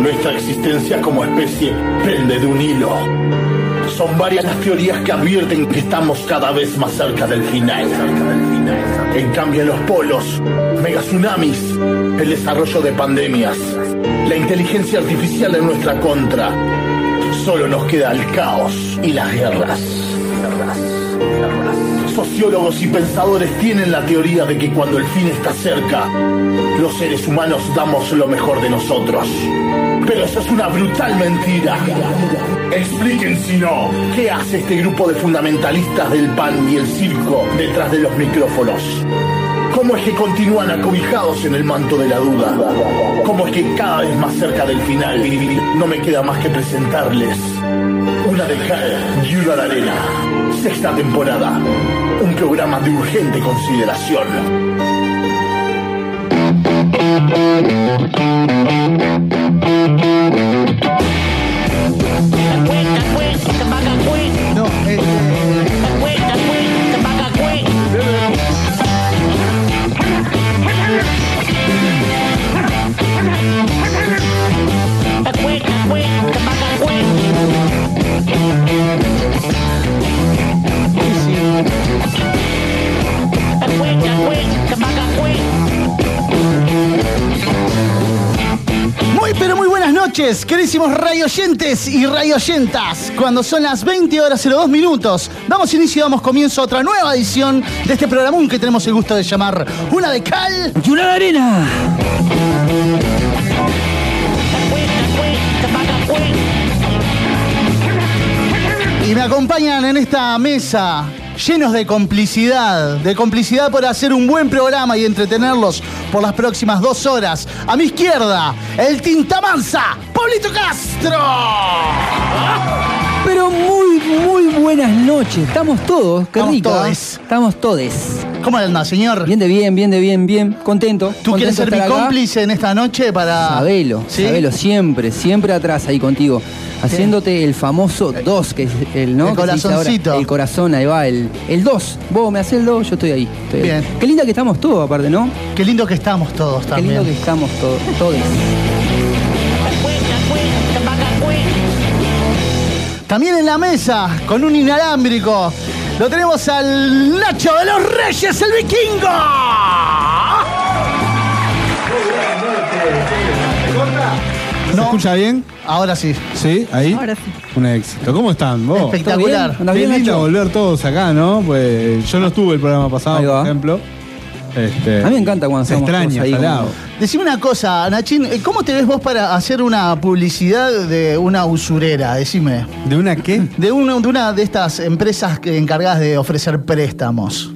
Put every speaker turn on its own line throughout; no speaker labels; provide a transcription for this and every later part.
Nuestra existencia como especie pende de un hilo. Son varias las teorías que advierten que estamos cada vez más cerca del final. En cambio, en los polos, megatsunamis, el desarrollo de pandemias, la inteligencia artificial en nuestra contra, solo nos queda el caos y las guerras. Sociólogos y pensadores tienen la teoría de que cuando el fin está cerca, los seres humanos damos lo mejor de nosotros. Pero eso es una brutal mentira. Expliquen si no, ¿qué hace este grupo de fundamentalistas del pan y el circo detrás de los micrófonos? ¿Cómo es que continúan acobijados en el manto de la duda? ¿Cómo es que cada vez más cerca del final no me queda más que presentarles una de cal y una de arena? Sexta temporada. Un programa de urgente consideración.
No, este. Muy, pero muy buenas noches, queridísimos rayoyentes y rayoyentas. Cuando son las 20 horas 02 minutos, damos inicio, damos comienzo a otra nueva edición de este programón que tenemos el gusto de llamar Una de Cal y una de Arena. Y me acompañan en esta mesa llenos de complicidad, de complicidad por hacer un buen programa y entretenerlos por las próximas dos horas. A mi izquierda, el Tintamanza, Pablito Castro.
Pero muy, muy buenas noches. Estamos todos, qué
Estamos
rico. ¿eh?
todes.
Estamos todes.
¿Cómo anda, señor?
Bien de bien, bien de bien, bien. Contento.
¿Tú
contento
quieres
de
ser mi
estar acá.
cómplice en esta noche para...?
Sabelo,
¿Sí?
sabelo, siempre, siempre atrás ahí contigo. Haciéndote el famoso 2, que es el, ¿no?
Eh, El
que se dice ahora.
corazoncito.
El corazón, ahí va, el 2. Vos me haces el 2, yo estoy ahí. estoy ahí.
Bien.
Qué linda que estamos todos, aparte, ¿no?
Qué lindo que estamos todos
Qué
también.
lindo que estamos todos, todos.
También en la mesa, con un inalámbrico, lo tenemos al Nacho de los Reyes, el vikingo.
¿Se
No.
escucha bien?
Ahora sí.
Sí, ahí.
Ahora sí.
Un éxito. ¿Cómo están vos?
Espectacular.
¿Andas
Qué
bien,
lindo
Nacho?
volver todos acá, ¿no? Pues yo no estuve el programa
Ahí
pasado,
va.
por ejemplo. Este,
A mí me encanta cuando
se
estamos
extraña,
todos ahí como-
salado.
Decime una cosa, Nachín, eh, ¿cómo te ves vos para hacer una publicidad de una usurera? Decime.
¿De una qué?
De una de, una de estas empresas que- encargadas de ofrecer préstamos.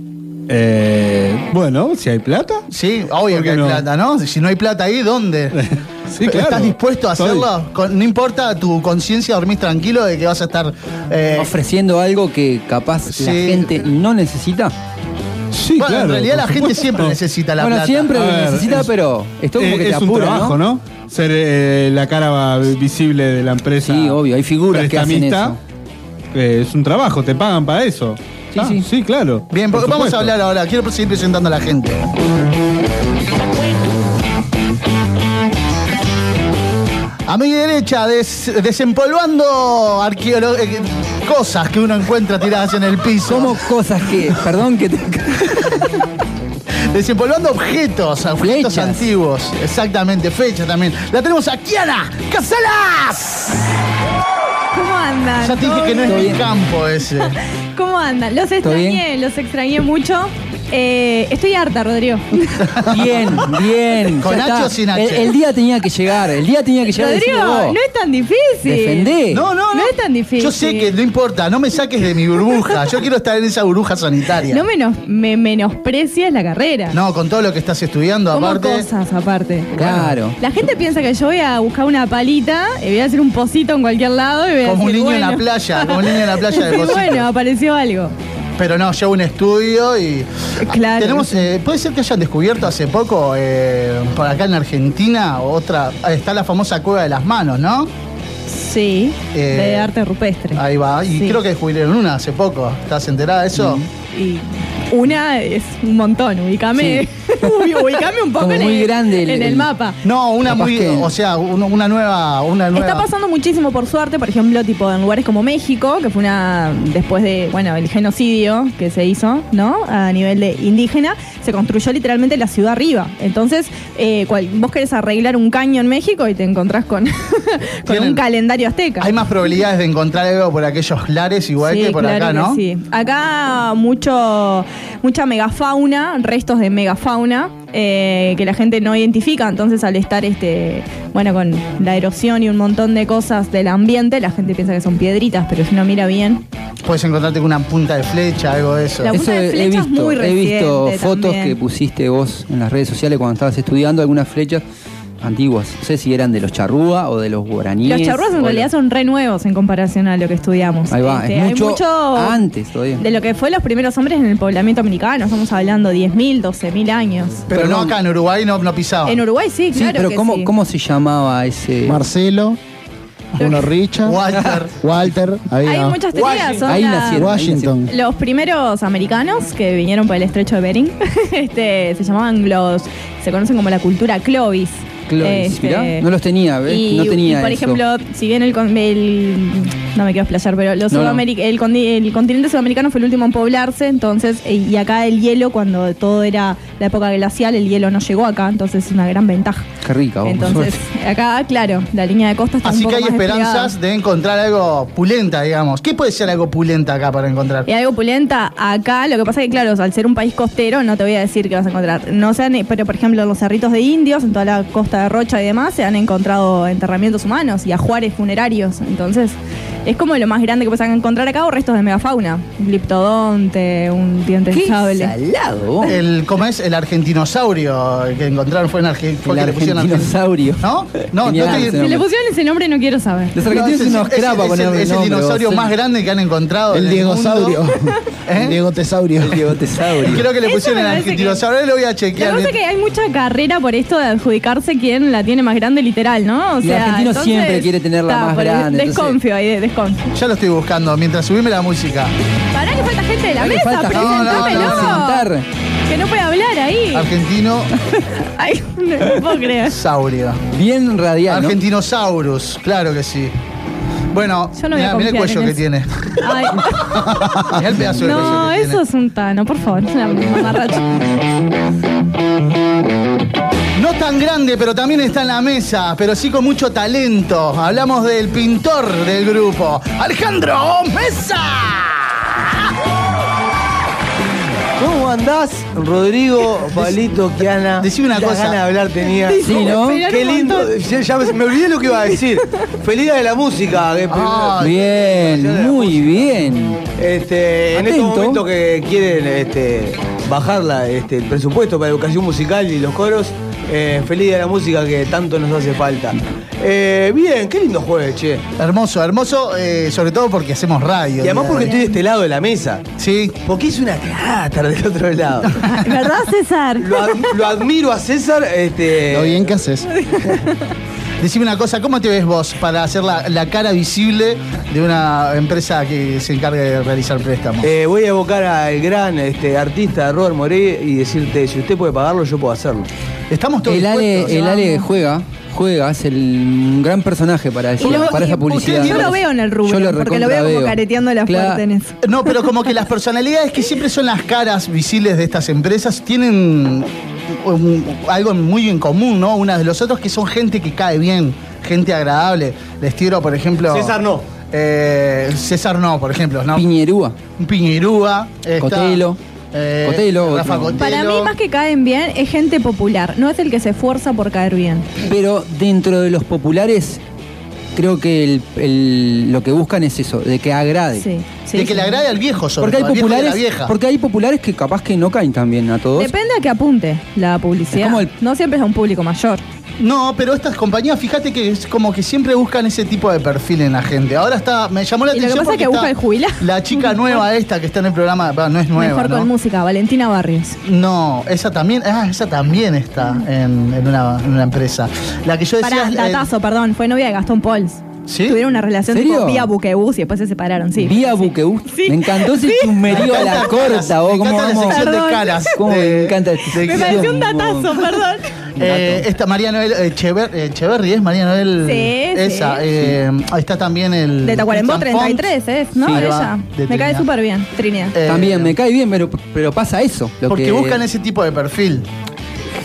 Eh, bueno, si hay plata.
Sí, obvio
¿Por
que
qué
hay
no?
plata, ¿no? Si no hay plata ahí, ¿dónde?
Sí,
¿Estás
claro.
dispuesto a
Estoy.
hacerlo? Con- no importa tu conciencia, dormís tranquilo de que vas a estar eh,
Ofreciendo algo que capaz la
Sí.
gente no necesita.
Sí,
Bueno,
claro.
en realidad
por
la gente
supuesto.
siempre necesita la
bueno,
plata.
siempre
A
lo
ver,
necesita,
es-
pero esto como
Eh,
que te
es un
apura,
trabajo, ¿no? Ser eh, la cara visible de la empresa.
Sí, obvio, hay figuras que hacen
prestamista, eh, es un trabajo, te pagan para eso.
Sí,
Ah,
sí.
sí, claro.
Bien,
por
porque vamos
supuesto.
a hablar ahora. Quiero seguir presentando a la gente. A mi derecha, des- desempolvando arqueolo- eh, cosas que uno encuentra tiradas en el piso.
Como cosas que, perdón que te...
Desempolvando objetos, objetos
Flechas.
antiguos. Exactamente, fechas también. La tenemos a Kiana Casalas.
¿Cómo andan?
Ya te dije
¿Todo
que no es
Todo
mi
bien.
campo ese.
bien? ¿Cómo andan? Los
¿Todo bien?
extrañé, los extrañé mucho. Eh, estoy harta, Rodrigo.
Bien, bien.
Con
ya
H
está.
o sin H.
El, el día tenía que llegar, el día tenía que llegar.
Rodrigo,
decirle vos,
no es tan difícil.
defendé.
No, no, no.
No es tan difícil.
Yo sé que no importa, no me saques de mi burbuja. Yo quiero estar en esa burbuja sanitaria.
No menos- me menosprecies la carrera.
No, con todo lo que estás estudiando,
Como
aparte.
cosas aparte.
Claro.
La gente piensa que yo voy a buscar una palita, eh, voy a hacer un pocito en cualquier lado y voy a
Como un
decir,
niño en la
bueno.
playa, como un niño en la playa de
Y
Cosito.
Bueno, apareció algo.
Pero no, llevo un estudio y.
Claro.
Tenemos, eh, puede ser que hayan descubierto hace poco, eh, por acá en Argentina, otra. Está la famosa cueva de las manos, ¿no?
Sí,
Eh,
de arte rupestre.
Ahí va. Y
Sí. Mm.
creo que descubrieron una hace poco. ¿Estás enterada de eso?
Y Una es un montón, ubícame. Ubi- ubícame un poco
Como
en,
muy
el,
grande el-
en el
el-
mapa.
No, una
Capaz
muy.
que-
O sea, un- una nueva. Una nueva.
Está pasando muchísimo, por suerte, por ejemplo, tipo en lugares como México, que fue una, después de, bueno, el genocidio que se hizo, ¿no? A nivel de indígena, se construyó literalmente la ciudad arriba. Entonces, eh, cual- vos querés arreglar un caño en México y te encontrás con, con
Tienen-
un calendario azteca.
Hay más probabilidades de encontrar algo por aquellos lares igual
Sí,
que por
claro
acá,
que
¿no?
sí. Acá mucho, mucha megafauna, restos de megafauna eh, que la gente no identifica. Entonces, al estar este, bueno, con la erosión y un montón de cosas del ambiente, la gente piensa que son piedritas, pero si uno mira bien,
Puedes encontrarte con una punta de flecha, algo de eso.
La- punta
Eso
de
he
flecha es
visto,
muy
he visto
reciente
fotos
también.
que pusiste vos en las redes sociales cuando estabas estudiando algunas flechas antiguas. No sé si eran de los charrúa o de los guaraníes.
los charrúas
o
en
de-
realidad son re nuevos en comparación a lo que estudiamos.
Ahí va,
Este,
es
hay
mucho, antes todavía.
De lo que fue los primeros hombres en el poblamiento americano, estamos hablando 10.000, 12.000 años.
pero no acá en Uruguay no, no pisaba.
En Uruguay sí,
Sí,
claro.
pero
que
¿cómo,
sí.
¿cómo se llamaba ese...?
Marcelo, uno Richard,
Walter.
Walter, ahí
Hay
no.
muchas teorías. son
Ahí
la-
nacieron.
Washington.
Los primeros americanos que vinieron por el estrecho de Bering este, se llamaban los. Se conocen como la cultura Clovis.
Clovis,
Este,
mirá, no los tenía, ¿ves?
Y,
No tenía
y, por
eso.
ejemplo, si bien el, con- el- No me quiero explayar, pero los
No, no.
Sudameri- el condi- el continente sudamericano fue el último en poblarse, entonces. eh, Y acá el hielo, cuando todo era la época glacial, el hielo no llegó acá, entonces es una gran ventaja.
Qué rica, vos,
Entonces,
Oh, suerte.
acá, claro, la línea de costa está un
Así que
poco
hay
más desplegada.
esperanzas de encontrar algo pulenta, digamos. ¿Qué puede ser algo pulenta acá para encontrar?
Y algo pulenta acá, lo que pasa es que, claro, al ser un país costero, no te voy a decir que vas a encontrar. No se han, pero por ejemplo, en los cerritos de indios, en toda la costa de Rocha y demás, se han encontrado enterramientos humanos y ajuares funerarios. Entonces, es como lo más grande que puedes encontrar acá o restos de megafauna. Un gliptodonte, un diente de
¡Qué
sable.
salado, vos!
El, ¿Cómo es? El argentinosaurio que encontraron fue en Argentina.
El argentinosaurio.
¿No? No,
Genial,
no
ese
te-
Si
nombre.
le pusieron ese nombre, no quiero saber.
Los
No,
argentinos
es,
son unos
es-
crapos
es
con
el-
el
es el
nombre, vos,
dinosaurio
sí.
más grande que han encontrado. en
El Diego
mundo.
Saurio.
¿Eh?
El Diego Tesaurio.
El diegotesaurio.
Creo que le
Eso
pusieron
me
el
parece que-
argentinosaurio. Ahora lo voy a
Lo que
chequear.
pasa es que hay mucha carrera por esto de adjudicarse quién la tiene más grande literal, ¿no? O
Y el argentino siempre quiere tenerla más
por ahí
grande, entonces-
Desconfío ahí, de- desconfío.
Ya lo estoy buscando mientras subime la música.
Pará que falta gente de la
Pará que
mesa,
falta gente
de la
presentámelo.
mesa. Presentar.
Que no puede hablar ahí.
Argentino
Ay, no, no puedo creer.
saurio.
Bien radial, ¿no?
Argentinosaurus, claro que sí. Bueno,
Yo no voy
mirá,
a
mirá el
confiar
cuello
en
que
eso.
tiene.
Ay,
Mirá el pedazo de cuello
no,
que
eso es un tano, por favor. Es una mamarracha.
tiene. No tan grande, pero también está en la mesa, pero sí con mucho talento. Hablamos del pintor del grupo, Alejandro Mesa.
¿Cómo andás, Rodrigo Palito Kiana?
decime una
Qué
cosa.
ganas de hablar tenía.
Sí, ¿no?
Pero
Qué
un
lindo.
montón.
Ya, ya me me olvidé lo que iba a decir. Feliz día de la música. que-
Ah,
Bien, muy bien.
Este, en
Atento.
estos momentos que quieren este, bajar la, este, el presupuesto para educación musical y los coros, eh, feliz día de la música que tanto nos hace falta. Eh, bien, qué lindo jueves, che.
Hermoso, hermoso, eh, sobre todo porque hacemos radio. ¿eh?
Y además porque estoy de este lado de la mesa.
Sí.
Porque es una cátara del otro lado.
¿Verdad, César?
Lo, ad- lo admiro a César. Este,
Lo bien que haces.
Decime una cosa, ¿cómo te ves vos para hacer la, la cara visible de una empresa que se encargue de realizar préstamos?
Eh, voy a evocar al gran este, artista Robert Moré y decirte, si usted puede pagarlo, yo puedo hacerlo.
Estamos todos
El
dispuestos,
Ale, el
¿no?
Ale juega, juega, es el un gran personaje para, esa-
Y lo-
para esa
y-
publicidad.
Yo lo veo en el rubro,
Yo
porque lo
recontra
veo como careteando la
Cla-
fuerte en eso.
No, pero como que las personalidades que siempre son las caras visibles de estas empresas tienen un- algo muy en común, ¿no? Una de los otros que son gente que cae bien, gente agradable. Les tiro, por ejemplo.
César no.
eh, César no, por ejemplo, ¿no?
Piñerúa.
Un Piñerúa. está,
Cotelo.
eh,
Cotelo,
Rafa
otro.
Cotelo.
Para mí, más que caen bien, es gente popular. No es el que se esfuerza por caer bien.
Pero dentro de los populares, creo que el- el- lo que buscan es eso, de que agrade.
Sí. sí,
de que
sí.
le agrade al viejo, sobre
Porque hay
todo, al viejo y a
populares,
la vieja.
porque hay populares que capaz que no caen tan bien a todos.
Depende a que apunte la publicidad.
Es como el-
No siempre es a un público mayor.
No, pero estas compañías, fíjate que es como que siempre buscan ese tipo de perfil en la gente. Ahora está, me llamó la
Y lo que
atención.
pasa es
porque
que busca
está
el jubilado.
La chica nueva esta que está en el programa, va, no es nueva.
Mejor
¿no?
con música. Valentina Barrios.
No, esa también, ah, esa también está en, en una, en una empresa. La que yo decía.
Para
es la-
Datazo, perdón. Fue novia de Gastón Pols.
¿Sí?
Tuvieron una relación
¿Serio?
tipo vía buquebús y después se separaron, sí.
Vía Buquebus.
Sí.
Me encantó ese
Sí.
chumerío a la corta, vos.
Me
¿Cómo
encanta la
vamos?
sección de
Perdón.
caras.
¿Cómo me
Eh,
encanta este.
Me pareció un datazo, perdón.
Eh, esta María Noel eh, Chever- eh, Cheverry, ¿es María Noel?
Sí,
Esa.
sí.
eh, ahí está también el.
De Tacuarembó
Cristian Font.
33, ¿eh? ¿No?
Sí, ahí va,
Ella.
de
Me cae
Trinidad.
súper bien, Trinidad.
Eh,
También me cae bien, pero, pero pasa eso. lo
Porque
que-
buscan ese tipo de perfil.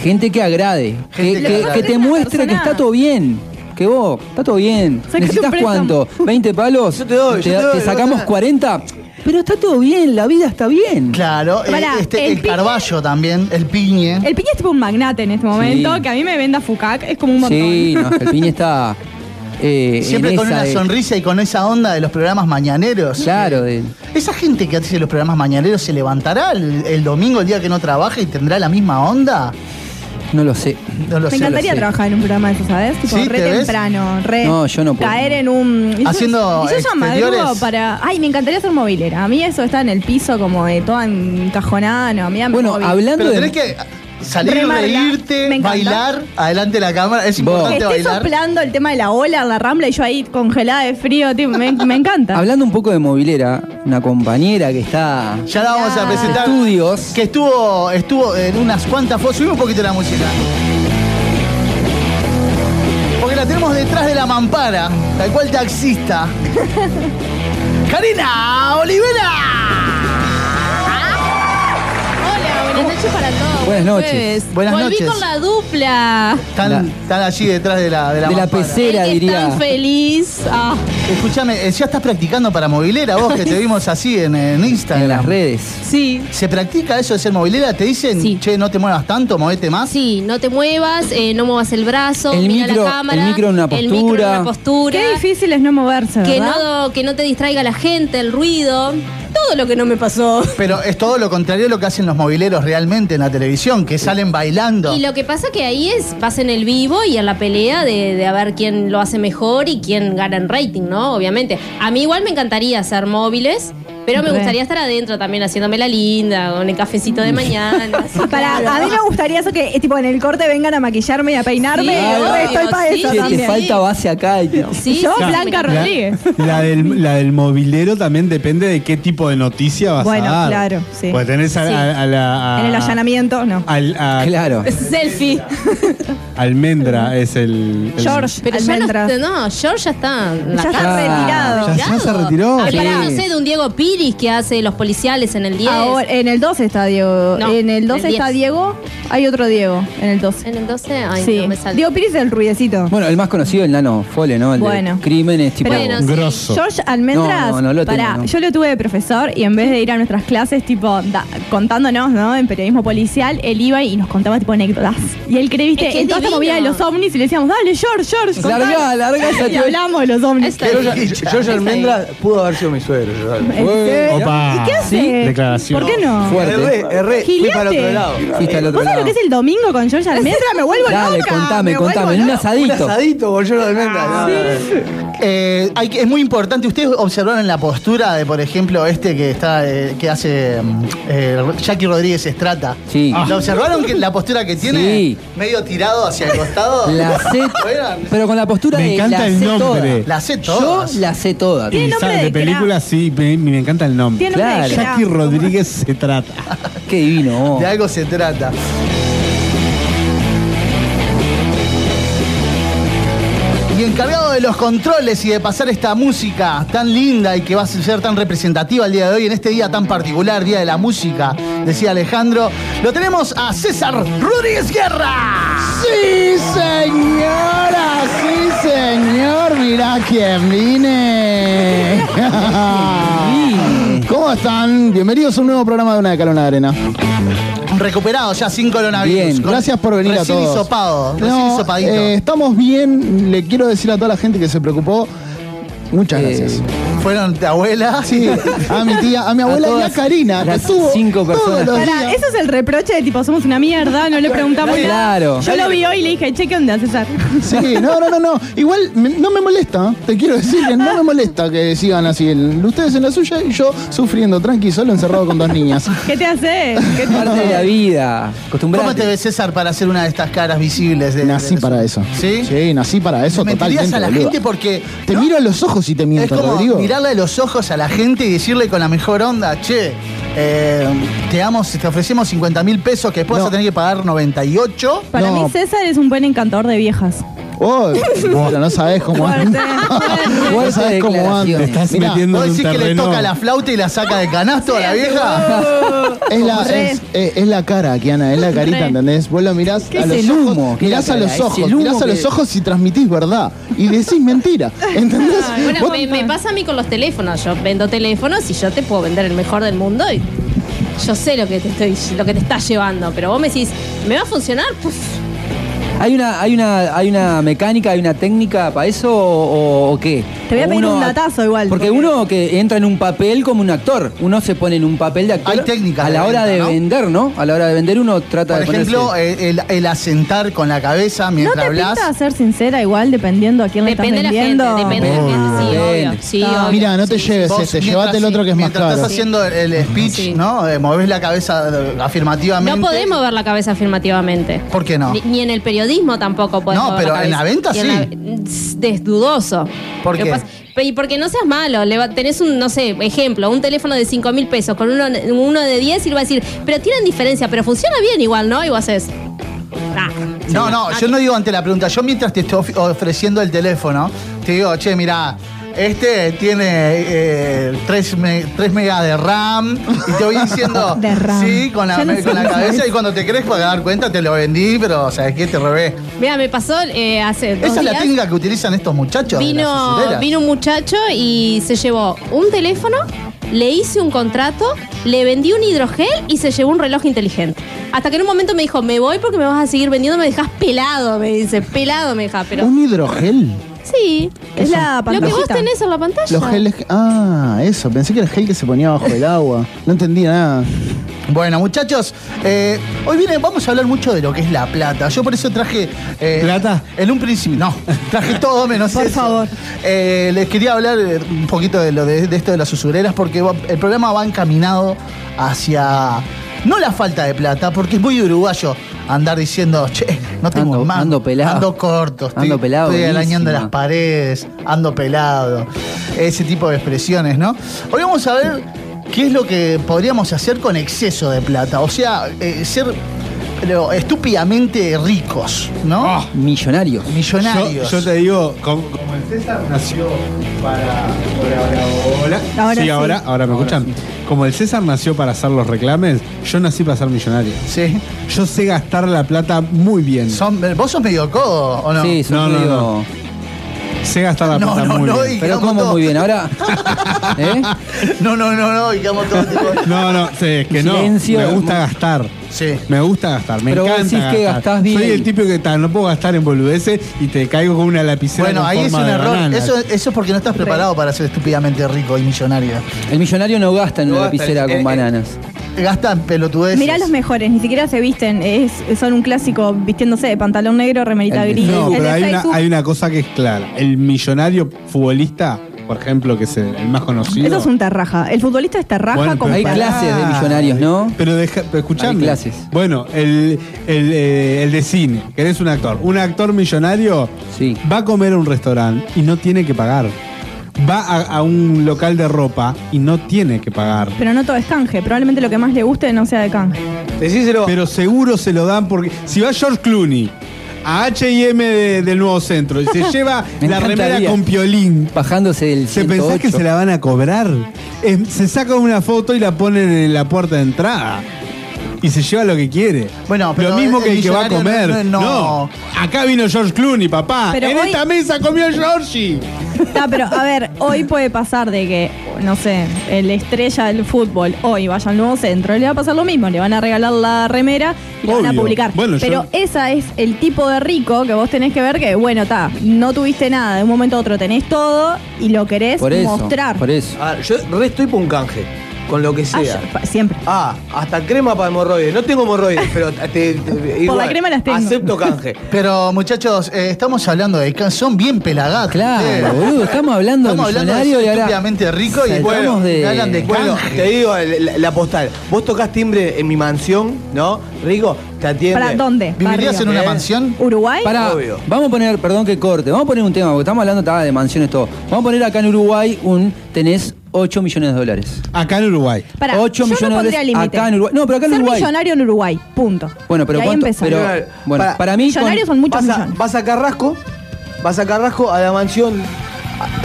Gente que agrade.
Gente
que,
que
que-
agrade.
que te muestre que está todo bien. Que vos, está todo bien.
Sacate un
¿Necesitas
préstamo.
cuánto? ¿20 palos?
Yo te doy, yo te doy,
sacamos
vos-
40. Pero está todo bien, la vida está bien.
Claro. eh,
Pará,
este,
el
el,
piñe-
Carballo también, el Piñe.
El piña es tipo un magnate en este momento,
Sí.
que a mí me venda Fucac, es como un montón.
Sí, no, el piña está. eh,
Siempre
en
con
esa
una
de-
sonrisa y con esa onda de los programas mañaneros.
Claro, de-
¿Esa gente que hace los programas mañaneros se levantará el, el domingo, el día que no trabaja, y tendrá la misma onda?
no lo sé.
No lo
me
sé.
encantaría
sé.
trabajar en un programa de esos, ¿sabes? Tipo,
Sí,
re
¿te ves?
temprano, re.
No, yo no puedo.
Caer en un. y yo-
Haciendo
y yo, ya madrugo
exteriores.
para. Ay, me encantaría ser movilera. A mí eso está en el piso como de toda encajonada, no. A mí dame
Bueno,
móvil.
hablando
Pero
de.
tenés que salir,
Remarla. Me
reírte,
encanta.
bailar, adelante de la cámara. Es
Vos.
Que
importante
esté
bailar.
soplando el tema de la ola en la rambla y yo ahí congelada de frío, tipo, me, me encanta.
Hablando un poco de movilera, una compañera que está.
Ya la vamos a
Ah.
presentar.
Estudios.
Que estuvo, estuvo en unas cuantas fotos. Subimos un poquito la música. Porque la tenemos detrás de la mampara, tal cual taxista. ¡Karina Olivera!
Hola, buenas noches para todos.
Buenas noches.
Jueves.
Buenas
Volví
noches.
con la dupla.
Están,
La-
están allí detrás de la De la,
De la
mampara.
PC. Era,
El que es
diría.
tan feliz. Ah,
Escúchame, eh, ya estás practicando para movilera vos, que te vimos así en, en Instagram.
En las redes.
sí.
¿Se practica eso de ser movilera? ¿Te dicen,
Sí.
che, no te muevas tanto, movete más?
Sí, no te muevas, eh, no muevas el brazo,
El
mira
micro-
la cámara.
el micro en una
El micro en
postura.
una postura.
Qué difícil es no moverse,
Que
¿verdad?
no, que no te distraiga la gente, el ruido. Todo lo que no me pasó.
Pero es todo lo contrario a lo que hacen los mobileros realmente en la televisión, que salen bailando.
Y lo que pasa que ahí es, vas en el vivo y en la pelea de, de a ver quién lo hace mejor y quién gana en rating, ¿no? Obviamente. A mí igual me encantaría hacer móviles, pero me
Re.
gustaría estar adentro también haciéndome la linda, con el cafecito
Mm.
de mañana. así,
Para,
claro.
a mí me gustaría eso que eh, tipo en el corte vengan a maquillarme y a peinarme.
Sí,
Re estoy
obvio,
para
sí, sí,
eso
Che, te
también.
falta base acá y te-
Sí,
Yo,
sí,
Blanca
me-
La,
Rodríguez.
la del, la del movilero también depende de qué tipo de noticia vas
Bueno,
a dar.
claro, sí.
Porque tenés a,
Sí.
a- a la. a-
En el allanamiento, no.
al- a-
Claro.
Selfie.
Almendra es el. el-
George,
Pero ya
almendras.
no, no, George ya está en la
Ya está
cárcel.
retirado.
Ah,
Ah,
Ya- ya se retiró.
Ay,
Sí.
pará, no sé, de un Diego Piris que hace los policiales en el 10.
Ahora, en el 12 está Diego.
No,
en el 12
el
está
10.
Diego. Hay otro Diego en el 12.
En el 12, ay,
sí.
no me sale.
Diego Piris es el ruidecito.
Bueno, el más conocido, el nano Fole, ¿no? El
Bueno.
de crímenes, tipo.
Bueno, sí.
Grosso.
George Almendras,
No, no, no lo tengo,
pará,
no.
yo lo tuve de profesor y en vez de ir a nuestras clases, tipo, da- contándonos, ¿no? En periodismo policial, él iba y nos contaba, tipo, anécdotas. Y él cree, viste,
Es que es
en toda esta
divino.
movida de los ovnis y le decíamos, dale, George, George, contá".
Largá, largá esa
Y
teoría.
hablamos de los ovnis.
Esta-
George- George Almendra pudo haber sido mi suegro. yo sabía.
¿En serio?
Opa.
Este, ¿Y qué hace?
Declaración.
¿Por qué no?
Fuerte.
Erré, erré, fui
Gileaste.
para otro lado.
Fuiste al otro
¿Vos sabés
lado.
lo que es el domingo con George Almendra? Me vuelvo
Dale,
loca.
contame,
me vuelvo
contame. En un
loca.
Un
asadito.
asadito con George Almendra.
Ah,
No, no, no.
Eh, hay que- es muy importante, ustedes observaron la postura de, por ejemplo, este que está eh, que hace mm, eh, Jackie Rodríguez Estrata.
Sí.
¿Lo observaron que, la postura que tiene?
Sí.
Medio tirado hacia el costado.
La sé.
Oigan,
Pero con la postura
Me
de.
encanta
la
el
sé
nombre.
toda.
La sé
Yo
todas.
la sé toda.
Tiene
Y
nombre
sabe
de
de
crack.
películas, sí, me, me encanta el nombre.
Tiene nombre de
Claro.
crack.
Jackie Rodríguez se trata.
Qué divino. vos.
De algo se trata. Y encargado de los controles y de pasar esta música tan linda y que va a ser tan representativa el día de hoy, en este día tan particular, Día de la Música, decía Alejandro, lo tenemos a César Rodríguez Guerra.
Sí, señora, sí, señor. Mirá quién vine. ¿Cómo están? Bienvenidos a un nuevo programa de Una de Cal, Una de Arena.
Recuperado ya sin coronavirus.
Bien,
Con-
Gracias por venir
recién
a todos.
Hisopado,
No, este,
Eh,
recién hisopadito.
eh, estamos bien. Le quiero decir a toda la gente que se preocupó Muchas
Eh,
gracias.
Fueron de abuela.
Sí, a mi tía, a mi abuela y a
todas
Karina, que
las
estuvo
cinco
todos
personas.
los
Pará, eh.
días.
eso es el reproche de tipo, somos una mierda, no le preguntamos
Claro.
nada.
Claro.
Yo lo vi hoy y le dije, che, ¿qué onda, César?
Sí, no, no, no, no. Igual me- no me molesta, ¿eh? te quiero decir que no me molesta que sigan así. el- Ustedes en la suya y yo sufriendo tranqui, solo encerrado con dos niñas.
¿Qué te hace? ¿Qué te-
Parte de la vida. Acostumbrate.
¿Cómo te ves, César, para hacer una de estas caras visibles? De,
Nací
de-
para eso.
¿Sí?
Sí, nací para eso
Mentirías
totalmente.
a la
boluda.
gente porque...
Te
¿no?
miro a los ojos y te
Es
miento,
como
Rodrigo.
mirarle a los ojos a la gente y decirle con la mejor onda, che, eh, te damos, te ofrecemos 50 mil pesos que después
No.
vas a tener que pagar 98.
Para
No.
mí César es un buen encantador de viejas.
Oh, pero no sabes cómo
Fuerte,
andas.
fuerte.
No
Fuerte
sabes cómo
declaraciones.
andas.
Estás
Mirá,
metiendo
¿Vos
en un
decís que le
terreno.
toca la flauta y la saca de canasto a la vieja?
Es la,
Re.
es, eh, es la cara, Kiana, es la carita,
Re.
¿entendés? Vos lo mirás
¿Qué
a
es
los
el
ojos,
humo? ¿Qué es
mirás
la
a los
cara? Es
ojos,
el humo
mirás a los
que-
ojos y transmitís verdad. Y decís mentira, ¿entendés?
Bueno,
Vos-
me, me pasa a mí con los teléfonos. Yo vendo teléfonos y yo te puedo vender el mejor del mundo y yo sé lo que te estoy, lo que te estás llevando. Pero vos me decís, ¿me va a funcionar? Puf,
¿Hay una, hay, una, ¿Hay una mecánica, hay una técnica para eso o, o qué?
Te voy a
O
pedir un datazo igual,
Porque,
porque-
uno que entra en un papel como un actor, uno se pone en un papel de actor
Hay técnicas
a la
de
hora
venta,
de
¿no?
vender, ¿no? A la hora de vender uno trata
Por
de
ejemplo,
ponerse...
eh, el, el asentar con la cabeza
No
mientras
te
hablas.
pinta ser sincera igual dependiendo a quién le
depende de la
estás
gente,
vendiendo.
depende de la gente. Sí, obvio. Sí,
Ah,
obvio.
Mirá, no te
Sí,
lleves
Vos
este,
mientras-
llevate el otro que es más
mientras
caro.
estás haciendo el, el speech,
Sí.
¿no? Eh, movés la cabeza eh,
No
afirmativamente.
podemos ver la cabeza afirmativamente.
¿Por qué no?
Ni, ni en el periodismo tampoco podemos
No,
ver
pero en la
cabeza.
venta
Y en la- Mm, es dudoso.
¿Por
Lo
qué?
pasa- pe- y porque no seas malo, le va- tenés un, no sé, ejemplo, un teléfono de 5 mil pesos con uno, uno de 10 y le va a decir, pero tienen diferencia, pero funciona bien igual, ¿no? Y vos haces. "Ah".
No, no,
Ah,
yo no digo ante la pregunta. Yo mientras te estoy of- ofreciendo el teléfono, te digo, che, mira, este eh, tiene 3 megas de RAM. Y te voy diciendo,
De RAM.
sí, con la,
Ya no
me- con la
sé qué
cabeza.
es.
Y cuando te crees para dar cuenta, te lo vendí, pero, ¿sabes qué? Te robé.
Mira, me pasó eh, hace dos
Esa es la
días.
técnica que utilizan estos muchachos. de las
Vino,
usureras.
vino un muchacho y se llevó un teléfono, le hice un contrato, le vendí un hidrogel y se llevó un reloj inteligente. Hasta que en un momento me dijo, me voy porque me vas a seguir vendiendo, me dejas pelado, me dice, pelado me dejas, pero...
¿Un hidrogel?
Sí,
Es la
lo que vos
pantallita.
tenés en la pantalla.
Los geles. que- Ah, eso. Pensé que era el gel que se ponía bajo el agua. No entendía nada.
Bueno, muchachos, eh, hoy viene, vamos a hablar mucho de lo que es la plata. Yo por eso traje. eh,
¿Plata?
En un principio, no. Traje todo menos
Por
eso.
favor.
Eh, les quería hablar eh, un poquito de, lo de, de esto de las usureras, porque va- el programa va encaminado hacia. No la falta de plata, porque es muy uruguayo andar diciendo, che, no tengo
Ando-
más.
ando pelado.
Ando corto, estoy,
Ando pelado,
estoy arañando
buenísima.
las paredes, ando pelado. Ese tipo de expresiones, ¿no? Hoy vamos a ver qué es lo que podríamos hacer con exceso de plata. O sea, eh, ser pero, estúpidamente ricos, ¿no?
Ah.
Millonarios.
Yo,
Millonarios.
yo te digo, como, como el César nació para. Hola, hola, hola.
Ahora
sí,
sí.
ahora, ahora me escuchan. Como el César nació para hacer los reclames, yo nací para ser millonario.
Sí.
Yo sé gastar la plata muy bien.
Son- ¿Vos sos medio codo o no?
Sí, son
No, no,
medio-
no. Sé gastar la
No,
plata
no,
muy
no,
bien.
y-
Pero
Digamos
como
todo.
muy bien, ahora... ¿Eh?
No, no, no, no, digamos todo tipo.
No, no, sí, es que no.
Silencio.
Me gusta gastar.
Sí.
Me gusta gastar, me
Pero vos
encanta
decís que
gastar.
gastás bien.
Soy el tipo que ta, no puedo gastar en boludeces y te caigo con una lapicera
Bueno,
con
ahí es
forma
un
de
error.
banana.
Eso, eso es porque no estás preparado para ser estúpidamente rico y millonario.
El millonario no gasta en
No
una
gasta,
lapicera
eh,
con
eh.
bananas.
Gastan pelotudeces.
Mirá los mejores, ni siquiera se visten, es, son un clásico vistiéndose de pantalón negro, remerita
El de
gris.
No,
El
pero
de
hay una,
Facebook,
hay una cosa que es clara. El millonario futbolista, por ejemplo, que es el, el más conocido.
Eso es un tarraja. El futbolista es tarraja
Bueno,
con
pero-
Hay
Pará.
clases
Ah.
de millonarios, ¿no?
Pero, deja, pero escuchame.
Hay clases.
Bueno, el, el, eh, el de cine, que eres un actor. Un actor millonario
Sí.
va a comer a un restaurante y no tiene que pagar. Va a, a un local de ropa y no tiene que pagar.
Pero no todo es canje. Probablemente lo que más le guste no sea de canje.
Decíselo.
Pero seguro se lo dan porque si va George Clooney a H&M de- del Nuevo Centro y se lleva
Me
la remera
encantaría.
con piolín,
Bajándose del
¿se pensás
108.
que se la Em, van a cobrar? Es- se saca una foto y la ponen en la puerta de entrada. y se lleva lo que quiere.
Bueno, pero
lo mismo
el-
que el que va a
millonario
comer.
no- no-
No,
no.
acá vino George Clooney, papá.
Pero
Ah, en
hoy-
esta mesa comió Georgie.
Está, pero a ver, hoy puede pasar de que, no sé, el estrella del fútbol hoy vaya al nuevo centro, le va a pasar lo mismo, le van a regalar la remera y la van a
Obvio.
publicar.
Bueno, yo-
pero esa es el tipo de rico que vos tenés que ver que, bueno, está, no tuviste nada, de un momento a otro tenés todo y lo querés
Por eso.
mostrar.
Por eso.
Ah, yo re estoy por un canje, con lo que
Ah,
sea.
yo- pa- siempre.
Ah, hasta crema para hemorroides. No tengo hemorroides, pero te- te- igual,
la crema las tengo.
Acepto canje.
Pero muchachos, eh, estamos hablando de ca- son bien pelagatos.
Claro,
ustedes.
boludo, estamos hablando de
estamos hablando de
millonario y ahora
estúpidamente rico y
saltamos
bueno,
de-
me hablan de
Bueno,
canje.
te digo el- la, la postal. Vos tocás timbre en mi mansión, ¿no? Rico, te atiende.
¿Para dónde?
¿Vivirías en
Barrio.
una
Eh.
mansión?
¿Uruguay?
Pará,
Obvio.
vamos a poner, perdón que corte, vamos a poner un tema, porque estamos hablando ta, de mansiones todo. Vamos a poner acá en Uruguay un tenés 8 millones de dólares.
Acá en Uruguay.
Pará, yo
8
no
millones de
pondría
dólares
límite.
acá en Uruguay. No, pero acá en
Ser
Uruguay.
millonario en Uruguay, punto.
Bueno, pero
y ahí
cuánto,
empezás.
pero bueno,
Para-
para, mí con-
millonarios son muchos
vas, a,
millones.
vas a Carrasco, vas a Carrasco a la mansión,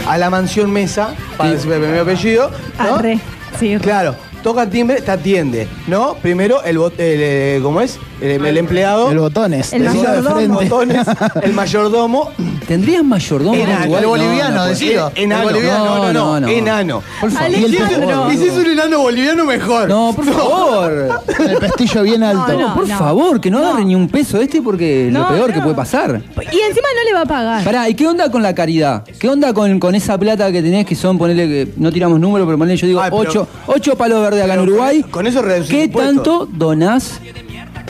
a, a la mansión mesa, para decirme mi apellido. ¿no?
Arre, sí, re.
Claro, toca timbre, te atiende, ¿no? Primero el, bot- el, eh, ¿cómo es? El, el empleado.
El botones.
El
el
Decilo de
mayordomo.
frente.
botones, el mayordomo.
¿Tendrías mayordomo
Era
en
el
Uruguay?
boliviano,
pues.
decilo.
eh, enano.
El boliviano.
No, no, no,
No, no, no.
Enano.
Por favor.
Ale-
Y el pe-
Alejandro.
Y si es un enano boliviano, mejor.
No, por favor.
el pestillo bien alto.
No, no.
por favor, que no, agarre ni un peso este porque es
No,
lo peor
no.
que puede pasar.
Y encima no le va a
Ah.
pagar.
Pará, ¿y qué onda con la caridad? ¿Qué onda con, con esa plata que tenés que son, ponele que no tiramos números, pero ponele, yo digo,
Ay, pero-
8, palos verdes acá en
pero con-
Uruguay.
con eso reducís
¿Qué
impuestos.
tanto donás?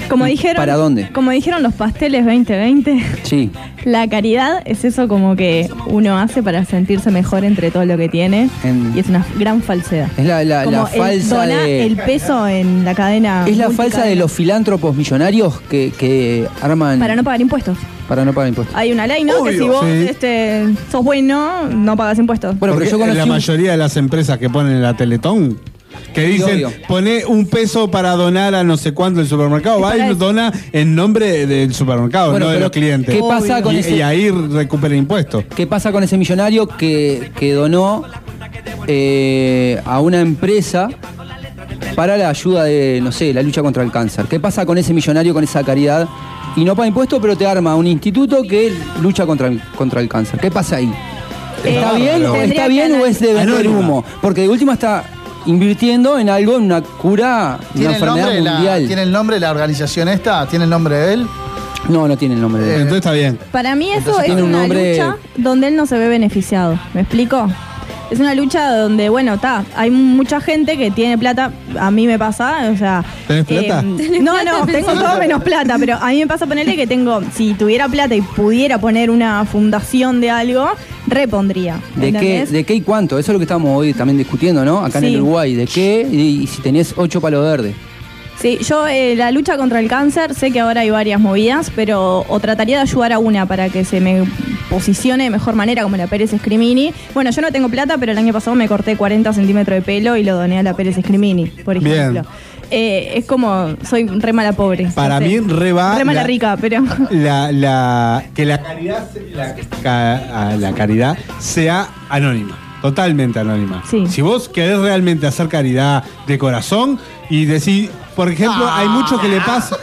Como dijeron,
¿Para dónde?
Como dijeron los pasteles 2020,
Sí.
la caridad es eso como que uno hace para sentirse mejor entre todo lo que tiene
En-
y es una gran falsedad.
Es la, la-
Como
la
el
falsa
doná
de.
el peso en la cadena.
es la
multicadena
falsa de los filántropos millonarios que, que arman.
para no pagar impuestos.
para no pagar impuestos.
Hay una ley, ¿no? Que
Obvio.
si vos
Sí.
este, sos bueno, no pagas impuestos.
Bueno, pero
Porque
yo conocí.
la
un-
mayoría de las empresas que ponen la Teletón, que dicen,
obvio.
poné un peso para donar a no sé cuánto el supermercado, va
para
y
eso.
dona en nombre del supermercado,
Bueno,
no de
pero
los clientes.
¿qué pasa con
y,
ese-
y ahí recupera impuestos.
¿Qué pasa con ese millonario que, que donó eh, a una empresa para la ayuda de, no sé, la lucha contra el cáncer? ¿Qué pasa con ese millonario, con esa caridad? Y no paga impuestos, pero te arma un instituto que lucha contra el, contra el cáncer. ¿Qué pasa ahí? ¿Está
Eh,
bien, o,
tendría
está
que
bien o
anal-
es de vender
Anónima.
humo? Porque de última está invirtiendo en algo, en una cura, de Ah, una
¿Tiene el,
enfermedad
nombre, de la,
mundial.
¿Tiene el nombre de la organización esta? ¿Tiene el nombre de él? Eh,
No, no tiene el nombre. de-
Entonces está bien.
Para mí eso
Entonces
es
tiene un
una
nombre-
lucha donde él no se ve beneficiado. ¿Me explico? Es una lucha donde, bueno, está, hay mucha gente que tiene plata, a mí me pasa, o sea... eh,
¿Tenés plata?
No,
plata,
no, tengo todo menos plata, pero a mí me pasa ponerle que tengo, si tuviera plata y pudiera poner una fundación de algo, repondría.
¿De qué,
¿entendés?
¿De qué y cuánto? Eso es lo que estamos hoy también discutiendo, ¿no? Acá en
Sí.
el Uruguay. ¿De qué? Y, y si tenés ocho palos verdes.
Sí, yo eh, la lucha contra el cáncer, sé que ahora hay varias movidas, pero o trataría de ayudar a una para que se me posicione de mejor manera, como la Pérez Scrimini. Bueno, yo no tengo plata, pero el año pasado me corté 40 centímetros de pelo y lo doné a la Pérez Scrimini, por
Bien.
ejemplo. Eh, es como, soy re mala pobre.
Para
no sé.
mí, re va
Re mala
la-
rica, pero...
La, la, que la caridad, se- la, ca- a la caridad sea anónima. Totalmente anónima.
Sí.
Si vos querés realmente hacer caridad de corazón y decir, por ejemplo,
Ah.
hay muchos que le pasa.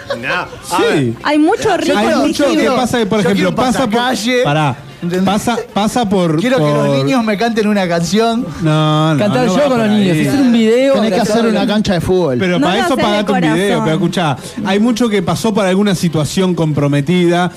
Sí.
Hay mucho rico
Hay
en
mucho que
líquido.
pasa que, por
Yo
ejemplo,
quiero
pasa por.
pasacalle.
Pará.
¿Entendés?
Pasa, pasa por.
Quiero que
por-
los niños me canten una canción.
No, no,
Ah,
Cantar
no
yo
va
con
por
los niños,
ahí.
hacer un video.
Tenés que
abrazar
hacer
a
una
los-
cancha de fútbol.
Pero
No
para
lo
eso
haces de
pagate un
corazón.
video. Pero escuchá, hay mucho que pasó por alguna situación comprometida.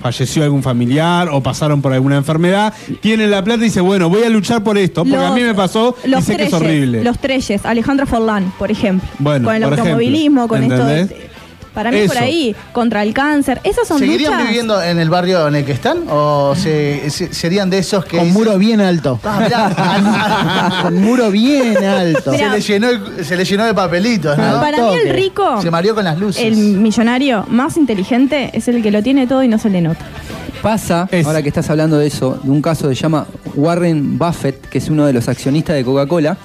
Falleció algún familiar o pasaron por alguna enfermedad. Tienen la plata y dice, bueno, voy a luchar por esto. Porque a
Los-
mí me pasó y
los
sé que es
Trelles,
horrible.
Los Trelles, Alejandro Forlán, por ejemplo.
Bueno,
con el
por ejemplo,
automovilismo, con
¿entendés?
esto. de- Para mí por
Eso.
ahí, contra el cáncer. Esas son
¿Seguirían
luchas.
viviendo en el barrio en el que están? ¿O se- se- serían de esos que.?
Con
dicen,
muro bien alto.
"Ah, mirá,
Con muro bien alto.
Mirá.
se, le llenó, el- se le llenó de papelitos, ¿no?
Para mí el
toque.
rico,
Se mareó con las luces.
el millonario más inteligente es el que lo tiene todo y no se le nota.
Pasa,
Es-
ahora que estás hablando de eso, de un caso que se llama Warren Buffett, que es uno de los accionistas de Coca-Cola,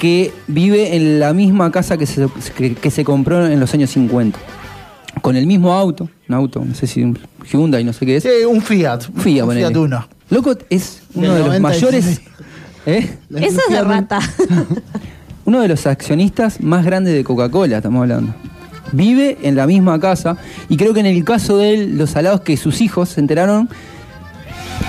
que vive en la misma casa que se, que, que se compró en los años 50. Con el mismo auto, un auto, no sé si un Hyundai, no sé qué es.
Sí, un Fiat.
Fía,
un
ponele.
Fiat Uno.
Loco, es
Del
uno de los
90 y-
mayores. ¿Eh?
Eso es de rata.
Uno de los accionistas más grandes de Coca-Cola, estamos hablando. vive en la misma casa y creo que en el caso de él, los alados que sus hijos se enteraron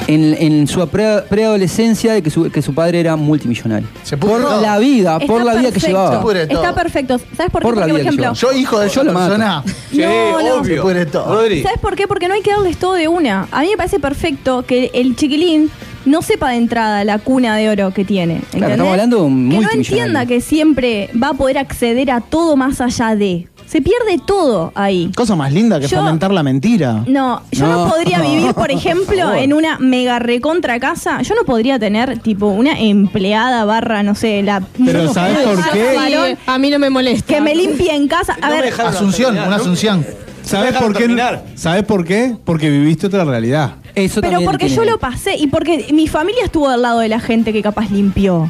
en, en su pre- preadolescencia de que su, que su padre era multimillonario.
Se puso
por
todo.
la vida, por la vida que
perfecto.
llevaba.
pudre todo.
Está perfecto. ¿Sabes por qué?
Por la
Porque, por
vida que
ejemplo,
llevaba.
Yo, hijo de
Yo
esa
lo mato.
persona.
Sí,
No, no.
obvio.
Se pudre todo.
Rodri.
¿Sabes por qué? Porque no hay que darles todo de una. A mí me parece perfecto que el chiquilín no sepa de entrada la cuna de oro que tiene. ¿entendés?
estamos hablando de un
Que no
multimillonario.
entienda que siempre va a poder acceder a todo más allá de. Se pierde todo ahí.
Cosa más linda que
Yo-
fomentar la mentira.
No, yo no,
No.
podría vivir, por ejemplo, en una mega recontra casa. Yo no podría tener, tipo, una empleada barra, no sé, la.
Pero
no,
¿sabes
no,
por
no,
qué?
varón,
A mí no me molesta.
Que me limpie en casa.
No
A
me
ver,
dejaron
Asunción,
terminar,
una
¿no?
Asunción.
¿Sabes
Déjalo
por qué?
terminar.
¿Sabes por qué? Porque viviste otra realidad.
Eso
Pero
también
porque
tiene-
yo lo pasé y porque mi familia estuvo al lado de la gente que capaz limpió.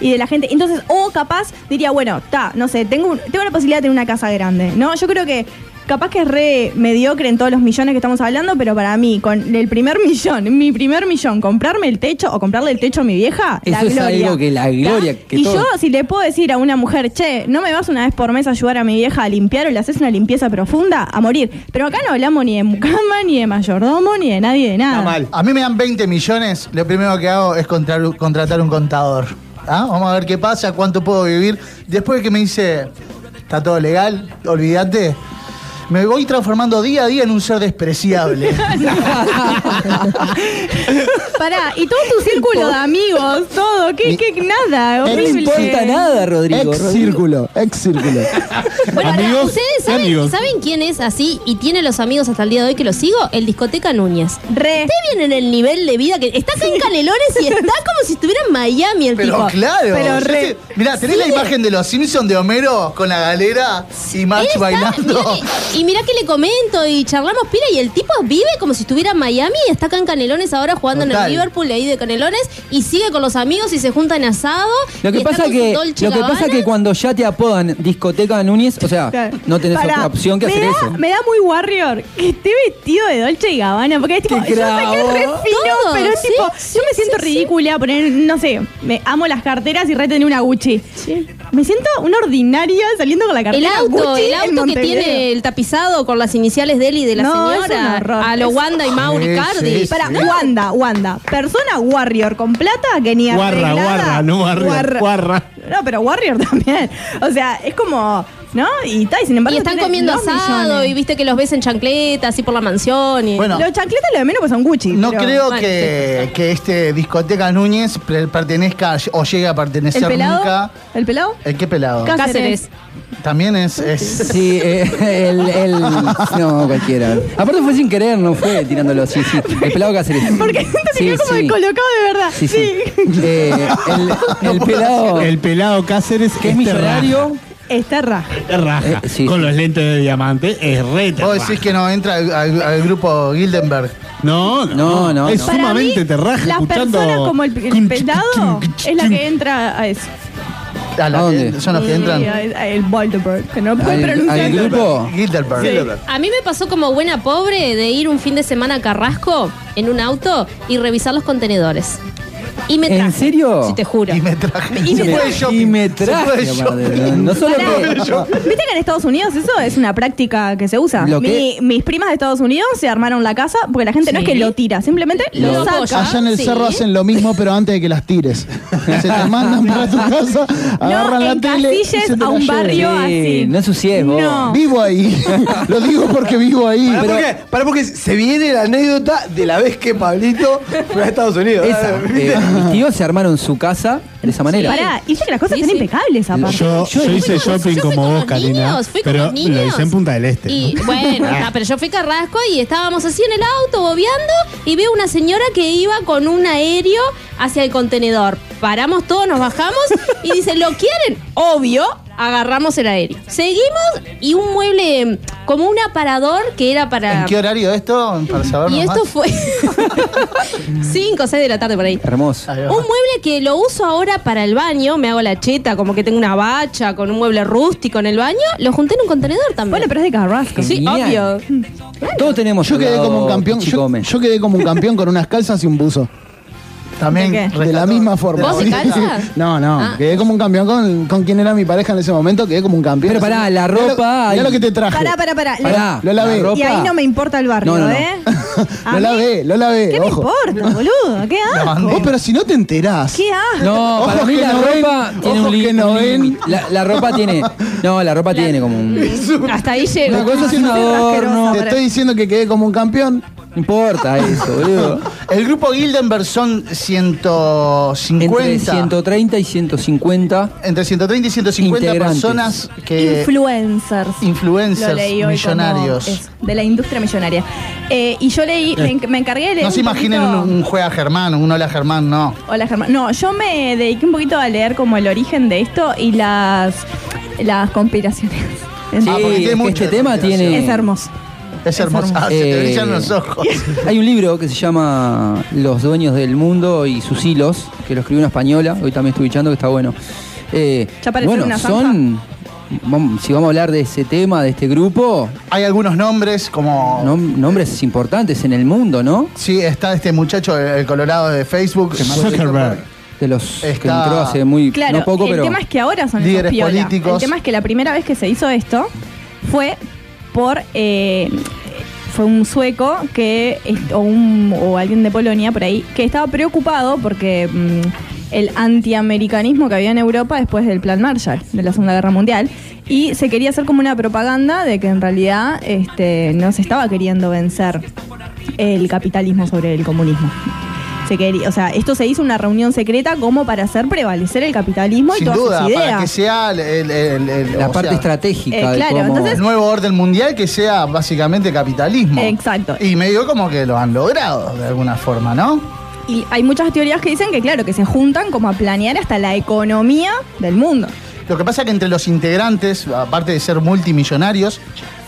Y de la gente. Entonces, o capaz diría, bueno, ta, no sé, tengo, un- tengo la posibilidad de tener una casa grande. No, yo creo que capaz que es re mediocre en todos los millones que estamos hablando, pero para mí, con el primer millón, mi primer millón, comprarme el techo o comprarle el techo a mi vieja, la
Eso es
gloria.
algo que la
¿ta?
gloria, que
y
todo-
yo, si le puedo decir a una mujer, che, no me vas una vez por mes a ayudar a mi vieja a limpiar o le haces una limpieza profunda, a morir. Pero acá no hablamos ni de mucama, ni de mayordomo, ni de nadie de
Ah.
nada.
Está mal.
A mí me dan 20 millones, lo primero que hago es contratar, contratar un contador. ¿Ah? Vamos a ver qué pasa, cuánto puedo vivir. Después que me dice, está todo legal, olvídate. Me voy transformando día a día en un ser despreciable.
Pará, y todo tu círculo de amigos, todo, que, que nada,
No
horrible.
le importa nada, Rodrigo.
Ex
Rodrigo.
círculo, ex círculo.
Bueno, ahora,
Amigos y
¿ustedes saben,
amigos.
saben quién es así y tiene los amigos hasta el día de hoy que lo sigo? El Discoteca Núñez.
Re.
Ustedes vienen el nivel de vida que está acá en Canelones y está como si estuviera en Miami el
Pero
tipo.
claro,
pero
yo
re-
sé- mirá, tenés la imagen de los Simpsons de Homero con la galera y
Él
March
está-
bailando.
mirá que- y mirá que le comento y charlamos pila y el tipo vive como si estuviera en Miami y está acá en Canelones ahora jugando en
Total.
el Liverpool de ahí de Canelones y sigue con los amigos y se junta en asado.
Lo
y
que,
está
pasa
con su
que,
Dolce
lo que pasa
Gabbana.
que cuando ya te apodan discoteca Núñez, o sea, no tenés
Pará,
otra opción que
me
hacer
da-
eso.
Me da muy Warrior que esté vestido de Dolce y Gabbana, porque es tipo,
Qué
yo sé que es re
grabo.
fino,
Todo,
pero es
sí,
tipo,
sí,
yo me siento
sí, sí.
ridícula poner, no sé, me amo las carteras y re tener una Gucci. Me siento una ordinaria saliendo con la
El
cartera
auto,
Gucci
el
en
auto que
Montevideo.
tiene el tapizado con las iniciales de él y de la
No, es
señora.
un horror.
A lo
Es-
Wanda y Mauri
Sí,
Cardi.
sí, sí.
Para, Wanda, Wanda. Persona Warrior con plata que ni
Guarra,
arreglada.
guarra, no barrio,
Guarra.
guarra.
No, pero Warrior también. O sea, es como, ¿no? Y tal, y sin
Y
embargo.
están
tiene
comiendo
dos
asado
millones.
y viste que los ves en chancletas así por la mansión. Y...
Bueno,
Los chancletas lo de menos pues son Gucci.
No
pero-
creo
bueno,
que, que este discoteca Núñez pre- pertenezca o llegue a pertenecer
¿El pelado?
nunca.
¿El pelado?
¿El qué pelado?
Ca-
Cáceres.
También es. es-
Sí, eh, el, el- No, cualquiera. Aparte fue sin querer, no fue tirándolo. Sí, sí. El pelado Cáceres.
Porque te
Sí,
quedó como
sí.
descolocado de verdad.
Sí, sí. Eh, el, el pelado
El pelado Cáceres
que es
te raja,
millonario.
Está raja.
te raja.
Eh, sí,
Con
sí.
los lentes de diamante es re te
Vos
raja.
decís que no entra al, al- al grupo Gildenberg.
No,
No, no,
Es
no.
Para
sumamente
mí,
te raja
Las
escuchando.
personas como el, el
Cun,
pelado
cun,
es la que entra a eso.
A la
¿A
que-
dónde?
son los que
Sí,
entran.
a- a- El Bolderberg, que no puede
Al,
pronunciar.
al grupo.
Gildenberg.
A mí me pasó como buena pobre de ir un fin de semana a Carrasco en un auto y revisar los contenedores. Y me
¿En
traje,
serio?
Si te juro.
Y me traje.
Y
se
me,
puede shopping,
y me
se puede
traje.
shopping.
aparte, No, no solo que- Ah.
¿Viste que en Estados Unidos eso es una práctica que se usa?
Lo
Mi- mis primas de Estados Unidos se armaron la casa porque la gente no es que
Sí.
lo tira, simplemente lo,
Lo
saca.
apoya.
Allá en el
Sí.
cerro hacen lo mismo, pero antes de que las tires. Se te mandan para tu casa, agarran la tele. y
encasilles
se te
a
la
un
llevan.
barrio
Sí,
así.
no ensucies vos.
No.
Vivo ahí. lo digo porque vivo ahí.
Pará, porque, pará, porque se viene la anécdota de la vez que Pablito fue a Estados Unidos.
Esa.
¿viste?
eh, mis tíos se armaron su casa de esa manera.
Pará, y dice que las cosas
Sí,
son
sí.
impecables aparte.
Yo, yo
Fui
hice
con los-
shopping
yo fui
como
con
vos,
los
Karina.
niños, fui con
Pero
los niños.
lo hice en Punta del Este.
Y bueno, no, pero yo fui a Carrasco y estábamos así en el auto bobeando y veo una señora que iba con un aéreo hacia el contenedor. Paramos todos, nos bajamos y dice, ¿lo quieren? Obvio. Agarramos el aéreo. Seguimos y un mueble como un aparador que era para...
¿En qué horario esto? Para saberlo
Y esto
más.
fue 5 o 6 de la tarde por ahí.
Hermoso.
Ahí
Un
va.
mueble que lo uso ahora para el baño, me hago la cheta, como que tengo una bacha con un mueble rústico en el baño, lo junté en un contenedor también.
Bueno, pero es de Carrasco.
Sí,
Genial.
obvio.
Todos tenemos
Yo
un
quedé
lado
como un campeón.
Pichi
Yo,
Gómez.
yo quedé como un campeón con unas calzas y un buzo.
También
¿De qué?
De la
rescató-
misma forma.
¿Vos te casas?
No, no.
Ah.
Quedé como un campeón con, con quien era mi pareja en ese momento. Quedé como un campeón.
Pero pará,
Así,
la
mirá lo-
ropa
Mirá
hay-
lo que te traje.
Pará, pará, pará. Le-
Pará,
Lola
la
B.
ropa.
Y ahí no me importa el barrio,
No, no, no.
¿eh? A
Lola
mí-
B, Lola B.
¿Qué
ojo.
me importa, boludo? ¿Qué asco?
Oh,
Vos, pero si no te enterás.
¿Qué
Ah.
asco?
No, para
Ojos
mí
que
la
no ven,
ropa tiene un
ojos que
límite.
no ven.
La, la ropa tiene. No, la ropa tiene como un. No
Hasta ahí llego.
Una cosa es
Sí,
un
rasquerosa,
adorno.
Te
pará.
estoy diciendo que quedé como un campeón.
importa eso, boludo.
El grupo Gildenberg son 150.
Entre 130 y 150.
entre 130 y 150
Integrantes.
personas que.
Influencers.
eh, influencers
Lo leí hoy como
millonarios.
eso, de la industria millonaria. Eh, y yo leí, me, enc- me encargué de leer.
no se
un
imaginen un,
poquito-
un juega Germán, un hola Germán, no.
Hola Germán. No, yo me dediqué un poquito a leer como el origen de esto y las, las conspiraciones.
Sí,
Ah, porque tiene
es que
mucho
este
de
tema
conspiración.
tiene.
Es hermoso.
Es hermoso. Ah, se te
Eh,
brillan los ojos.
Hay un libro que se llama Los dueños del mundo y sus hilos, que lo escribió una española, hoy también estuve echando que está bueno. Eh,
¿Ya apareció
bueno,
una
son. vam- Si vamos a hablar de ese tema, de este grupo,
Hay algunos nombres como.
nom- nombres importantes en el mundo, ¿no?
Sí, está este muchacho, el colorado de Facebook.
Zuckerberg.
De los que
Está-
entró hace muy
Claro,
no poco,
el
pero.
tema es que ahora son esos
Líderes
piola.
políticos.
El tema es que la primera vez que se hizo esto fue por eh, fue un sueco que est- o un o alguien de Polonia por ahí que estaba preocupado porque mm, el antiamericanismo que había en Europa después del Plan Marshall de la Segunda Guerra Mundial y se quería hacer como una propaganda de que en realidad este no se estaba queriendo vencer el capitalismo sobre el comunismo. Se quería, o sea, esto se hizo una reunión secreta como para hacer prevalecer el capitalismo y
Sin
todas
duda,
sus ideas.
para que sea el- el- el- el-
la
o
parte
sea,
estratégica
eh,
de
claro,
cómo-
entonces-
el nuevo orden mundial que sea básicamente capitalismo.
Exacto.
Y medio como que lo han logrado de alguna forma, ¿no?
Y hay muchas teorías que dicen que, claro, que se juntan como a planear hasta la economía del mundo.
Lo que pasa es que entre los integrantes, aparte de ser multimillonarios,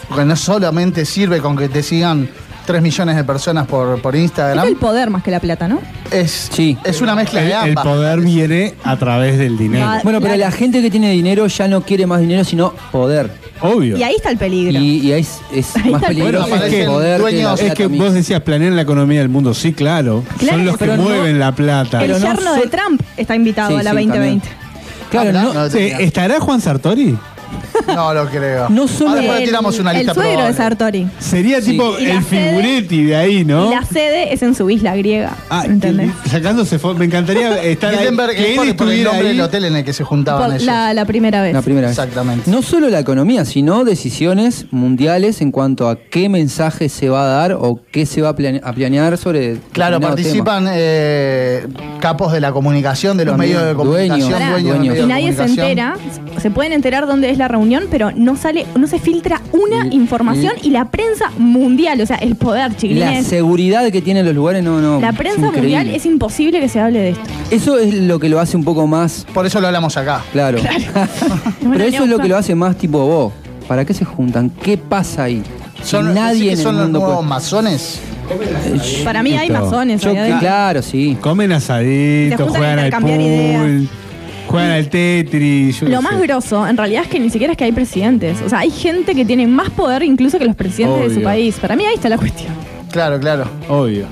porque no solamente sirve con que te sigan 3 millones de personas por, por
Es el
Instagram,
poder más que la plata, ¿no?
es,
Sí.
es una mezcla
El,
de
el
ambas.
poder viene a través del dinero.
Va-
Bueno, pero la gente que tiene dinero ya no quiere más dinero, sino poder.
Obvio.
Y ahí está el peligro.
Y, y ahí es, es
Ahí
más
está el
peligroso
Bueno,
el
aparecen
poder. que la
dueños-
Es
plata
que
misma.
vos decías planear la economía del mundo. Sí, claro.
Claro,
Son los que
pero no-
mueven la plata.
el
pero no
yerno de
sol-
Trump está invitado
Sí,
a la
sí,
2020.
Claro,
Habla-
no,
no,
Sí, Ah, eh, ¿Estará Juan Sartori?
no lo creo.
No solo-
Ahora después
El-
tiramos una lista
El suegro de
probable.
Sartori.
Sería
Sí.
tipo
Y la
el
sede-
figuretti de ahí, ¿no?
Y la sede es en su isla griega.
Ah,
¿Entendés?
y- sacándose fotos. Me encantaría estar ahí.
Gutenberg
que
es
él
por, por el
estuviera
nombre
ahí.
del hotel en el que se juntaban
Por
ellos.
la, la primera vez.
la primera vez.
Exactamente.
No solo la economía, sino decisiones mundiales en cuanto a qué mensaje se va a dar o qué se va a, plane- a planear sobre.
Claro,
determinado
participan eh, capos de la comunicación, de los
También,
medios de
dueños,
comunicación,
Pará,
dueños,
dueños.
de medios
Y
de
nadie se
comunicación.
entera, se pueden enterar dónde es la reunión, pero no sale, no se filtra una
Mm,
información y la prensa mundial, o sea, el poder,
tema. La
chiquilines.
seguridad que tienen los lugares, no, no.
La
es
prensa
increíble.
mundial es imposible que se hable de esto.
Eso es lo que lo hace un poco más.
Por eso lo hablamos acá.
Claro. Pero eso es lo que lo hace más tipo vos. ¿Para qué se juntan? ¿Qué pasa ahí?
Son,
Nadie
Nadie
en el
son los
mundo
nuevos
puede-
masones.
Para mí hay
Listo.
masones.
Yo,
ahí adentro.
claro, sí.
Comen
Se
asadito,
juntan a
juegan al pool,
intercambiar ideas.
juegan al Tetris. yo
Lo
qué
más
sé.
grosso, en realidad, es que ni siquiera es que hay presidentes. O sea, hay gente que tiene más poder incluso que los presidentes de su
Obvio.
país. Para mí ahí está la cuestión.
Claro, claro.
Obvio.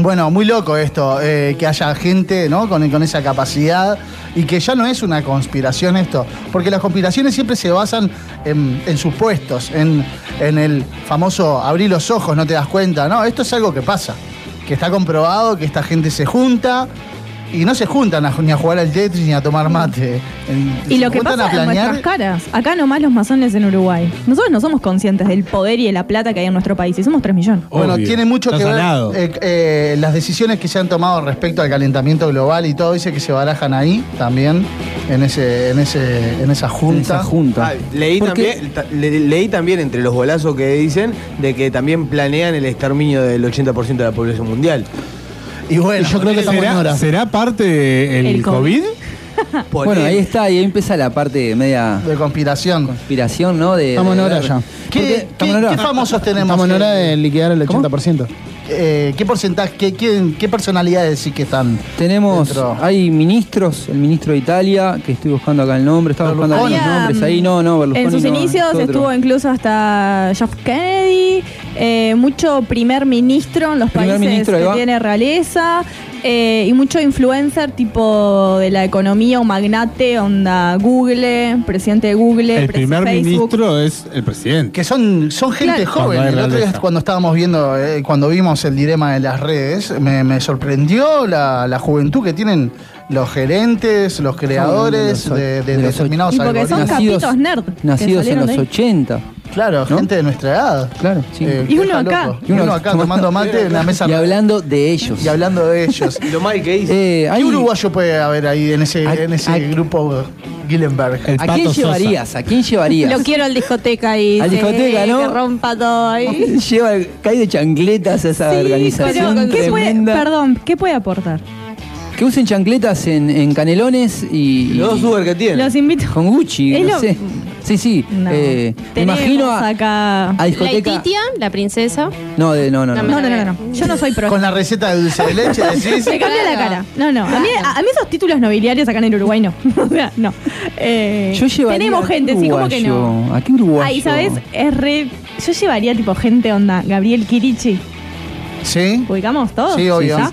Bueno, muy loco esto, eh, que haya gente ¿no? con, con esa capacidad y que ya no es una conspiración esto, porque las conspiraciones siempre se basan en, en supuestos, en, en el famoso abrir los ojos, no te das cuenta, no, esto es algo que pasa, que está comprobado, que esta gente se junta y no se juntan a- ni a jugar al Tetris ni a tomar mate. En-
Y
se
lo que
juntan
pasa en nuestras caras. Acá nomás los masones en Uruguay. Nosotros no somos conscientes del poder y de la plata que hay en nuestro país. Y somos 3 millones.
Bueno,
Obvio.
tiene mucho
Está
que
sanado.
ver eh, eh, las decisiones que se han tomado respecto al calentamiento global y todo, dice que se barajan ahí también, en ese, en ese, en esa
En
junta.
esa junta.
Ah, leí,
Porque-
también, ta- le- leí también entre los golazos que dicen de que también planean el exterminio del 80% de la población mundial.
Y bueno,
Yo creo que estamos en
¿Será,
hora.
será parte del
El COVID.
COVID?
Bueno, ahí
Ponen-
está, y ahí empieza la parte media
de conspiración.
inspiración, ¿no? De,
Estamos en
de-
hora
de-
ya.
¿Qué,
Porque-
qué-
estamos en
qué
hora.
famosos tenemos?
Estamos en hora
Eh,
de liquidar el 80%.
eh, ¿Qué porcentaje, qué, quién- qué personalidades sí que están?
Tenemos,
dentro?
hay ministros, el ministro de Italia, que estoy buscando acá el nombre, estaba buscando algunos
Había,
nombres
mm,
ahí, no, no, Berlusconi
En sus
no,
inicios
es otro.
estuvo incluso hasta Jeff Kennedy, eh, mucho primer ministro en los
Primer
países
ministro, ahí
que
va.
tiene realeza, eh, y mucho influencer tipo de la economía, un magnate, onda Google, presidente de Google,
El
presi-
primer
Facebook.
ministro es el presidente.
Que son, son gente
Claro.
joven.
Cuando hay
El otro día
realeza.
cuando estábamos viendo, eh, cuando vimos el dilema de las redes, me, me sorprendió la, la juventud que tienen los gerentes, los creadores
Son de
de,
los-
de
de los-
determinados
Y porque son
algoritmos.
Nacidos-
capitos nerd. que
Nacidos en
salieron
los
de ahí.
80.
Claro,
¿no?
gente de nuestra edad.
Claro, sí.
Y
que está
uno acá.
loco. Y uno acá tomando mate en la mesa
Y hablando de ellos.
y hablando de ellos.
Y lo mal que hizo.
Eh, hay-
¿Qué uruguayo puede haber ahí en ese,
Ay,
en ese
ay.
grupo Gillenberg?
El
¿A
Pato
quién
Sosa.
llevarías? ¿A quién llevarías?
Lo quiero al discoteca y
Al
se-
discoteca, ¿no?
que rompa todo ahí.
Lleva, cae de chancletas a esa
Sí,
organización
pero ¿qué puede,
tremenda.
perdón, ¿qué puede aportar?
Que usen chancletas en, en canelones y,
Los dos
y-
Uber que tiene.
Los invito.
con Gucci,
Es
no
lo-
sé. Sí, sí.
No.
eh, me
Tenemos
imagino a,
acá.
a
La
discoteca.
Ititia, la princesa.
No, de- no, no, no.
No, no, no, no. Yo no soy pro.
Con la receta de dulce de leche, decís.
Me cambia la cara. No, no. A mí, a, a mí esos títulos nobiliarios acá en el Uruguay no. o sea, no. Eh,
Yo llevaría
Tenemos
a
gente,
qué
sí, como que no.
uruguayo, ¿A qué uruguayo?
Ahí, ¿sabes? Es re. Yo llevaría tipo gente onda. Gabriel Kirichi.
¿Sí?
¿Ubicamos todos?
Sí, obvio.
¿Ya?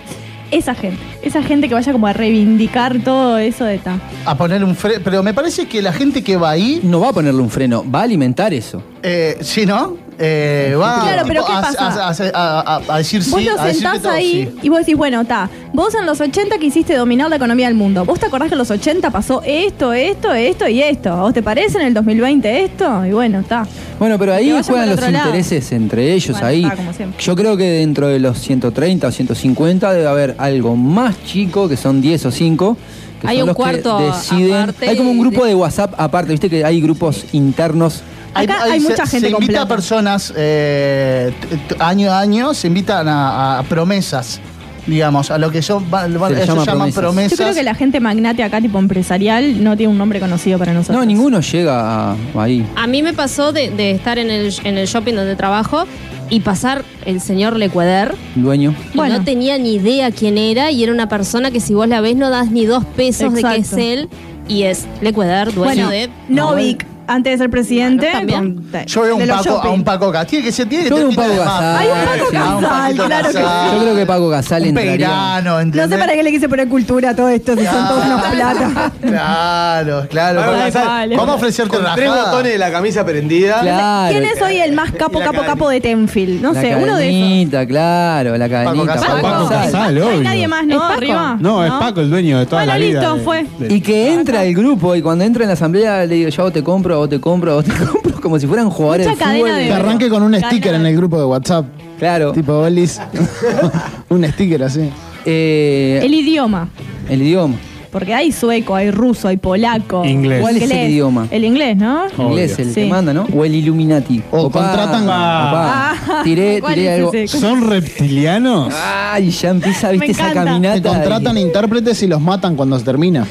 Esa gente. Esa gente que vaya como a reivindicar todo eso de ta.
A poner un freno. Pero me parece que la gente que va ahí,
No va a ponerle un freno, va a alimentar eso.
eh, ¿sí, no? Eh, va
Claro, pero
tipo,
¿qué
a,
pasa?
a- a- a- a decir sí,
Vos lo
a decir que
sentás
todo
ahí
sí.
y vos decís, bueno, ta, vos en los 80 quisiste dominar la economía del mundo. ¿Vos te acordás que en los 80 pasó esto, esto, esto y esto? ¿A vos te parece en el 2020 esto? Y bueno, está.
Bueno, pero
Que
ahí
vayan
juegan
por
los
otro lado.
intereses entre ellos
Bueno,
ahí.
está, como siempre.
Yo creo que dentro de los 130 o 150 debe haber algo más chico, que son 10 o 5. Que
Hay
son
un
los que
cuarto
deciden.
aparte
hay como un grupo
de-
de WhatsApp aparte, viste que hay grupos internos.
Acá hay
se-
mucha gente
Se
con
invita a
plata.
personas eh, t- t- año a año, se invitan a, a promesas, digamos, a lo que son, va- va-
Se le
ellos
llama
llaman
promesas.
promesas.
Yo creo que la gente magnate acá, tipo empresarial, no tiene un nombre conocido para nosotros.
No, ninguno llega a- ahí.
A mí me pasó de, de estar en el, en el shopping donde trabajo y pasar el señor Lecuader.
El dueño.
Y
Bueno.
no tenía ni idea quién era y era una persona que si vos la ves no das ni dos pesos de que es
Exacto.
él y es Lecuader, dueño
Bueno,
de...
Novik, antes de ser presidente.
Bueno, también.
con- de-
Yo veo
de
un
los
Paco, a
shopping.
un Paco Casal. Tiene que ser, tiene que
Yo veo
tener
un Paco
pinta de
Casal.
mafia.
Hay un Paco
Sí, un
Casal,
Paquito
claro que
Casal.
Yo creo que Paco Casal
Un
entraría.
peirano,
No
¿entendés?
sé para qué le quise poner cultura a todo esto, si son todos unos plata.
Claro, claro.
Vamos a
Ay,
pasar
vale.
Vamos a ofrecerte
Con
rajada.
tres botones de la camisa prendida.
Claro.
¿Quién es hoy el más capo,
Y la
capo,
cadena.
capo de Tenfield? No
la
sé, uno de esos.
cadenita, claro, la cadenita.
Casal.
Paco
Paco
Casal.
Casal.
No hay
obvio.
nadie más,
¿Es
Ah, ¿no?
Paco?
Arriba.
No, es Paco el dueño de toda
Bueno,
la vida.
listo,
de-
fue.
de-
Y que entra el grupo y cuando entra en la asamblea le digo, yo a vos te compro, a vos te compro, a vos te compro, como si fueran jugadores
Mucha
de
cadena
fútbol.
de-
Que arranque con un
Gana.
sticker en el grupo de WhatsApp.
Claro.
Tipo, Belis. un sticker así.
Eh,
El idioma.
el idioma.
Porque hay sueco, hay ruso, hay polaco.
Inglés.
¿Cuál es el idioma?
El inglés, ¿no?
Obvio.
Inglés, el que
Sí.
manda, ¿no? O el Illuminati.
O contratan-
Opa. Tiré,
Ah. ¿Cuál
tiré
es
algo.
ese?
¿Son reptilianos?
Ay, ya empieza, viste, esa
encanta.
caminata.
Te contratan
de-
intérpretes y los matan cuando se termina.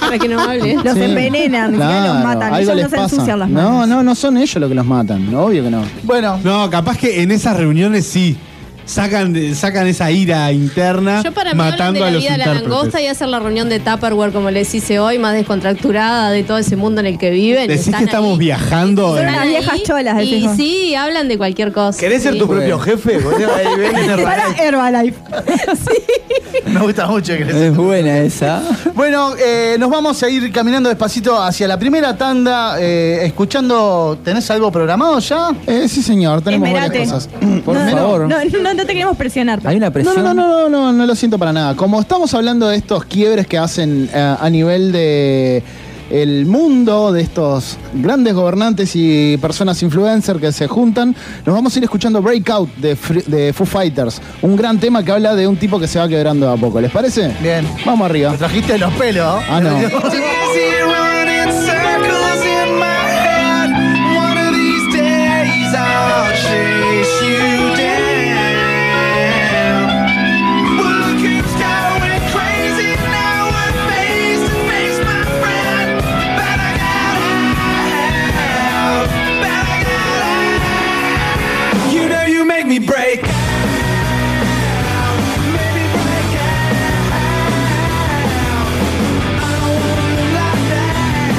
Para que no hable.
Los
Sí.
envenenan,
Claro,
los matan.
algo
Ellos
les
no se
pasa.
ensucian las
No,
manos.
no, no son ellos los que los matan. Obvio que no.
Bueno,
No, capaz que en esas reuniones sí. Sacan, sacan esa ira interna
Yo para mí hablan de
matando
la
a los
vida de la langosta
intérpretes.
y hacer la reunión de Tupperware, como les hice hoy, más descontracturada de todo ese mundo en el que viven.
Decís
Están
que estamos
ahí.
viajando.
Están
en-
Las
ahí
viejas cholas, decís
Y
vos.
sí, hablan de cualquier cosa.
¿Querés ser
sí.
tu propio jefe? Vos ahí ven, en el
Para
radio.
Herbalife.
me gusta mucho que les-
Es buena esa.
Bueno, eh, nos vamos a ir caminando despacito hacia la primera tanda, eh, escuchando. ¿Tenés algo programado ya?
Eh, sí, señor, tenemos
Esmerate.
varias cosas.
Por
no,
favor.
No, no, no te queremos presionar.
Hay una
No,
presión.
no, no, no, no, no, no lo siento para nada. Como estamos hablando de estos quiebres que hacen eh, a nivel de el mundo, de estos grandes gobernantes y personas influencer que se juntan, nos vamos a ir escuchando Breakout de, Fr- de Foo Fighters, un gran tema que habla de un tipo que se va quebrando de a poco. ¿Les parece?
Bien.
Vamos arriba.
Lo trajiste de los pelos.
Ah, no.
You know you make me break. Make me break out. I don't wanna lie.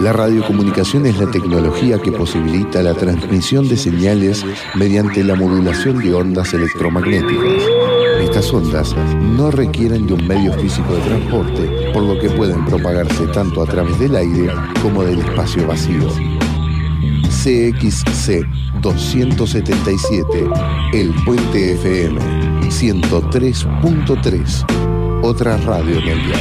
La radiocomunicación es la tecnología que posibilita la transmisión de señales mediante la modulación de ondas electromagnéticas. Estas ondas no requieren de un medio físico de transporte, por lo que pueden propagarse tanto a través del aire como del espacio vacío. CXC 277, El Puente FM 103.3, otra radio mundial.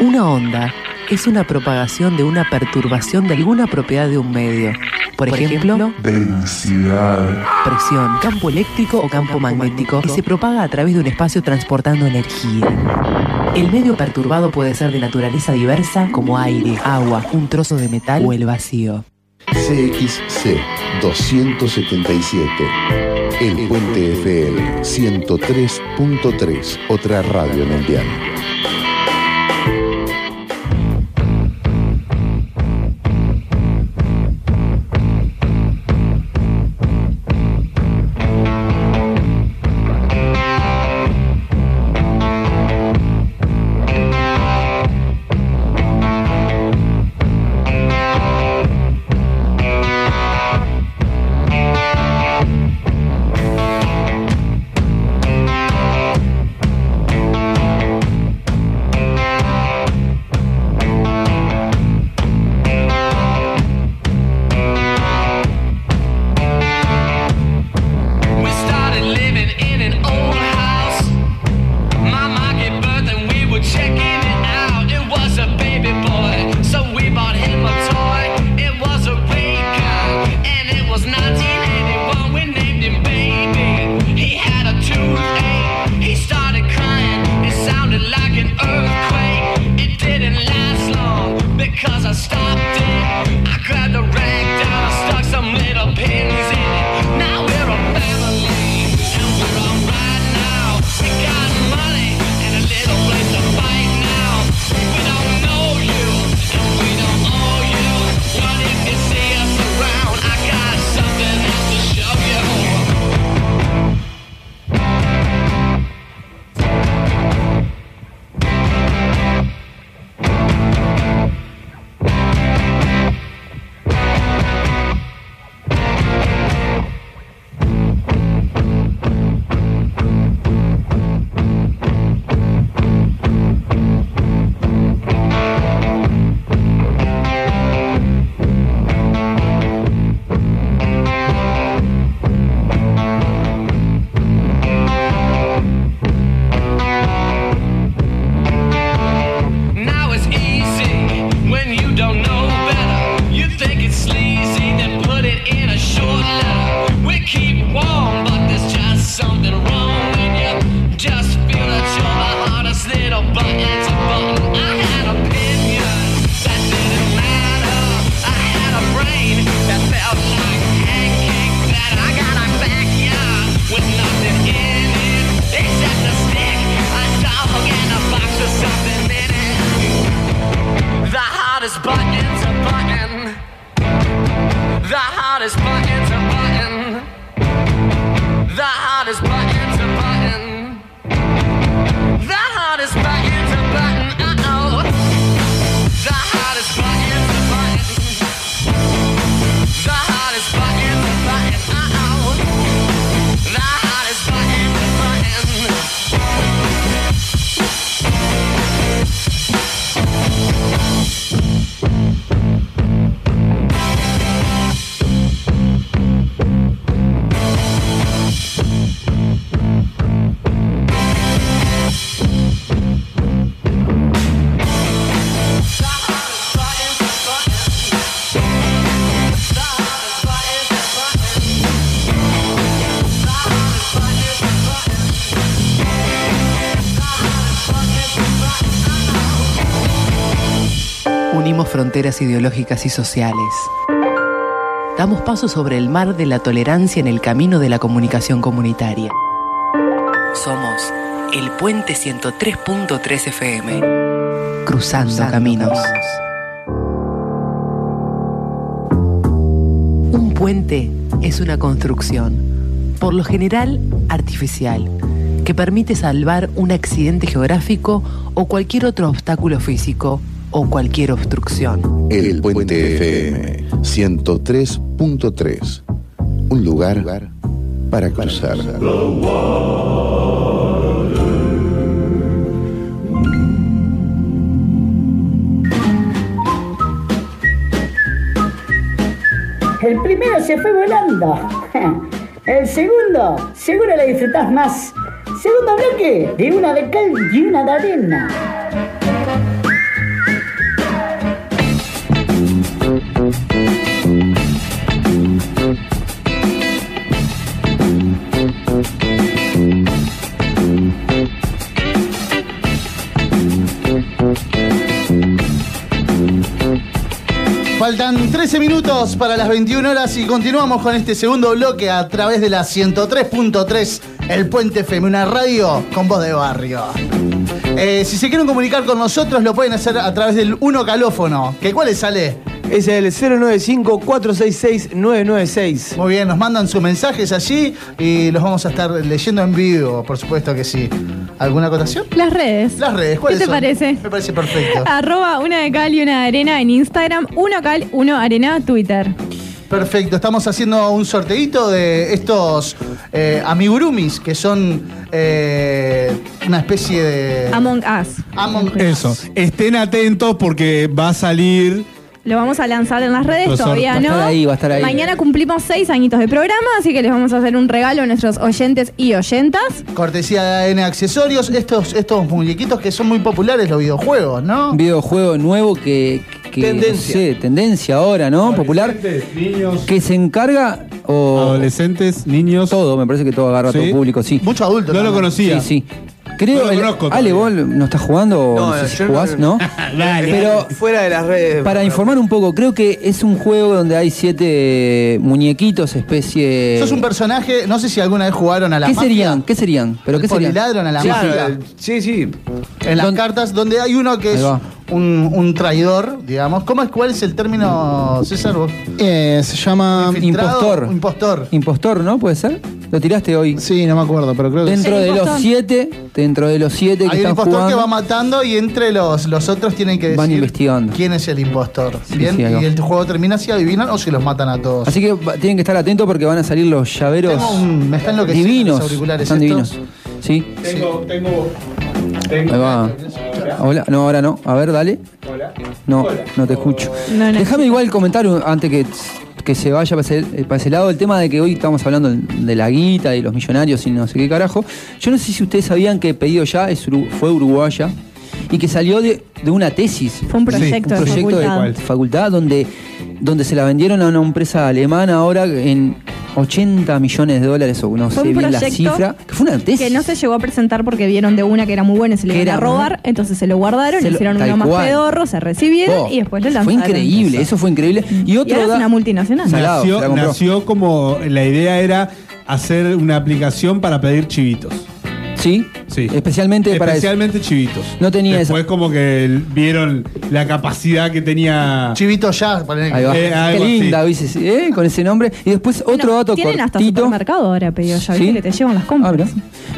Una onda es una propagación de una perturbación de alguna propiedad de un medio. Por, ejemplo,
Densidad.
presión, campo eléctrico o campo magnético, que se propaga a través de un espacio transportando energía. El medio perturbado puede ser de naturaleza diversa, como aire, agua, un trozo de metal o el vacío.
CXC 277. El Puente FM 103.3, otra radio mundial.
We started living in an old house. My mom gave birth and we were checking it out. It was a baby boy, so we bought him a toy. It was a ray gun, and it was 1981. We named him Baby. He had a toothache. He started crying. It sounded like an earthquake. It didn't last long because I stopped it. I grabbed a rag down, I stuck some little pins in it. Now we're a family, and we're all right now. We got money and a little place to fight now. We don't know you, and we don't owe you. What if you see us around? I got something else to show you. Now it's easy when you don't know better. You think it's sleazy, then put it in a short letter. We keep warm, but there's just something wrong when you just feel that you're the hardest little button to button. I had opinions that didn't matter. I had a brain that felt like pancake that I got a backyard with nothing in it except a stick, a dog, and a box with something in it. The hardest button's a button. The hardest button's a button. The hardest button's a button. The hardest button's a button. Uh oh. The hardest button's a button. The hardest button's a button. Uh oh. The hardest button's a button.
Unimos fronteras ideológicas y sociales. Damos paso sobre el mar de la tolerancia en el camino de la comunicación comunitaria. Somos el Puente 103.3 FM. Cruzando, caminos. Un Un puente es una construcción, por lo general artificial, que permite salvar un accidente geográfico o cualquier otro obstáculo físico o cualquier obstrucción.
El Puente FM 103.3. Un lugar para cruzar.
El primero se fue volando. El segundo, seguro la disfrutás más. Segundo bloque, de una de cal y una de arena.
Faltan 13 minutos para las 21 horas y continuamos con este segundo bloque a través de la 103.3 El Puente FM, una radio con voz de barrio. Eh, si se quieren comunicar con nosotros lo pueden hacer a través del 1 calófono. ¿Que cuál es, sale?
Es el 095-466-996.
Muy bien, nos mandan sus mensajes allí y los vamos a estar leyendo en vivo, por supuesto que sí. ¿Alguna acotación?
Las redes.
Las redes,
¿Qué
¿cuáles
te
son?
parece?
Me parece perfecto.
Arroba una de cal y una de arena en Instagram, uno cal, uno arena, Twitter.
Perfecto, estamos haciendo un sorteito de estos eh, amigurumis, que son eh, una especie de...
Among Us.
Eso. Estén atentos porque va a salir.
Lo vamos a lanzar en las redes,
Lo sor-
todavía
va a
no.
estar ahí, va a estar ahí.
Mañana cumplimos seis añitos de programa, así que les vamos a hacer un regalo a nuestros oyentes y oyentas.
Cortesía de AN Accesorios, estos, estos muñequitos que son muy populares los videojuegos, ¿no?
Un videojuego nuevo que, que, no
Tendencia.
sé, tendencia ahora, ¿no? Popular. Que se encarga o adolescentes,
niños,
todo, me parece que todo agarra a
Sí.
todo público, sí.
Mucho adulto.
No lo también. conocía.
Sí, sí.
No
Creo
lo
el-
conozco
Ale,
todavía.
vos no estás jugando, o no,
No,
sé si
yo no-
jugás, ¿no? Pero
Fuera de las redes.
para informar un poco, creo que es un juego donde hay siete muñequitos, especie
Sos un personaje, no sé si alguna vez jugaron a la
eh, ¿Qué
mafia.
serían? ¿Qué serían? ¿Pero qué serían?
Poliladron a la
Sí,
mafia.
sí.
Sí, sí.
En las cartas, donde hay uno que
Ahí
es
va.
un, un traidor, digamos. ¿Cómo es, ¿Cuál es el término, César? vos?
Eh, se llama
Infiltrado,
Impostor.
Impostor.
Impostor, ¿no? ¿Puede ser? ¿Lo tiraste hoy?
Sí, no me acuerdo, pero creo que
Dentro
sí.
de los siete, dentro de los siete que
Hay un
están
impostor que va
jugando,
matando y entre los, los otros tienen que
van
decir
investigando.
quién es el impostor. Bien,
sí, ahí va.
y el juego termina si adivinan o si los matan a todos.
Así que va- tienen que estar atentos porque van a salir los llaveros
Tengo un- me están enloqueciendo
divinos.
los auriculares
están
estos.
divinos. Sí.
Tengo, tengo.
Ahí va. Hola, no, ahora no. A ver, dale. No, no te escucho.
No, no.
Déjame igual comentar un- antes que, que se vaya para ese, eh, para ese lado el tema de que hoy estamos hablando de la guita y los millonarios y no sé qué carajo. Yo no sé si ustedes sabían que Pedido Ya es uru- fue uruguaya y que salió de, de una tesis.
Fue un proyecto de
un proyecto
facultad.
de facultad donde, donde se la vendieron a una empresa alemana ahora en 80 millones de dólares o no sé
Fue un
bien la
proyecto
cifra. Que fue una tesis.
que no se llegó a presentar porque vieron de una que era muy buena y se le
Que
iban a
era,
robar, entonces se lo guardaron,
Se lo-
hicieron
tal
uno más
cual.
pedorro, se recibieron
Oh,
y después lo
Fue
lanzaron.
increíble, eso fue increíble. Y
Y
otro
ahora es
da-
una multinacional.
Salado, se la
Nació,
compró.
nació como. La idea era hacer una aplicación para pedir chivitos.
Sí,
sí.
especialmente para eso.
Especialmente chivitos.
No tenía
Después como que el- vieron la capacidad que tenía.
Chivito ya, ponele que-
Ahí va.
Eh,
Qué
algo así.
linda, ¿viste? Sí, ¿eh? con ese nombre. Y después otro
Bueno,
dato
Tienen hasta
cortito.
supermercado ahora, pedido ya, ¿viste?
Sí. Ah,
que te llevan las compras.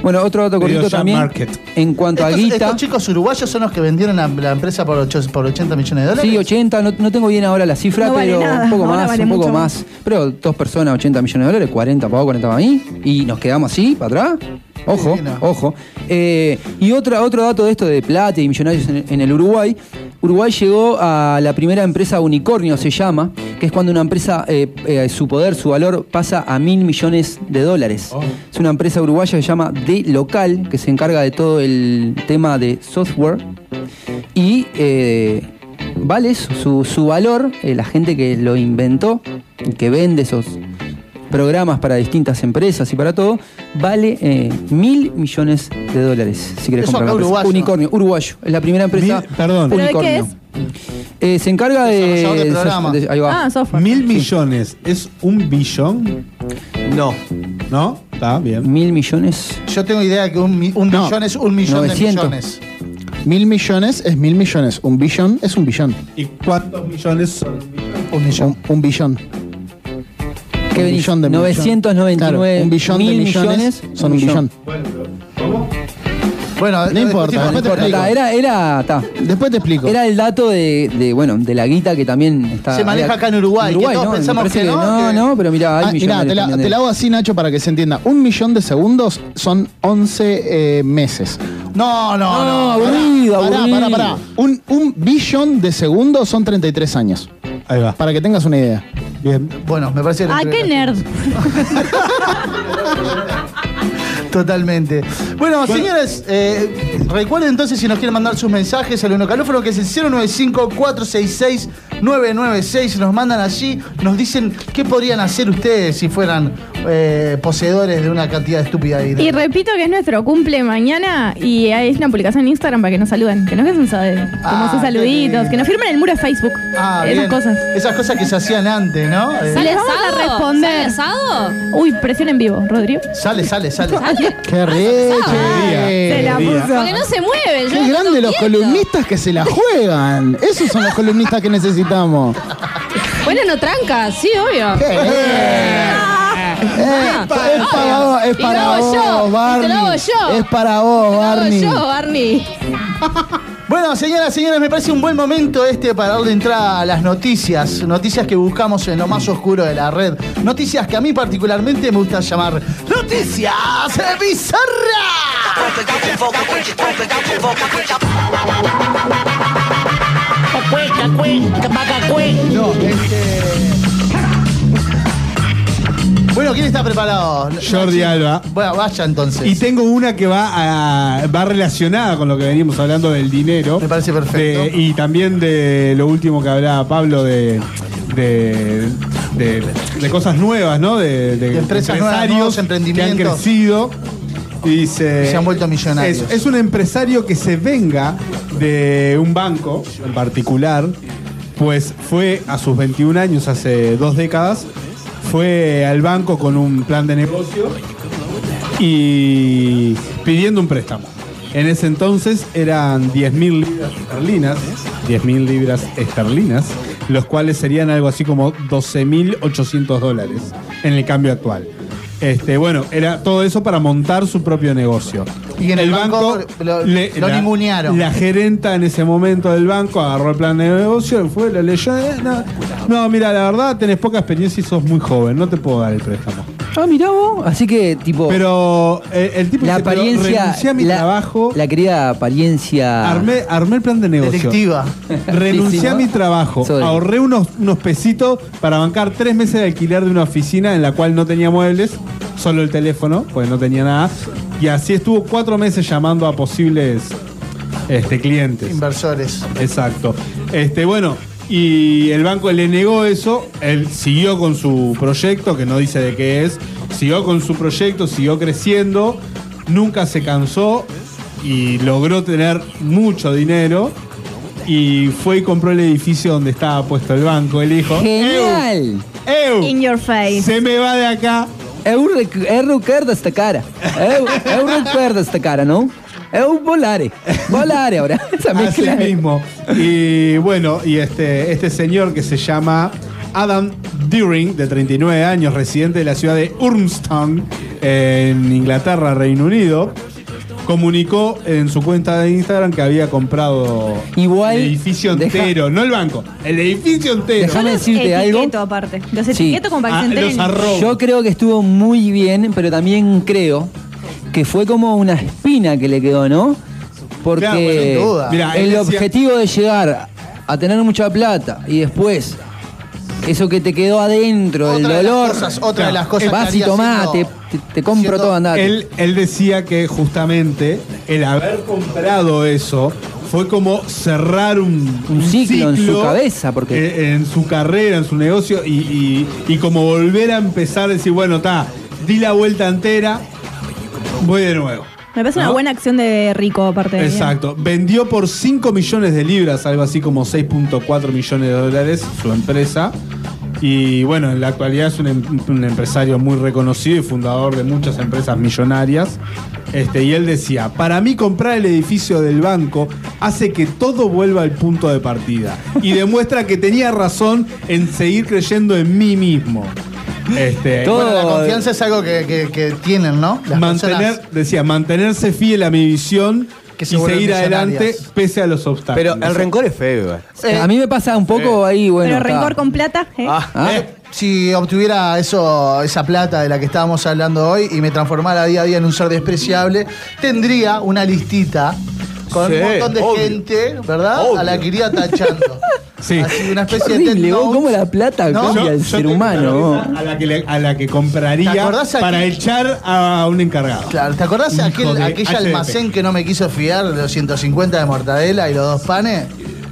Bueno, otro dato
Pedido
cortito
ya
también.
Market.
En cuanto a
Estos,
guita.
estos chicos uruguayos son los que vendieron la, la empresa por, ocho- por 80 millones de dólares.
Sí, 80, no, no tengo bien ahora la cifra,
No vale
pero
nada,
un poco
ahora
más,
vale
un poco
mucho
más. Pero dos personas, 80 millones de dólares, 40 para vos, 40 para mí, y nos quedamos así, para atrás. Ojo, ojo. Eh, y otra, otro dato de esto de plata y millonarios en, en el Uruguay. Uruguay llegó a la primera empresa unicornio, se llama, que es cuando una empresa, eh, eh, su poder, su valor pasa a mil millones de dólares. Es una empresa uruguaya que se llama De Local, que se encarga de todo el tema de software. Y eh, vale eso, su, su valor, eh, la gente que lo inventó, y que vende esos programas para distintas empresas y para todo, vale eh, mil millones de dólares. Si querés
Eso
comprar
acá
una empresa.
uruguayo.
Unicornio, uruguayo. Es la primera empresa.
Mil- perdón. ¿Pero de
Unicornio.
qué
Eh, se encarga de.
Desarrollador de programa.
de- ahí va.
Mil millones. ¿Es un billón?
No.
¿No? Está bien.
Mil millones.
Yo tengo idea que un, mi- un millón es un millón
900.
de millones.
Mil millones es mil millones. Un billón es un billón.
¿Y cuántos millones son?
Un millón.
Un, un billón.
¿Qué venís?
billón de millones.
999
Claro, un billón de
mil
millones,
millones,
son un
un
billón.
Bueno, eh,
no importa.
No
después te
importa,
explico.
ta, era, era, ta.
Después te explico.
Era el dato de, de, bueno, de la guita que también está.
Se maneja
era-
acá en Uruguay, que todos
¿no? Me
pensamos
parece
que no,
No,
que-
no, pero mirá, hay
Ah, mirá,
millones.
te la,
también de-
te la hago así, Nacho, para que se entienda. Un millón de segundos son 11 eh, meses.
No, no,
no.
aburrido,
pará,
aburrido.
Pará, pará. Un, un billón de segundos son 33 años.
Ahí va.
Para que tengas una idea.
Bien.
Bueno, me parece...
Ah, qué nerd.
Totalmente. Bueno, señores, eh, recuerden entonces si nos quieren mandar sus mensajes al 1 Calófono, que es el 095-466-996. Nos mandan allí, nos dicen qué podrían hacer ustedes si fueran eh, poseedores de una cantidad estúpida de
Y
dinero.
repito que es nuestro cumple mañana y hay una publicación en Instagram para que nos saluden. Que nos dejen un saludo, como sus saluditos, que nos firmen el muro de Facebook.
Ah,
esas
bien.
cosas.
Esas cosas que se hacían antes, ¿no? Eh,
Y les vamos a responder. Uy, presión en vivo, Rodrigo.
sale, sale, sale.
¡Qué reche!
Se la
Eh,
puso.
Porque no se mueven. yo
¡Qué
no
grande los
entiendo.
columnistas que se la juegan! Esos son los columnistas que necesitamos.
Bueno, no tranca, sí, obvio.
Eh,
Ah,
es para
obvio.
vos, es
Y
para
lo hago
vos,
yo, y
Barney.
Te lo hago yo.
Es para vos,
Te lo hago
Barney.
yo, Barney.
Bueno, señoras, señores, me parece un buen momento este para darle entrada a las noticias. Noticias que buscamos en lo más oscuro de la red. Noticias que a mí particularmente me gusta llamar Noticias Bizarras. No, eh, este- Bueno, ¿quién está preparado?
Jordi Alba.
Bueno, vaya entonces.
Y tengo una que va a- va relacionada con lo que venimos hablando del dinero. Me
parece
perfecto. y también de lo último que hablaba Pablo de. de de- de cosas nuevas, ¿no? De, de
De empresas nuevas,
empresarios
nuevos emprendimientos.
que han crecido y se,
Y se han vuelto millonarios.
Es, es un empresario que se venga de un banco en particular, pues fue a sus 21 años, hace dos décadas, fue al banco con un plan de negocio y pidiendo un préstamo. En ese entonces eran 10.000 libras esterlinas, 10.000 libras esterlinas, los cuales serían algo así como 12.800 dólares en el cambio actual. Este, bueno, era todo eso para montar su propio negocio.
Y en el banco lo- lo ningunearon.
La gerenta en ese momento del banco agarró el plan de negocio, fue, lo leyó. eh, no, no, mira, la verdad, tenés poca experiencia y sos muy joven, no te puedo dar el préstamo.
Ah, mirá vos. Así que, tipo.
Pero eh, el tipo
la
dice, pero
apariencia. Ah.
renuncié a mi
la,
trabajo,
La querida apariencia.
armé, armé el plan de negocio.
Detectiva.
Renuncié
Sí, sí,
a
¿no?
mi trabajo,
Soy.
ahorré unos, unos pesitos para bancar tres meses de alquiler de una oficina en la cual no tenía muebles, solo el teléfono, pues no tenía nada. Y así estuvo cuatro meses llamando a posibles este, clientes.
Inversores.
Exacto. Este, bueno, y el banco le negó eso, él siguió con su proyecto, que no dice de qué es, siguió con su proyecto, siguió creciendo, nunca se cansó y logró tener mucho dinero. Y fue y compró el edificio donde estaba puesto el banco. Él dijo:
Genial.
¡Eu!
In your face.
¡Se me va de acá!
Eu, rec- eu recuerdo esta cara. Eu, eu recuerdo esta cara, ¿no? Eu volare. Volare ahora. Esa
Así
mezcla.
mismo. Y bueno, y este, este señor que se llama Adam Deering, de 39 años, residente de la ciudad de Urmstown, en Inglaterra, Reino Unido, comunicó en su cuenta de Instagram que había comprado
Igual,
el edificio
deja-
entero, no el banco, el edificio entero.
Déjame decirte algo.
Etiqueto aparte. Los
Sí.
etiqueto como para que
Ah,
se enteren.
los arroba.
Yo creo que estuvo muy bien, pero también creo que fue como una espina que le quedó, ¿no? Porque
Claro, bueno, sin duda. Mirá, él
el
decía-
objetivo de llegar a tener mucha plata y después eso que te quedó adentro, el
Otra de las
dolor,
cosas- otra de las cosas que
vas y
haría
tomás, te,
siendo-
te- te compro
siendo
todo, andate.
Él, él decía que justamente el haber comprado eso fue como cerrar un,
Un ciclo en su cabeza, porque-
eh, en, su carrera, en su negocio, y, y- y como volver a empezar, decir, bueno, está, di la vuelta entera, voy de nuevo.
Me parece una
¿No?
buena acción de rico aparte. bien.
Exacto. Vendió por 5 millones de libras, algo así como 6.4 millones de dólares, su empresa. Y bueno, en la actualidad es un, em- un empresario muy reconocido y fundador de muchas empresas millonarias. Este, y él decía, para mí comprar el edificio del banco hace que todo vuelva al punto de partida. Y demuestra que tenía razón en seguir creyendo en mí mismo. Este,
Eh, Bueno, la confianza es algo que, que- que tienen, ¿no? Las
mantener,
personas.
decía, mantenerse fiel a mi visión
se
y
vuelven
seguir adelante
visionarias.
pese a los obstáculos.
Pero el rencor es feo, igual.
a mí me pasa un
Eh,
poco ahí, bueno.
Pero rencor con plata, ¿eh?
Ah, Si obtuviera eso, esa plata de la que estábamos hablando hoy y me transformara día a día en un ser despreciable, tendría una listita con
Sí,
un montón de
obvio.
gente, ¿verdad? A la que iría tachando.
Sí.
Así una
Qué
especie de
horrible, vos,
notes.
cómo la plata
No,
cambia al
Yo
ser
tengo
humano.
una
vos.
cabeza A la que, le- a la que compraría
¿Te acordás aquí?
para echar a un encargado.
Claro, ¿te acordás de aquel,
Hijo de
aquel
HDP?
almacén que no me quiso fiar de los 150 de mortadela y los dos panes?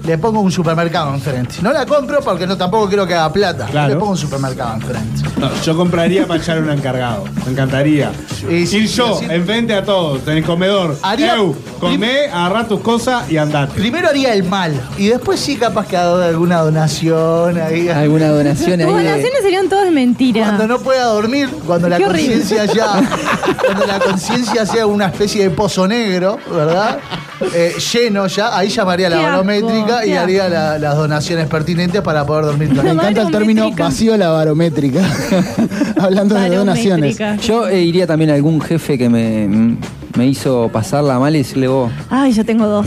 Le pongo un supermercado enfrente. No la compro porque no tampoco quiero que haga plata.
Claro.
Le pongo un supermercado enfrente.
No, yo compraría para echar a un encargado. Me encantaría.
Y sí,
Ir yo,
sí.
enfrente a todos, en el comedor.
Haría-
Eu, comé, agarrá tus cosas y andate.
Primero haría el mal y después sí capaz que haga alguna donación. ahí.
Alguna
Tus
donación ahí. de-
donaciones serían todas mentiras.
eh. Cuando no pueda dormir, cuando la
Qué horrible.
conciencia ya, cuando la conciencia sea una especie de pozo negro, ¿verdad? Eh, lleno ya, ahí llamaría a la
Qué asco,
barométrica y
qué
haría la- las donaciones pertinentes para poder dormir
Me
tranquilo.
encanta el término
Barométrica.
vacío la barométrica. Hablando de donaciones.
Barométrica.
Yo eh, iría también a algún jefe que me, me hizo pasarla mal y decirle vos,
Ay, yo tengo dos.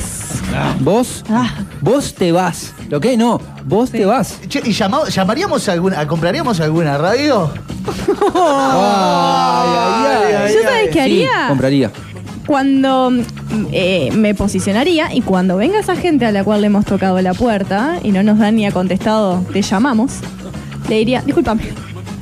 vos,
Ah.
vos te vas. ¿Lo que? No, vos te vas.
Che, ¿Y llama- llamaríamos alguna, compraríamos alguna radio?
¿Yo sabes qué
Sí,
haría?
compraría.
Cuando mm, eh, me posicionaría y cuando venga esa gente a la cual le hemos tocado la puerta y no nos dan ni ha contestado, te llamamos, le diría, discúlpame.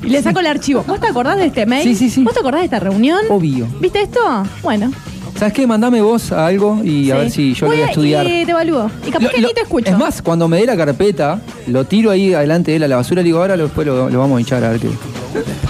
Y le saco el archivo. ¿Vos te acordás de este mail?
Sí, sí, Oh. sí.
¿Vos te acordás de esta reunión?
Obvio.
¿Viste esto? Bueno.
¿Sabes qué? Mandame vos a algo y a
sí.
ver si yo
Voy
voy a estudiar.
Y te evalúo. Y capaz
Lo-
que
lo-
ni te escucho.
Es más, cuando me dé la carpeta, lo tiro ahí adelante de él a la basura y le digo, ahora lo- después lo, lo vamos a hinchar a ver qué.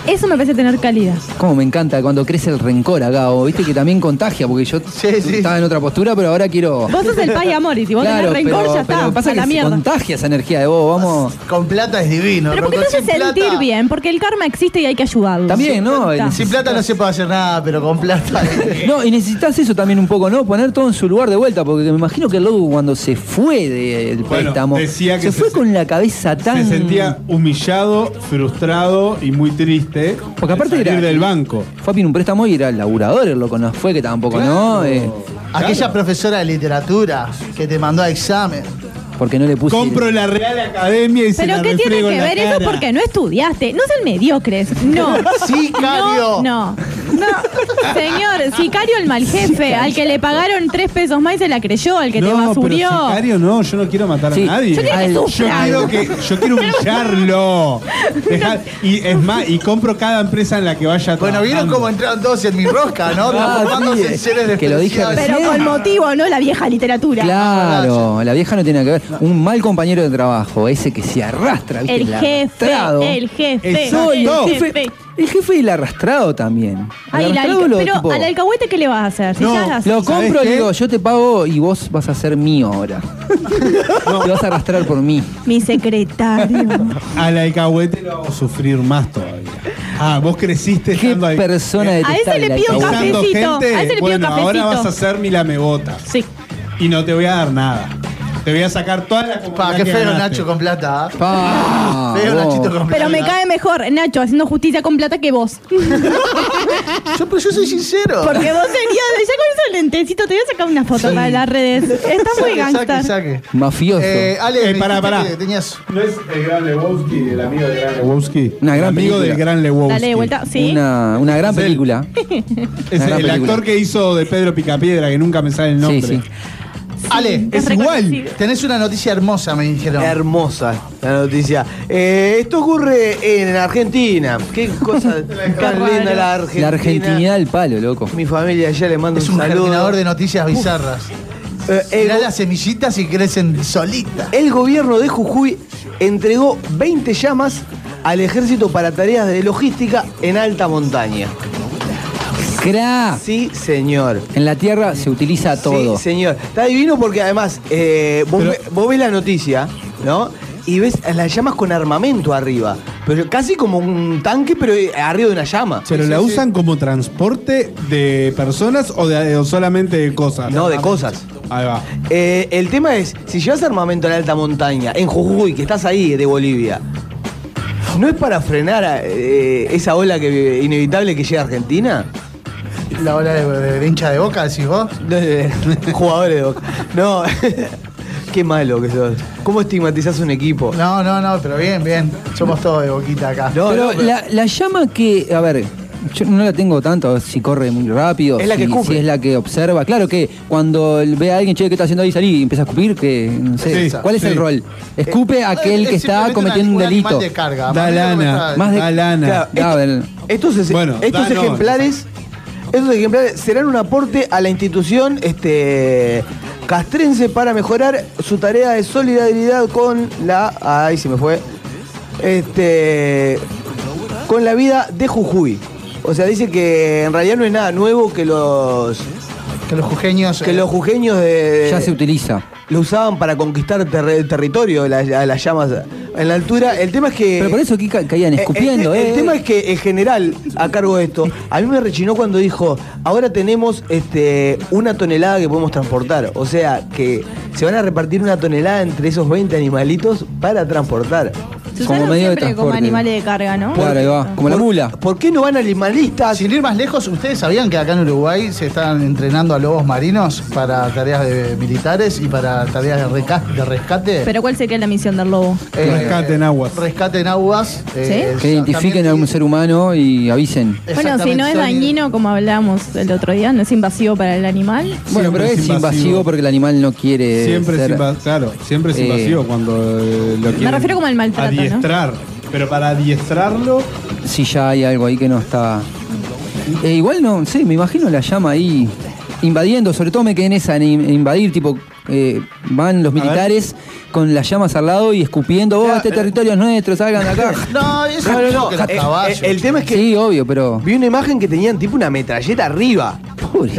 Eso me parece tener calidad.
Cómo me encanta cuando crece el rencor acá, o viste que también contagia, porque yo
Sí, sí.
estaba en otra postura, pero ahora quiero.
Vos sos el pay amor y si vos
claro,
tenés rencor
pero,
ya
pero
está.
pasa
a
que
la
se
mierda.
contagia esa energía de vos, vamos.
Con plata es divino.
Pero porque te hace
sin plata-
sentir bien, porque el karma existe y hay que ayudarlo.
También, ¿no?
Está.
El-
Sin plata no se puede hacer nada, pero con plata.
No, y necesitas eso también un poco, ¿no? Poner todo en su lugar de vuelta, porque me imagino que el lobo cuando se fue del
Bueno,
préstamo,
decía que
se,
se
fue
se-
con la cabeza tan...
Se sentía humillado, frustrado y muy triste
Porque aparte
de salir
era-
del banco.
Fue a pedir un préstamo y era el laburador, el loco no fue, que tampoco, ¿no? Eh,
Aquella profesora de literatura que te mandó a examen.
porque no le puse...
Compro la Real Academia y se
Pero
la
¿qué tiene
refrego en
que
la
ver eso?
cara.
Porque no estudiaste. No sean mediocres. No.
Sicario.
No, no. No. Señor, sicario el mal jefe. Al que le pagaron tres pesos más y se la creyó. Al que te
no,
basurió.
pero sicario no, yo no quiero matar
Sí.
a nadie.
Yo quiero que
Al-
sufra.
yo quiero que yo quiero humillarlo. Dejá- y es más, y compro cada empresa en la que vaya
Bueno, vieron
trabajando.
cómo entraron todos en mi rosca, ¿no?
Ah,
Transformándose
sí,
en seres
que lo dije
despreciables.
Pero con motivo, ¿no? La vieja literatura.
Claro, la vieja no tiene nada que ver. Un mal compañero de trabajo, ese que se arrastra. ¿viste?
El jefe.
arrastrado.
El jefe.
Exacto.
El
No,
jefe.
el jefe y el arrastrado también. El
Ay, la
arrastrado
alca-
lo
pero
tipo-
al alcahuete, ¿qué le vas a hacer? Si
No, ¿Eh?
ya las-
Lo
¿Sabés
compro y
qué?
digo, yo te pago y vos vas a ser mío ahora. Te vas a arrastrar por mí.
Mi secretario.
Al alcahuete lo hago sufrir más todavía. Ah, vos creciste
Qué
estando ahí.
persona
eh,
de
A ese le pido un
usando
cafecito.
gente.
A ese le pido
bueno, ahora
cafecito.
vas a ser mi lamebota.
Sí.
Y no te voy a dar nada. Te voy a sacar toda la
Pa,
comunidad
qué
que
feo
ganaste.
Nacho con plata. ¿ah?
Pa,
Feo
vos.
Nachito con plata.
Pero me cae mejor Nacho haciendo justicia con plata que vos.
Yo, pero yo soy sincero.
Porque vos serías, ya con ese lentecito, te voy a sacar una foto para las redes. Estás muy
Saque, saque,
gangster.
saque.
Mafioso.
Eh, Ale,
Eh,
me
pará,
dijiste
pará.
que Tenías.
¿No es el gran Lewowski, el amigo del gran Lewowski?
Una gran
El amigo
película.
del gran Lewowski.
Dale, de vuelta. Sí.
una, una gran
Es él.
película.
Es
Una gran
el
película.
actor que hizo de Pedro Picapiedra, que nunca me sale el nombre.
Sí, sí.
Ale,
es reconocible.
Tenés una noticia hermosa, me dijeron.
Hermosa la noticia. Eh, esto ocurre en Argentina. Qué cosa tan linda la Argentina.
La Argentinidad al palo, loco.
Mi familia ya le mando
Es
un
un
saludo.
germinador de noticias bizarras.
Eh, el,
Mirá las semillitas y crecen solitas.
el gobierno de Jujuy entregó 20 llamas al ejército para tareas de logística en alta montaña.
¡Cra!
Sí, señor.
En la tierra se utiliza todo.
Sí, señor. Está divino porque además eh, vos,
Pero-
ve- vos ves la noticia, ¿no? Y ves las llamas con armamento arriba. Pero casi como un tanque, pero eh, arriba de una llama.
¿Pero la usan como transporte de personas o, de, o solamente de cosas?
No, de cosas.
Ahí va.
Eh, el tema es, si llevas armamento en alta montaña, en Jujuy, que estás ahí de Bolivia, ¿No es para frenar a, eh, esa ola que inevitable que llega a Argentina?
La ola de, de hincha de boca, decís vos.
jugadores de boca. No, qué malo que sos. ¿Cómo estigmatizás un equipo?
No, no, no, pero bien, bien. Somos todos de boquita acá.
pero La, la llama que, a ver, yo no la tengo tanto, a ver si corre muy rápido.
Es la
si-
que escupe.
Si es la que observa. Claro que cuando ve a alguien, che, ¿qué está haciendo ahí? Salí y empieza a escupir, que no sé.
Sí,
¿Cuál es
sí.
el rol? Escupe
Eh,
aquel
es
que está
simplemente
cometiendo
un
un
animal
delito.
de carga. Da Más de- lana,
Más de
da lana.
Claro, el-
Estos, es-
Bueno,
estos
danos.
ejemplares, estos ejemplares serán un aporte a la institución este, castrense para mejorar su tarea de solidaridad con la. Ahí se me fue. Este. Con la vida de Jujuy. O sea, dice que en realidad no es nada nuevo que los.
Que los jujeños. eh,
Que los jujeños de.
ya se utiliza.
Lo usaban para conquistar ter- territorio, la- la- las llamas en la altura. El tema es que.
Pero por eso aquí ca- caían
Eh,
escupiendo,
el,
¿eh?
el tema es que el general a cargo de esto, a mí me rechinó cuando dijo, ahora tenemos este una tonelada que podemos transportar. O sea, que se van a repartir una tonelada entre esos 20 animalitos para transportar.
Se usaron siempre como animales de carga, ¿no?
Claro, ahí va. Como la mula.
¿Por qué no van animalistas?
Sin ir más lejos, ¿ustedes sabían que acá en Uruguay se están entrenando a lobos marinos para tareas de militares y para tareas de, reca- de rescate?
Pero ¿cuál sería la misión del lobo?
Eh,
Rescate en aguas.
Rescate en aguas. eh,
Que identifiquen a un ser humano y avisen.
Bueno, si no es
Exactamente,
dañino, como hablamos el otro día, no es invasivo para el animal.
Bueno, pero es
es
invasivo.
invasivo
porque el animal no quiere.
Siempre es
ser-
invasivo, claro, siempre es
Eh,
invasivo cuando eh, lo quieren
refiero como al maltrato, ¿no?
Adiestrar. Pero para adiestrarlo,
si ya hay algo ahí que no está. E igual no, sé, me imagino la llama ahí invadiendo, sobre todo me quedé en esa, en in- invadir, tipo, eh, van los militares con las llamas al lado y escupiendo, vos,
eh,
este territorio es nuestro, salgan de acá.
No, eso
No, no, no.
que era
eh,
caballo.
eh, el tema es que
Sí, obvio, pero.
vi una imagen que tenían tipo una metralleta arriba.
Pobre.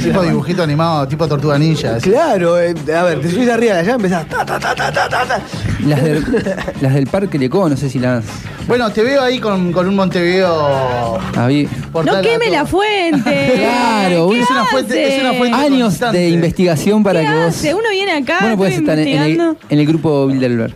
tipo dibujito animado, tipo tortuga ninja. así.
Claro, eh, a ver, te subís arriba de allá y empezás. ta, ta, ta, ta, ta, ta, ta.
Las del, las del Parque Lecó, no sé si las.
Bueno, te veo ahí con, con un Montevideo.
las Ah, vi.
¡No
portal
queme
a
la
todo.
fuente!
Claro,
¿Qué
es una
fuente- es una
hace?
fuente-
Años
constante.
de investigación para
¿Qué
que vos.
hace? Uno viene acá,
Bueno, podés
estoy
estar en el,
investigando.
en el grupo Bilderberg.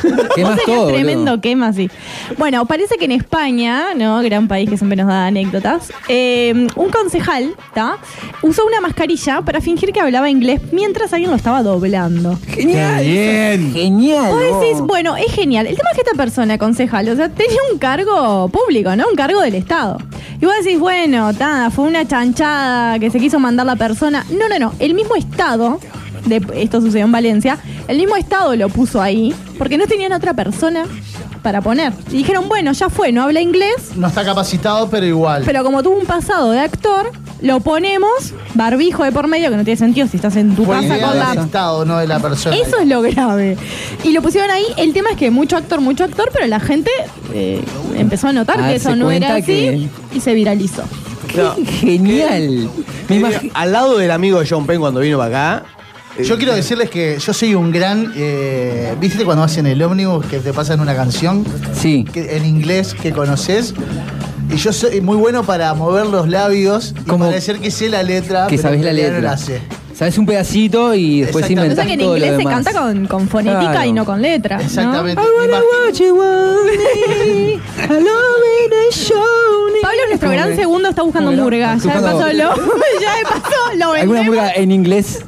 Quemás
Sería
todo. boludo.
tremendo quema, sí. Bueno, parece que en España, ¿no? Gran país que siempre nos da anécdotas. eh, un concejal, ¿tá? Usó una mascarilla para fingir que hablaba inglés mientras alguien lo estaba doblando.
Genial.
bien.
Genial.
Vos
vos.
decís, bueno, es genial. El tema es que esta persona, concejal, o sea, tenía un cargo público, ¿no? Un cargo del Estado. Y vos decís, bueno, ta, fue una chanchada que se quiso mandar la persona. No, no, no. El mismo Estado, de, esto sucedió en Valencia, el mismo Estado lo puso ahí porque no tenían otra persona para poner. Y dijeron, bueno, ya fue, no habla inglés,
No está capacitado, pero igual.
pero como tuvo un pasado de actor, lo ponemos, barbijo de por medio, que no tiene sentido si estás en tu
Fue
casa
idea
con
del
la
Estado, no de la persona.
eso es lo grave. Y lo pusieron ahí. El tema es que mucho actor, mucho actor, pero la gente eh, empezó a notar
A
que
darse
eso no era
Ah, cuenta
así
que-
y se viralizó.
No.
Genial. Me imagi-
Al lado del amigo de John Penn cuando vino para acá. eh,
Yo quiero decirles que yo soy un gran. eh, ¿Viste cuando hacen el ómnibus que te pasan una canción
Sí.
que- en inglés que conoces? Y yo soy muy bueno para mover los labios y
Como-
parecer que sé la letra.
Que
pero
sabes
en
la
realidad no
letra.
la sé.
Sabes un pedacito y después
Exactamente.
O sea
inventas
que en
todo lo
inglés se
demás.
canta con, con fonética
Claro.
y no con letra. ¿no?
Exactamente.
Pablo, nuestro gran segundo, está buscando
Bueno,
hamburga. Ya de
buscando-
paso lo, ya de paso lo
¿Alguna
vendemos.
murga en inglés?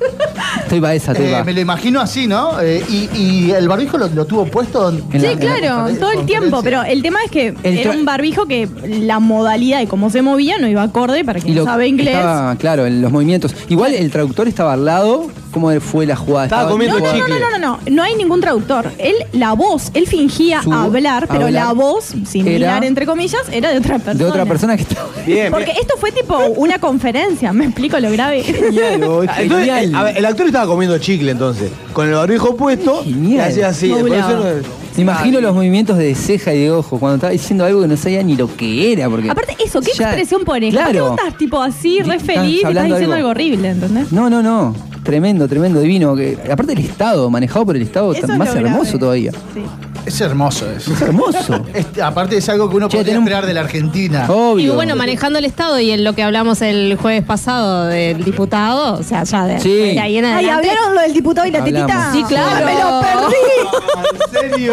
Estoy va esa, estoy
Eh,
va.
me lo imagino así, ¿no? Eh, y, y el barbijo lo, lo tuvo puesto. en-
En la-
Sí,
en la
claro,
confer-
todo el tiempo, pero
conferencia.
el tema es que
El
era
tra-
un barbijo que la modalidad y cómo se movía no iba acorde para quien
Y lo
no sabe inglés.
estaba, claro, en los movimientos. Igual el traductor estaba al lado. ¿Cómo fue la jugada?
Estaba comiendo
tipo-
No, no, no, no, no, no, no hay ningún traductor. Él, la voz, él fingía
Su-
hablar, pero
hablar
la voz, similar
era-
entre comillas, era de otra persona.
De otra persona que estaba.
Bien,
Porque
bien.
esto fue tipo una conferencia, me explico lo grave.
Ah, entonces,
Genial.
eh, a ver, el actor estaba comiendo chicle entonces, con el barbijo puesto,
Genial.
y hacía así.
No
por
volaba.
eso no-
Me imagino los movimientos de ceja y de ojo cuando estaba diciendo algo que no sabía ni lo que era. Porque
Aparte, eso, ¿qué
ya-
expresión pones? ¿Por qué
Claro.
vos estás tipo así, re
Estás
feliz, y estás
hablando
diciendo algo.
algo.
horrible, ¿entendés?
No, no, no. Tremendo, tremendo, divino. Que, aparte el Estado, manejado por el Estado,
Eso es
más
lo grave.
hermoso todavía.
Sí.
Es hermoso eso. Es
hermoso.
aparte es algo que uno podría esperar de la Argentina.
Y bueno, manejando el Estado y en lo que hablamos el jueves pasado del diputado, o sea, ya de,
Sí.
de ahí en
Ay,
adelante.
¿hablaron lo del diputado y la
Hablamos.
tetita?
Sí, claro.
¡Me lo perdí!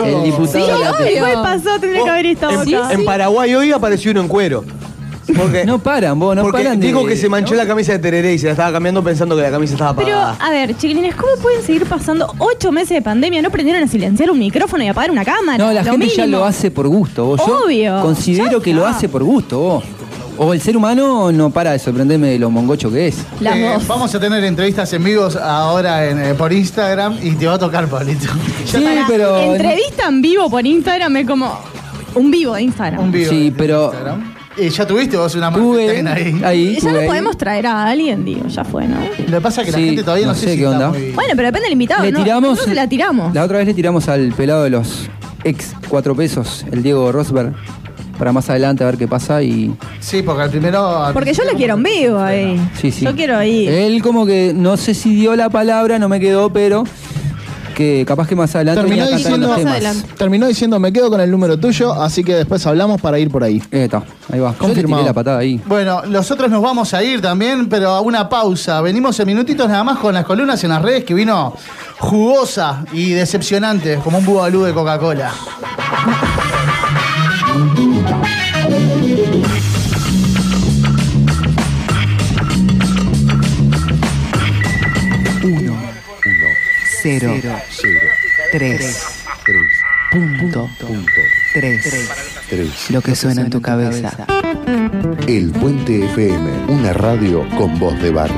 El diputado
Sí,
de la
obvio. Igual pasó, tendría que haber estado
En,
acá.
en Paraguay hoy apareció uno en cuero. Porque,
No paran, vos, no
porque
paran de-
dijo que se manchó la camisa de Tereré y se la estaba cambiando pensando que la camisa estaba
Pero,
apagada.
a ver, chiquilines, ¿cómo pueden seguir pasando ocho meses de pandemia? ¿No aprendieron a silenciar un micrófono y apagar una cámara?
No, la gente ya
mínimo.
lo hace por gusto. Vos. Yo
Obvio.
considero
Ya
que lo
está.
hace por gusto. Vos. O el ser humano no para de sorprenderme de lo mongocho que es.
Las
Eh,
dos.
vamos a tener entrevistas en vivos ahora en, eh, por Instagram y te va a tocar, Pablito. Ya
Sí,
está.
pero.
Entrevista en vivo por Instagram es como un vivo de Instagram.
Un vivo
Sí,
de
pero
Instagram. Eh, ya tuviste vos una
tuve.
manifestación
Ahí,
ahí.
ya
tuve
lo
ahí.
podemos traer a alguien, digo, ya fue, ¿no?
Lo que pasa es que
Sí,
la gente todavía no,
no
sé,
sé
si
qué
está
onda.
muy-
Bueno, pero depende del invitado.
Le
¿no?
tiramos.
Nosotros la tiramos.
La otra vez le tiramos al pelado de los ex cuatro pesos, el Diego Rosberg, para más adelante a ver qué pasa y.
Sí, porque al primero... al
Porque yo lo
principio-
quiero en vivo eh. ahí.
Sí, sí.
Yo quiero ir.
Él como que no sé si dio la palabra, no me quedó, pero que capaz que más adelante
Terminó
venía a cantar
diciendo,
unos temas.
terminó diciendo, me quedo con el número tuyo, así que después hablamos para ir por ahí.
Ahí está, ahí va. Yo le
Confirmado.
tiré la patada ahí.
Bueno, nosotros nos vamos a ir también, pero a una pausa. Venimos en minutitos nada más con las columnas en las redes que vino jugosa y decepcionante, como un bubalú de Coca-Cola.
Uno,
Uno,
cero,
cero,
tres,
tres,
punto,
punto,
tres.
tres.
Lo que suena en tu cabeza.
El Puente FM, una radio con voz de barrio.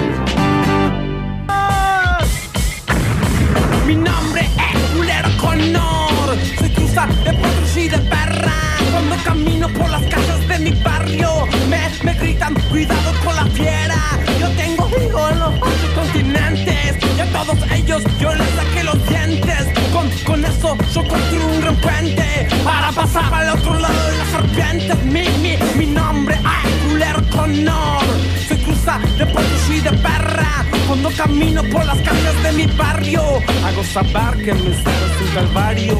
Mi nombre es culero con honor. Soy cruza de potros y de perra. Cuando camino por las calles de mi barrio, me, me gritan cuidado con la fiera. Yo tengo hijo en los cuatro continentes. Y a todos ellos yo les saqué los dientes. Con, con eso yo construí un gran puente para pasar al otro lado de las serpientes. Mi, mi, mi nombre es culero con honor. Soy cruza de potros y de perra. Cuando camino por las calles de mi barrio, hago saber que mi ser es un calvario.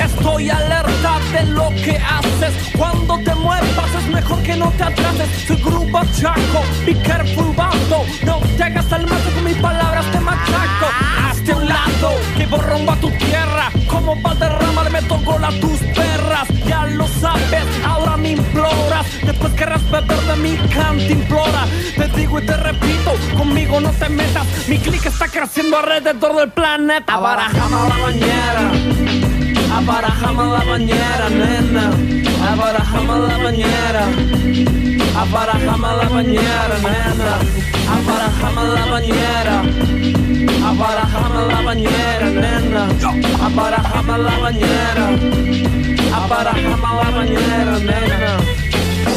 Estoy alerta de lo que haces. Cuando te muevas es mejor que no te atrases. Soy grupo chaco, be careful vato. No te hagas al mato con mis palabras te machaco. Hazte a un lado, que borromba tu tierra. Como derramar me tocó la tus perras. Ya lo sabes, ahora me imploras. Después querrás beber de mi cantimplora. Te digo y te repito, conmigo no te metas. Mi clique está creciendo alrededor del planeta. Abarajame la bañera. Abarajame la bañera, nena. Abarajame la bañera. Abarajame la bañera, nena. Abarajame la bañera. Abarajame la bañera, nena. Abarajame la bañera. Abarajame la bañera, nena.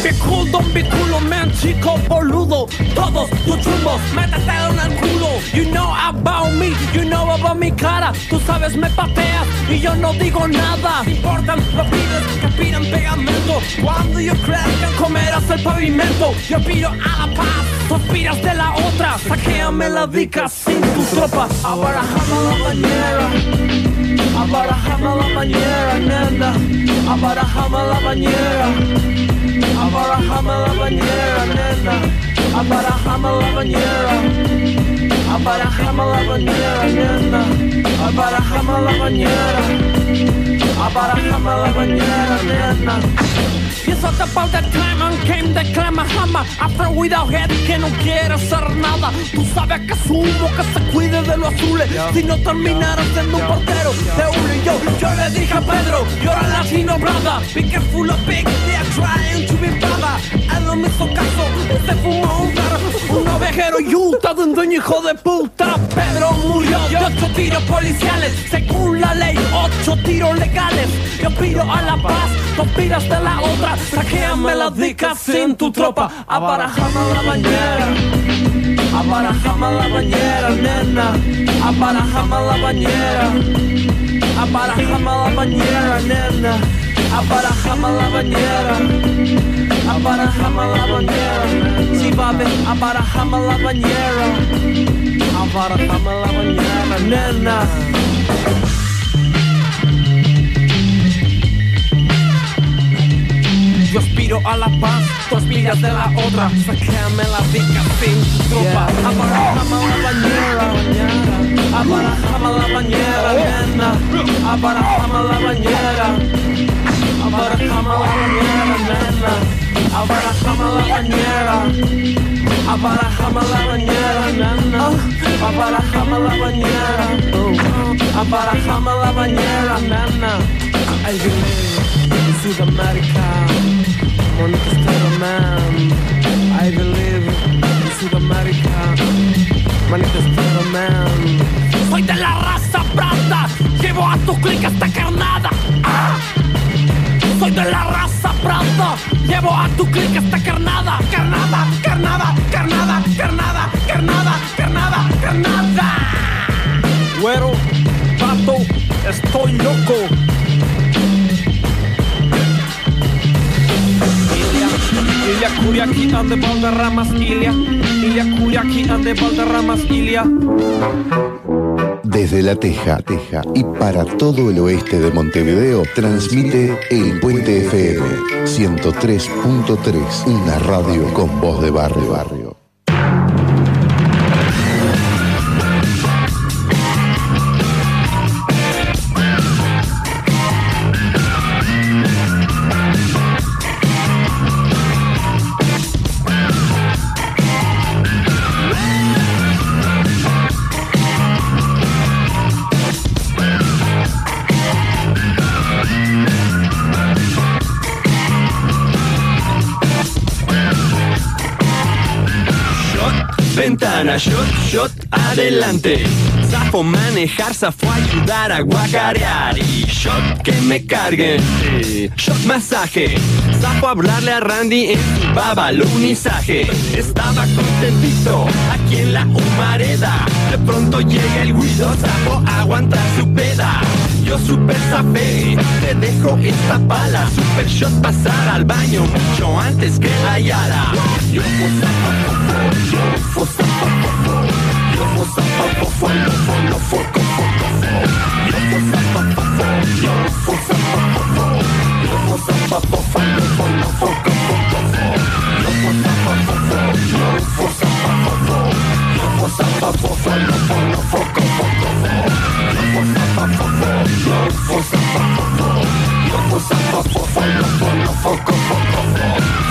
Picudo, piculo, man, chico, boludo Todos tus chumbos, métete en el culo You know about me, you know about mi cara Tú sabes, me pateas y yo no digo nada No importan los pibes que pidan pegamento Cuando yo crezca comerás el pavimento Yo pido a la paz, suspiras de la otra Saquéame la dica sin tu tropa Abarajame la bañera Abarajame la bañera, nena Abarajame la bañera Abarajame la bañera, nena. Abarajame la bañera. Abarajame la bañera, nena. Abarajame la bañera. Abarajame la bañera, nena. It's not about the time and came the Clamahama Afro without head que no quiere hacer nada Tú sabes que sumo que se cuide de los azules Si no terminara siendo un portero de uno y yo Yo le dije a Pedro, you're a Latino brother Be careful of pigs, they are trying to be brother Él no me hizo caso, se fumó un carro Un ovejero Utah de un dueño hijo de puta Pedro murió de ocho tiros policiales Según la ley, ocho tiros legales Yo pido a la paz, no pidas de la otra Saquéame las dicas sin tu tropa Abarajame la bañera Abarajame la bañera, nena Abarajame la bañera Abarajame la bañera, nena Abarajame la bañera Abarajame la bañera Sí, babe, abarajame la bañera Abarajame la bañera, nena tiro a la paz, dos millas de la otra. Sacame la pica sin tropa. Abarajame la bañera, abarajame la bañera, nena. Abarajame la bañera, abarajame la bañera, nena. Abarajame la bañera, abarajame la bañera, nena. Abarajame la bañera, oh. abarajame la bañera, nena. Ay, yo vivo en Sudamérica. One to still a man. I believe in Sudamérica. Man is still a man. Soy de la raza prata. Llevo a tu clic esta carnada. Ah. Soy de la raza prata. Llevo a tu clic esta carnada. Carnada, carnada, carnada, carnada, carnada, carnada, carnada. Güero, pato, estoy loco. Ilia, Curiaqui, ande Valderramas, Ilia, Ilia, Curiaqui, ande Valderramas, Ilia.
Desde La Teja, Teja y para todo el oeste de Montevideo transmite El Puente FM 103.3, una radio con voz de barrio barrio.
Ventana, shot, shot, adelante. Zafo manejar, zafo ayudar a guacarear. Y shot que me carguen. Eh, Shot masaje. Zafo hablarle a Randy en su babalunizaje. Estaba contentito aquí en la humareda. De pronto llega el guido, zafo aguanta su peda. Yo super zapé, te dejo esta pala. Super shot pasar al baño mucho antes que la yala. Yo por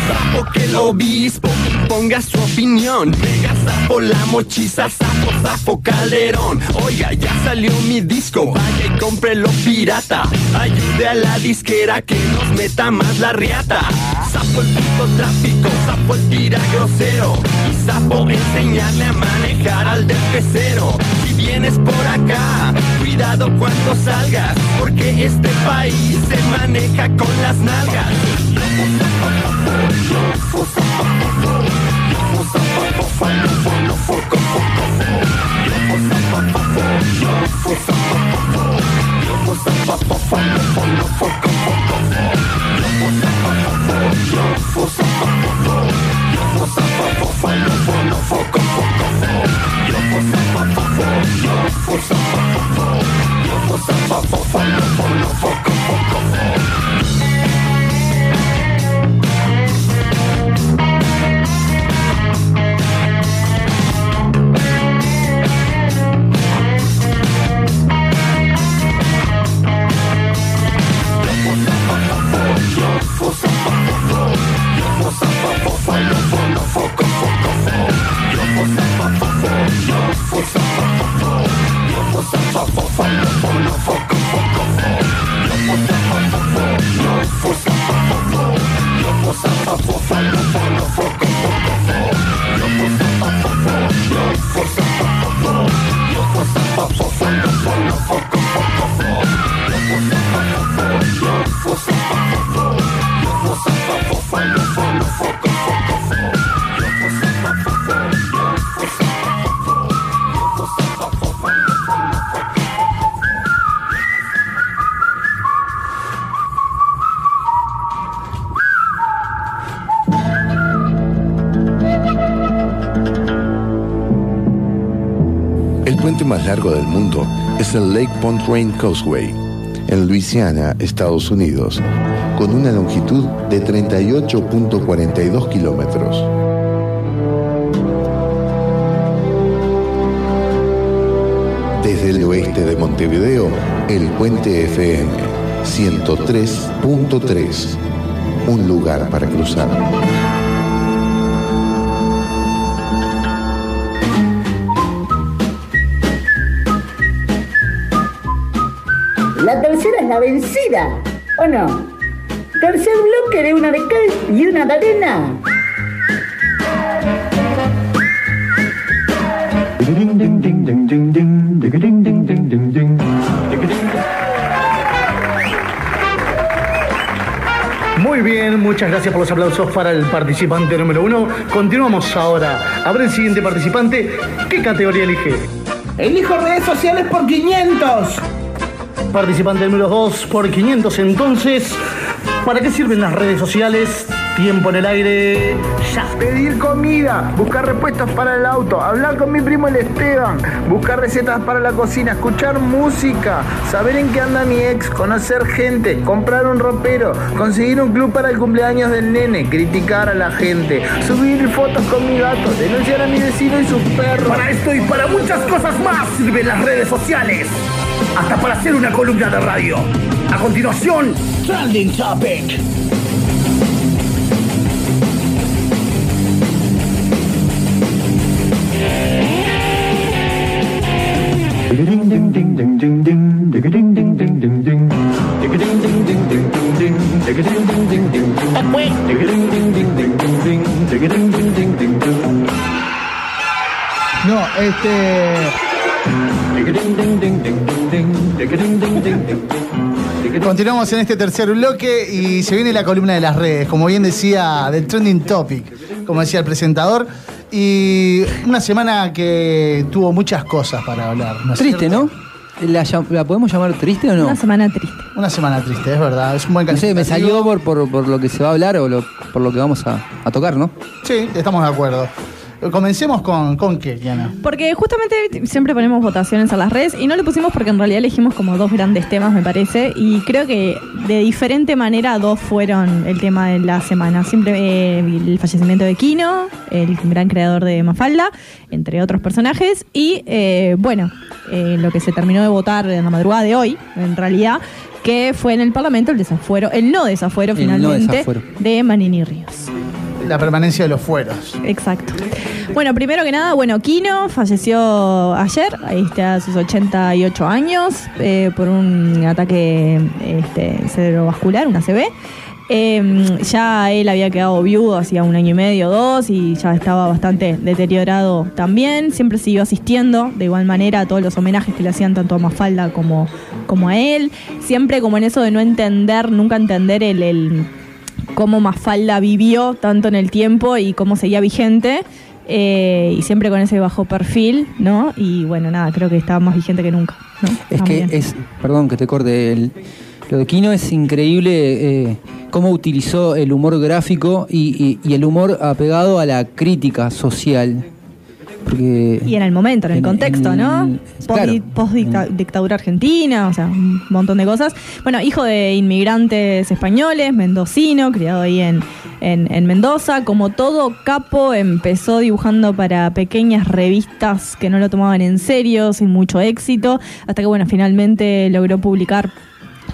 Sapo que el obispo ponga su opinión. Pega sapo la mochiza, sapo, sapo calderón. Oiga, ya salió mi disco, vaya y cómprelo pirata. Ayude a la disquera que nos meta más la riata. Sapo el puto tráfico, sapo el tira grosero. Y sapo enseñarle a manejar al del pecero. Si vienes por acá, cuidado cuando salgas, porque este país se maneja con las nalgas.
El puente más largo del mundo es el Lake Pontrain Causeway, en Luisiana, Estados Unidos. con una longitud de 38.42 kilómetros. Desde el oeste de Montevideo, el puente FM 103.3. Un lugar para cruzar.
La tercera es la vencida, ¿o no? Tercer bloque de una de cal y una de arena.
Muy bien, muchas gracias por los aplausos para el participante número uno. Continuamos ahora. Abre el siguiente participante. ¿Qué categoría elige?
Elijo redes sociales por 500.
Participante número 2 por 500 entonces. ¿Para qué sirven las redes sociales? Tiempo en el aire. Ya.
Pedir comida, buscar respuestas para el auto, hablar con mi primo el Esteban, buscar recetas para la cocina, escuchar música, saber en qué anda mi ex, conocer gente, comprar un ropero, conseguir un club para el cumpleaños del nene, criticar a la gente, subir fotos con mi gato, denunciar a mi vecino y sus perros.
Para esto y para muchas cosas más sirven las redes sociales. Hasta para hacer una columna de radio. A continuación, Trending Topic.
No, este.
Continuamos en este tercer bloque y se viene la columna de las redes, como bien decía, del trending topic, como decía el presentador. Y una semana que tuvo muchas cosas para hablar. ¿no es
Triste,
cierto?
¿no? ¿La, llam- la podemos llamar triste o no?
Una semana triste.
Una semana triste, es verdad. Es un buen
No sé, me salió por, por, por lo que se va a hablar o lo- por lo que vamos a, a tocar, ¿no?
Sí, estamos de acuerdo. Comencemos con, con qué, Diana.
Porque justamente siempre ponemos votaciones a las redes y no le pusimos porque en realidad elegimos como dos grandes temas, me parece, y creo que de diferente manera dos fueron el tema de la semana. Siempre eh, el fallecimiento de Kino, el gran creador de Mafalda, entre otros personajes, y eh, bueno, eh, lo que se terminó de votar en la madrugada de hoy, en realidad, que fue en el Parlamento el desafuero, el no desafuero
El no
finalmente
desafuero.
de Manini Ríos.
La permanencia de los fueros.
Exacto. Bueno, primero que nada, bueno, Kino falleció ayer, ahí está a sus 88 años, eh, por un ataque este, cerebrovascular, una CB. Eh, ya él había quedado viudo hacía un año y medio, dos, y ya estaba bastante deteriorado también. Siempre siguió asistiendo de igual manera a todos los homenajes que le hacían tanto a Mafalda como, como a él. Siempre como en eso de no entender, nunca entender el- el cómo Mafalda vivió tanto en el tiempo y cómo seguía vigente. eh, y siempre con ese bajo perfil, ¿no? Y bueno, nada, creo que está más vigente que nunca. ¿no?
Es que
También.
es, perdón que te corte, el- lo de Kino es increíble eh, cómo utilizó el humor gráfico y, y- y el humor apegado a la crítica social. Porque
Y en el momento, en el
en-
contexto,
en-
¿no?
claro.
Post-dictadura argentina, o sea, un montón de cosas. Bueno, hijo de inmigrantes españoles, mendocino, criado ahí en, en, en Mendoza. Como todo capo, empezó dibujando para pequeñas revistas que no lo tomaban en serio, sin mucho éxito, hasta que, bueno, finalmente logró publicar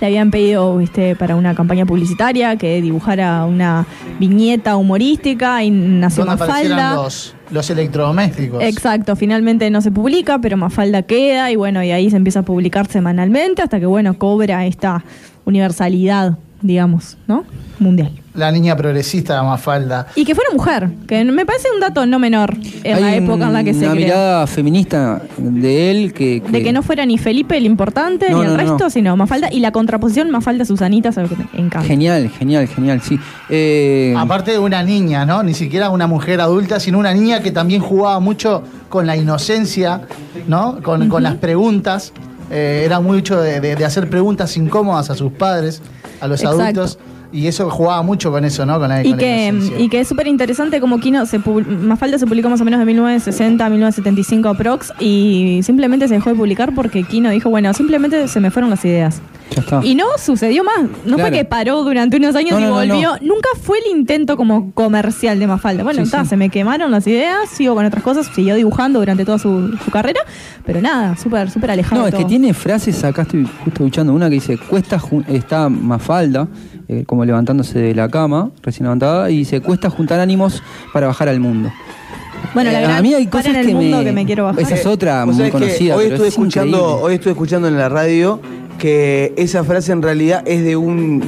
le habían pedido este, para una campaña publicitaria que dibujara una viñeta humorística y nació
Donde aparecieran
Mafalda.
los, los electrodomésticos.
Exacto, finalmente no se publica, pero Mafalda queda y bueno, y ahí se empieza a publicar semanalmente hasta que bueno, cobra esta universalidad, digamos, ¿no? Mundial.
La niña progresista de Mafalda.
Y que fuera mujer, que me parece un dato no menor en la
Hay
época en la que se
Una
creó.
mirada feminista de él que.
De que no fuera ni Felipe el importante,
No,
ni el
no, no,
resto,
no.
sino Mafalda. Y la contraposición Mafalda-Susanita es algo que me encanta.
Genial, genial, genial, sí. Eh,
Aparte de una niña, ¿no? Ni siquiera una mujer adulta, sino una niña que también jugaba mucho con la inocencia, ¿no? Con, con las preguntas. Eh, era mucho de, de- de hacer preguntas incómodas a sus padres, a los
Exacto.
adultos. Y eso jugaba mucho con eso, ¿no? Con la,
Y
con la
que, mm,
inocencia.
y que es súper interesante como Kino, se pub- Mafalda se publicó más o menos de 1960 a 1975 aprox y simplemente se dejó de publicar porque Kino dijo, bueno, simplemente se me fueron las ideas.
Ya está.
Y no sucedió más. No fue
Claro.
que paró durante unos años
No,
y
no, no,
volvió.
no.
Nunca fue el intento como comercial de Mafalda. Bueno,
Sí,
está,
sí.
se me quemaron las ideas, sigo con otras cosas, siguió dibujando durante toda su, su carrera, pero nada, súper, súper alejado.
No,
de
es que
todo.
tiene frases, acá estoy justo escuchando una que dice, cuesta, jun- está Mafalda, eh, como levantándose de la cama, recién levantada, y dice, cuesta juntar ánimos para bajar al mundo.
Bueno, la
Eh,
verdad,
a mí hay
para
cosas
en el
que,
mundo
me,
que me quiero bajar.
Esa es otra
Vos
muy
sabés que
conocida,
Hoy
pero
estuve
es
escuchando,
increíble.
hoy estuve escuchando en la radio que esa frase en realidad es de un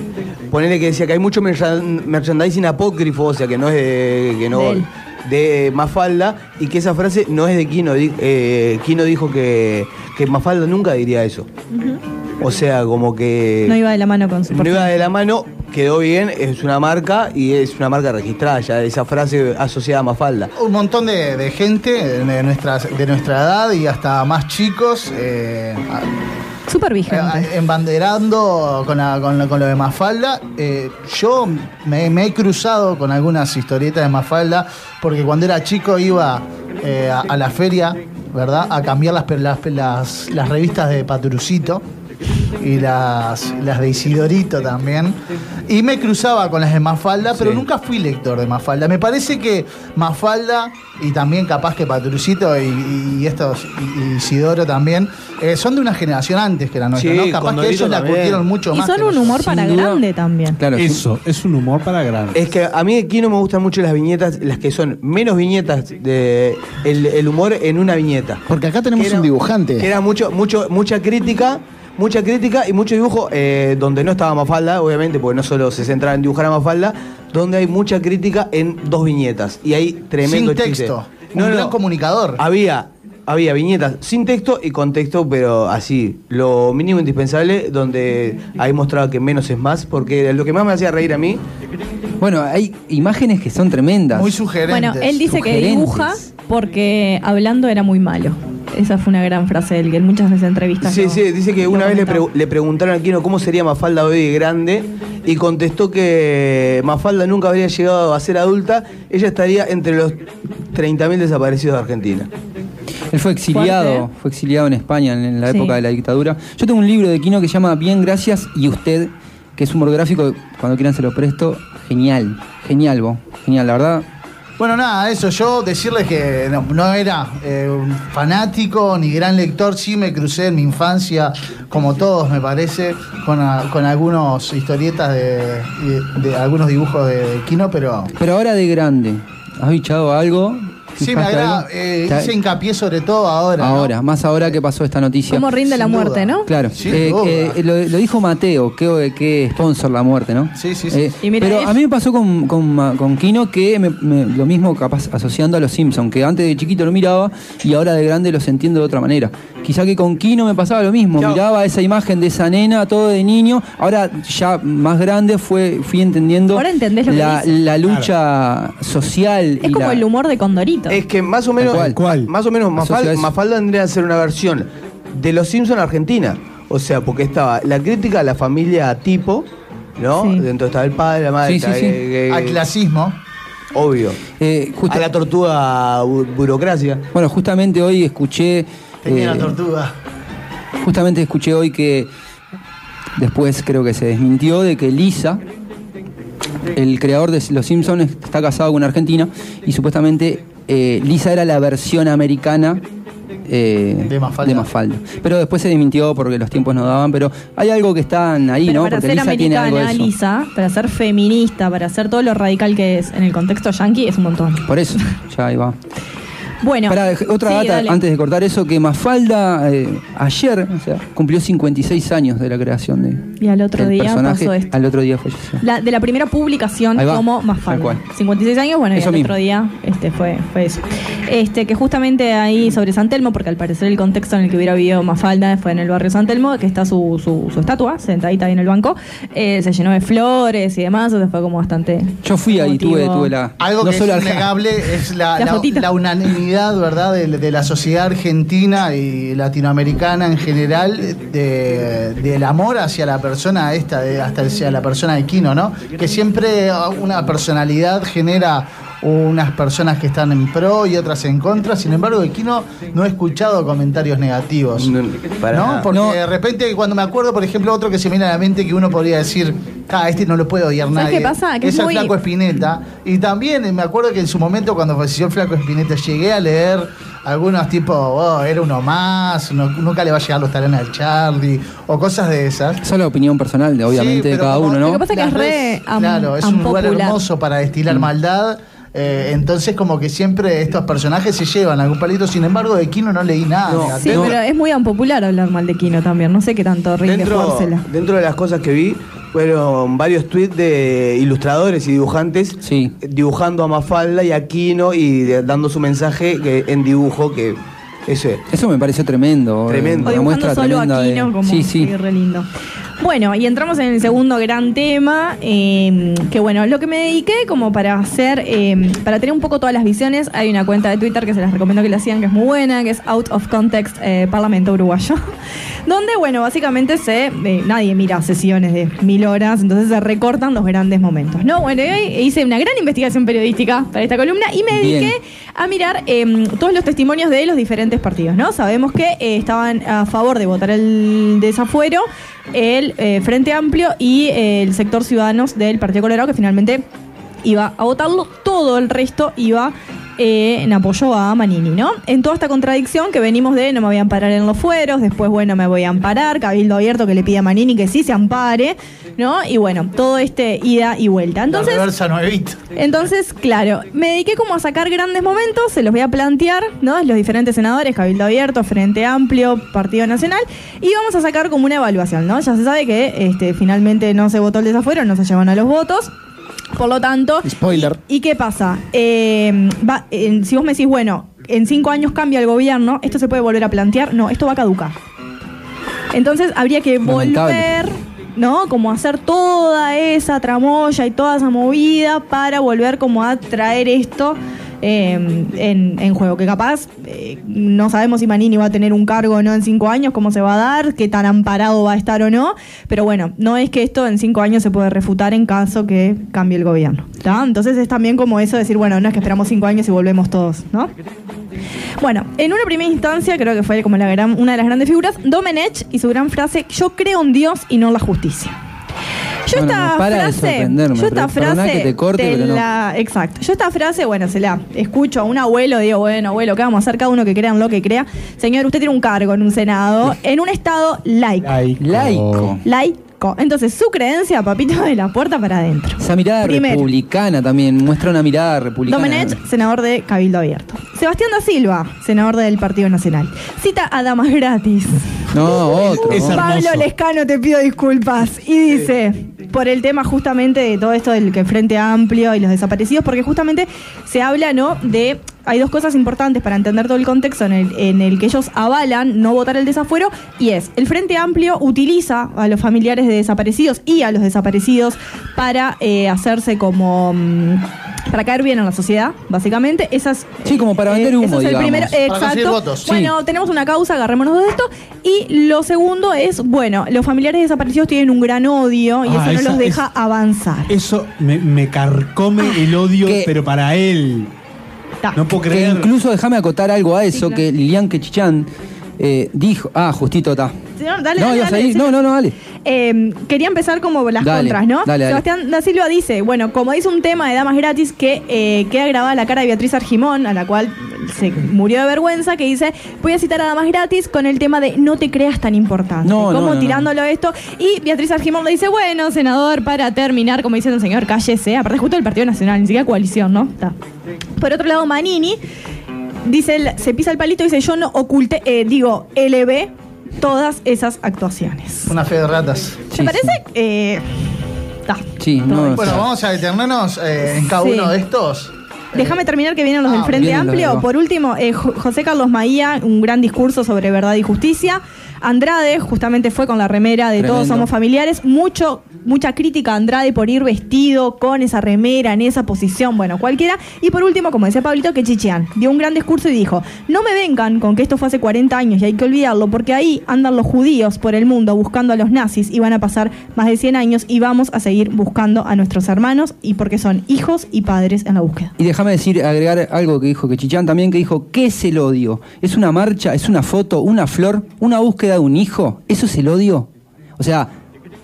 ponele que decía que hay mucho merchan- merchandising apócrifo, o sea que no es de, que no
De él.
de Mafalda y que esa frase no es de Kino, di- eh, Kino dijo que, que Mafalda nunca diría eso.
Ujú.
O sea, como que
Eh,
No iba de la mano con su
no iba de la mano, quedó bien, es una marca y es una marca registrada ya, esa frase asociada a Mafalda.
Un montón de, de gente de, nuestras, de nuestra edad y hasta más chicos. eh, a-
Súper vigente.
eh, embanderando con, la- con, lo- con lo de Mafalda. Eh, yo me, me he cruzado con algunas historietas de Mafalda porque cuando era chico iba eh, a, a la feria, ¿verdad? A cambiar las, pe- las, pe- las, las revistas de Patrucito y las, las de Isidorito también. Y me cruzaba con las de Mafalda, pero nunca fui lector de Mafalda. Me parece que Mafalda y también capaz que Patrucito y, y estos y- y Isidoro también eh, son de una generación antes que la nuestra,
Sí,
¿no? Capaz que
Condorito
ellos la
también.
curtieron mucho
Y
más.
son
que
un
nosotros.
humor para grande también.
Eso, es un humor para grandes. Es que a mí aquí no me gustan mucho las viñetas, las que son menos viñetas de el, el humor en una viñeta.
Porque acá tenemos
Que era-
un dibujante.
Que era mucho, mucho, mucha crítica, mucha crítica y mucho dibujo eh, donde no estaba Mafalda, obviamente, porque no solo se centraba en dibujar a Mafalda, donde hay mucha crítica en dos viñetas. Y hay tremendo
Sin
chiste.
texto. Un gran comunicador.
Había, había viñetas sin texto y con texto, pero así, lo mínimo indispensable, donde ahí mostraba que menos es más, porque lo que más me hacía reír a mí.
Bueno, hay imágenes que son tremendas.
Muy sugerentes.
Bueno, él dice que dibuja porque hablando era muy malo. Esa fue una gran frase de él, que en muchas de las entrevistas.
Sí,
lo-
sí, dice que
lo
una vez le,
comentaba.
pregu- le preguntaron a Kino cómo sería Mafalda hoy de grande y contestó que Mafalda nunca habría llegado a ser adulta, ella estaría entre los 30.000 desaparecidos de Argentina.
Él fue exiliado,
Fuerte.
fue exiliado en España en, en la
Sí.
época de la dictadura. Yo tengo un libro de Quino que se llama Bien, gracias y usted, que es humor gráfico, cuando quieran se lo presto. Genial, genial, vos. Genial, la verdad.
Bueno, nada, eso yo decirles que no, no era eh, un fanático ni gran lector, sí me crucé en mi infancia, como todos me parece, con, a- con algunos historietas de, de- de algunos dibujos de Kino, pero
Pero ahora de grande, ¿has bichado algo?
sí me
¿Fijaste
agrada,
algo?
eh,
Está-
hice hincapié sobre todo ahora. ¿no?
Ahora, más ahora que pasó esta noticia.
Cómo rinde la Sin muerte, duda. ¿no?
Claro.
Sin
Eh,
duda.
eh, lo, lo dijo Mateo, que, que sponsor la muerte, ¿no? Eh,
Sí, sí, sí.
Y mira,
pero
es-
a mí me pasó con, con, Ma- con Kino que me- me- lo mismo capaz asociando a los Simpsons, que antes de chiquito lo miraba y ahora de grande los entiendo de otra manera. Quizá que con Kino me pasaba lo mismo, miraba esa imagen de esa nena, todo de niño, ahora ya más grande fue, fui entendiendo
Ahora entendés lo que
la,
dice.
la lucha social.
Es
y
como
la-
el humor de Condorito.
Es que más o menos,
Tal cual.
Más o menos
Asocia
Mafal-
eso.
Mafalda tendría que ser una versión de Los Simpson Argentina. O sea, porque estaba la crítica a la familia tipo, ¿no? Dentro estaba el padre, la madre,
Sí, sí,
estaba-
sí.
eh, eh,
Al clasismo.
Obvio.
a
la tortuga bu- burocracia.
Bueno, justamente hoy escuché.
Tenía
eh,
la tortuga.
Justamente escuché hoy que después creo que se desmintió de que Lisa, el creador de Los Simpsons, está casado con una argentina y supuestamente eh, Lisa era la versión americana eh, de, Mafalda. Pero después se desmintió porque los tiempos no daban, pero hay algo que están ahí,
Pero
¿no?
para
Porque
ser
Lisa tiene algo de
americana,
eso.
Lisa, para ser feminista, para ser todo lo radical que es en el contexto yankee, es un montón.
Por eso, ya ahí va.
Bueno,
Pará, otra
sí,
data
dale.
antes de cortar eso, que Mafalda eh, ayer o sea, cumplió 56 años de la creación de,
Y al otro
del
día
personaje.
pasó esto.
Al otro día falleció.
La- de la primera publicación
Ahí va,
como
tal
Mafalda.
cual.
56 años, bueno, y
Eso
el
mismo.
otro día este, fue, fue eso. Este, que justamente ahí sobre San Telmo, porque al parecer el contexto en el que hubiera vivido Mafalda fue en el barrio San Telmo, que está su, su, su estatua, sentadita ahí en el banco, eh, se llenó de flores y demás, o sea, fue como bastante...
Yo fui ahí,
Emotivo.
tuve, tuve la.
Algo
no
que
solo
es
al-
innegable es la,
La
la-
fotito.
la unanimidad, ¿verdad?, de, de la sociedad argentina y latinoamericana en general, de- del amor hacia la persona esta, de- hasta hacia la persona de Kino, ¿no? Que siempre ah, una personalidad genera unas personas que están en pro y otras en contra. Sin embargo, de Kino no he escuchado comentarios negativos. No,
para nada.
Porque de repente, cuando me acuerdo, por ejemplo, otro que se me viene a la mente que uno podría decir, ah, este no lo puede odiar
¿Sabes
nadie.
qué pasa? Que
es
es muy-
el Flaco Espineta. Y también me acuerdo que en su momento, cuando falleció el Flaco Espineta, llegué a leer algunos tipo, oh, era uno más, no- nunca le va a llegar los talones al Charlie, o cosas de esas.
Esa es la opinión personal, de- obviamente, de
pero
cada
como-
uno, ¿no?
Lo que pasa es que
Las
es re
redes,
am-
Claro, es un lugar
unpopular.
hermoso para
Mm.
destilar maldad. Eh, entonces, como que siempre estos personajes se llevan algún palito. Sin embargo, de Kino no leí nada.
Ah,
Sí,
negativo.
pero es muy unpopular hablar mal de Kino también. No sé qué tanto rinde
Dentro,
jugársela.
dentro de las cosas que vi fueron varios tweets de ilustradores y dibujantes dibujando a Mafalda y a Kino y de- dando su mensaje que- en dibujo que eso es.
Eso me pareció tremendo. eh,
Tremendo.
O
Una
dibujando
muestra
solo
tremenda
a
de-
Kino, como
Sí, sí.
sí, re lindo. Bueno, y entramos en el segundo gran tema, eh, que bueno, lo que me dediqué como para hacer, eh, para tener un poco todas las visiones, hay una cuenta de Twitter que se las recomiendo que la sigan, que es muy buena, que es Out of Context eh, Parlamento Uruguayo, donde bueno, básicamente se, eh, nadie mira sesiones de mil horas, entonces se recortan los grandes momentos. No, bueno, y hoy hice una gran investigación periodística para esta columna y me
Bien.
dediqué a mirar eh, todos los testimonios de los diferentes partidos, ¿no? Sabemos que eh, estaban a favor de votar el desafuero el eh, Frente Amplio y eh, el sector Ciudadanos del Partido Colorado, que finalmente iba a votarlo, todo el resto iba eh, en apoyo a Manini, ¿no? En toda esta contradicción que venimos de no me voy a amparar en los fueros, después, bueno, me voy a amparar, Cabildo Abierto que le pide a Manini que sí se ampare, ¿no? Y bueno, todo este ida y vuelta. Entonces,
La reversa nuevita.
entonces, claro, me dediqué como a sacar grandes momentos, se los voy a plantear, ¿no? Los diferentes senadores, Cabildo Abierto, Frente Amplio, Partido Nacional, y vamos a sacar como una evaluación, ¿no? Ya se sabe que este, finalmente no se votó el desafuero, no se llevan a los votos. Por lo tanto. Spoiler. ¿Y, y qué pasa? Eh, va- en- si vos me decís, bueno, en cinco años cambia el gobierno, ¿esto se puede volver a plantear? No, esto va a caducar. Entonces habría que
Lamentable.
volver, ¿no? Como hacer toda esa tramoya y toda esa movida para volver como a traer esto eh, en, en juego. Que capaz eh, no sabemos si Manini va a tener un cargo o no en cinco años, cómo se va a dar, qué tan amparado va a estar o no. Pero bueno, no es que esto en cinco años se puede refutar en caso que cambie el gobierno. ¿tá? Entonces es también como eso de decir, bueno, no es que esperamos cinco años y volvemos todos, ¿no? Bueno, en una primera instancia, creo que fue como la gran- una de las grandes figuras, Domenech y su gran frase, yo creo en Dios y no en la justicia. Yo
Bueno,
esta
no para de
frase,
sorprenderme,
yo esta
pero- perdoná
frase
que te corte,
te
pero no.
la- exacto. Yo esta frase, bueno, se la escucho a un abuelo, digo, bueno, abuelo, ¿qué vamos a hacer? Cada uno que crea en lo que crea. Señor, usted tiene un cargo en un senado, en un estado laico.
Laico.
Laico. Entonces, su creencia, papito, de la puerta para adentro.
Esa mirada
Primero.
republicana también, muestra una mirada republicana.
Domenech, senador de Cabildo Abierto. Sebastián da Silva, senador del Partido Nacional. Cita a damas gratis.
No, otro.
Pablo Lescano, te pido disculpas. Y dice, por el tema justamente de todo esto del que Frente Amplio y los desaparecidos, porque justamente se habla, ¿no? De. Hay dos cosas importantes para entender todo el contexto en el, en el que ellos avalan no votar el desafuero, y es: el Frente Amplio utiliza a los familiares de desaparecidos y a los desaparecidos para eh, hacerse como. mm, para caer bien en la sociedad, básicamente. Esas, sí, como
para vender humo,
eso es el
digamos.
primero,
Para
exacto.
conseguir votos. Sí.
Bueno, tenemos una causa, agarrémonos de esto. Y lo segundo es, bueno, los familiares desaparecidos tienen un gran odio y
Ah,
eso no
esa
los deja
Eh,
avanzar.
Eso me, me carcome el odio, pero para él. No puedo
Ah, Que
creer.
incluso déjame acotar algo a eso,
claro.
que Lilian Quechichán eh, dijo. Ah, justito está.
Señor, dale,
no,
dale,
ibas
dale,
ahí.
sí.
No, no, no, dale.
Eh, quería empezar como las
Dale,
contras, ¿no?
dale, dale.
Sebastián da Silva dice, bueno, como dice un tema de Damas Gratis que eh, queda grabada la cara de Beatriz Argimón, a la cual se murió de vergüenza, que dice, voy a citar a Damas Gratis con el tema de no te creas tan importante.
No, no,
como
no, no.
tirándolo a esto. Y Beatriz Argimón le dice, bueno, senador, para terminar, como diciendo, señor, cállese. Aparte, justo el Partido Nacional, ni siquiera coalición, ¿no? Está. Por otro lado, Manini dice, el- se pisa el palito y dice, yo no oculté, eh, digo, elevé todas esas actuaciones.
Una fe de ratas.
Me parece eh, ta.
Sí, no,
bueno, vamos a detenernos eh, en cada
Sí.
uno de estos.
Déjame terminar que vienen los del Frente
vienen los de
Amplio.
acá.
Por último, eh, Jo- José Carlos Maía, un gran discurso sobre verdad y justicia. Andrade justamente fue con la remera de
Tremendo.
Todos Somos Familiares. Mucho, mucha crítica a Andrade por ir vestido con esa remera, en esa posición, bueno, cualquiera. Y por último, como decía Pablito, que Chichián dio un gran discurso y dijo: No me vengan con que esto fue hace 40 años y hay que olvidarlo, porque ahí andan los judíos por el mundo buscando a los nazis y van a pasar más de 100 años y vamos a seguir buscando a nuestros hermanos y porque son hijos y padres en la búsqueda.
Y déjame decir, agregar algo que dijo que Chichán también, que dijo, ¿qué es el odio? ¿Es una marcha? ¿Es una foto? ¿Una flor? ¿Una búsqueda de un hijo? ¿Eso es el odio? O sea,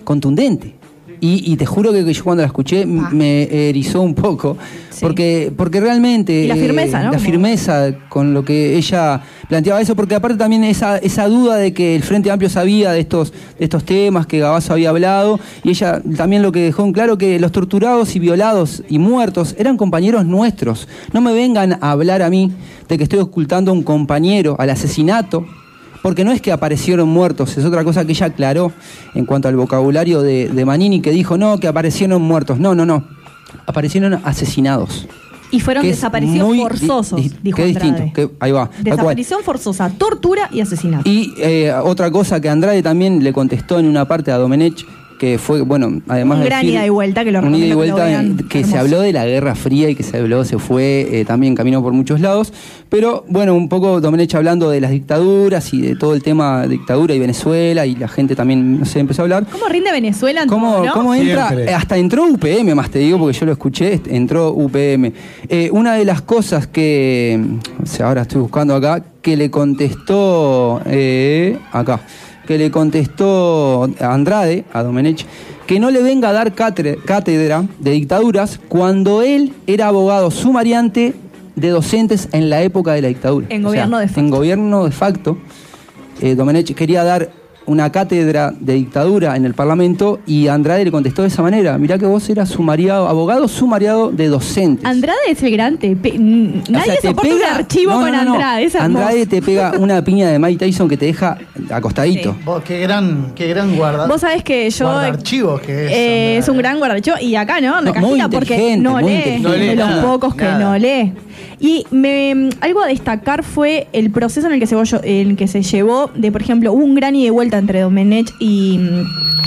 contundente. Y, y te juro que yo cuando la escuché
Ah.
m- me erizó un poco, porque, porque realmente... eh,
Y la firmeza, ¿no?
La
Como-
firmeza con lo que ella planteaba eso, porque aparte también esa, esa duda de que el Frente Amplio sabía de estos, de estos temas, que Gabazo había hablado, y ella también lo que dejó en claro que los torturados y violados y muertos eran compañeros nuestros. No me vengan a hablar a mí de que estoy ocultando a un compañero, al asesinato, porque no es que aparecieron muertos, es otra cosa que ella aclaró en cuanto al vocabulario de, de Manini, que dijo, no, que aparecieron muertos. No, no, no. Aparecieron asesinados.
Y fueron
Que es
desaparecidos
muy di-
forzosos,
di-
dijo
Qué
Andrade.
distinto, que- ahí va. tal cual.
Desaparición forzosa, tortura y asesinato.
Y eh, otra cosa que Andrade también le contestó en una parte a Domenech, que fue, bueno, además
un
de
gran
decir-
ida y vuelta que lo
un ida y
recomiendo
vuelta
que lo
en-
vean.
que se
Hermoso.
habló de la Guerra Fría y que se habló, se fue, eh, también caminó por muchos lados. Pero bueno, un poco Domenech hablando de las dictaduras y de todo el tema de dictadura y Venezuela y la gente también, no sé, empezó a hablar.
¿Cómo rinde Venezuela? en todo,
¿Cómo,
no?
cómo entra? Eh, Hasta entró UPM, más te digo, porque yo lo escuché, est- entró UPM. Eh, una de las cosas que, o sea, ahora estoy buscando acá, que le contestó, eh, acá, que le contestó a Andrade, a Domenech, que no le venga a dar catre- cátedra de dictaduras cuando él era abogado sumariante de docentes en la época de la dictadura.
En gobierno de facto.
En gobierno de facto eh, Domenech quería dar una cátedra de dictadura en el Parlamento y Andrade le contestó de esa manera, mirá que vos eras sumariado, abogado sumariado de docente.
Andrade es el gran te pe- n-
O
Nadie
sea, te
soporta
pega-
un archivo
No, no,
con
no, no.
Andrade. Es hermoso.
Andrade te pega una piña de Mike Tyson que te deja acostadito.
Vos, qué gran, qué gran guarda.
Vos sabés que yo-
archivos que es.
Eh, es un gran guardacho y acá no, en la
No, muy
cajita, porque
inteligente,
no
muy
lee,
inteligente. No lee
de los
nada,
pocos que
nada.
no lee. Y me, algo a destacar fue el proceso en el que se, vollo- en el que se llevó, de por ejemplo, hubo un gran ida y vuelta entre Domenech y,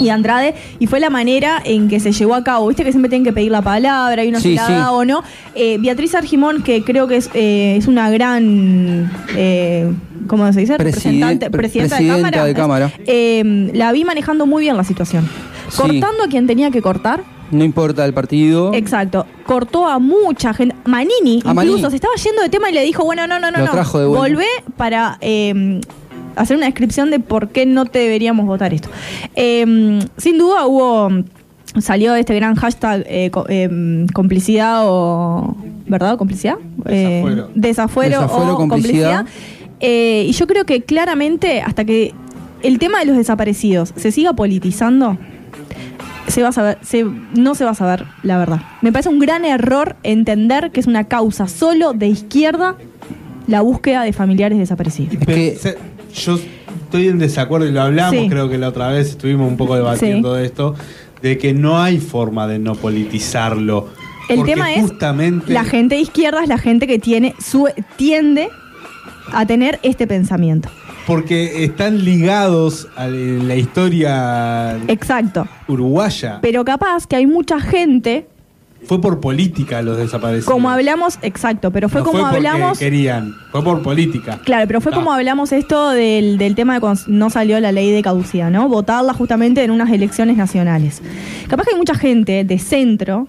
y Andrade, y fue la manera en que se llevó a cabo. Viste que siempre tienen que pedir la palabra y uno
Sí,
se la
sí.
da o no. Eh, Beatriz Argimón, que creo que es, eh, es una gran, eh, ¿cómo se dice? Representante,
Preside-
presidenta,
presidenta
de
de
Cámara.
Cámara.
Eh, la vi manejando muy bien la situación.
Sí.
Cortando a quien tenía que cortar.
No importa el partido.
Exacto. Cortó a mucha gente. Manini,
A
incluso,
Manini.
se estaba yendo de tema y le dijo, bueno, no, no, no,
Lo
no.
trajo de vuelta.
Volvé para eh, hacer una descripción de por qué no te deberíamos votar esto. Eh, sin duda hubo. Salió este gran hashtag eh, co- eh, complicidad o. ¿Verdad? ¿O ¿Complicidad? Eh,
Desafuero.
desafuero.
Desafuero,
o
complicidad.
complicidad. Eh, y yo creo que claramente, hasta que el tema de los desaparecidos se siga politizando, se va a saber, se- no se va a saber la verdad. Me parece un gran error entender que es una causa solo de izquierda la búsqueda de familiares desaparecidos.
Se- yo estoy en desacuerdo y lo hablamos,
Sí.
creo que la otra vez estuvimos un poco debatiendo de esto, de que no hay forma de no politizarlo.
El
Porque
tema es
justamente
La gente de izquierda es la gente que tiene su, tiende a tener este pensamiento.
porque están ligados a la historia
Exacto.
uruguaya.
Pero capaz que hay mucha gente,
Fue por política los desaparecidos.
como hablamos, exacto, pero fue
No
como
fue porque
hablamos
querían, fue por política.
Claro, pero fue
Ta.
como hablamos esto del, del tema de cuando no salió la ley de caducidad, ¿no? Votarla justamente en unas elecciones nacionales. Capaz que hay mucha gente de centro,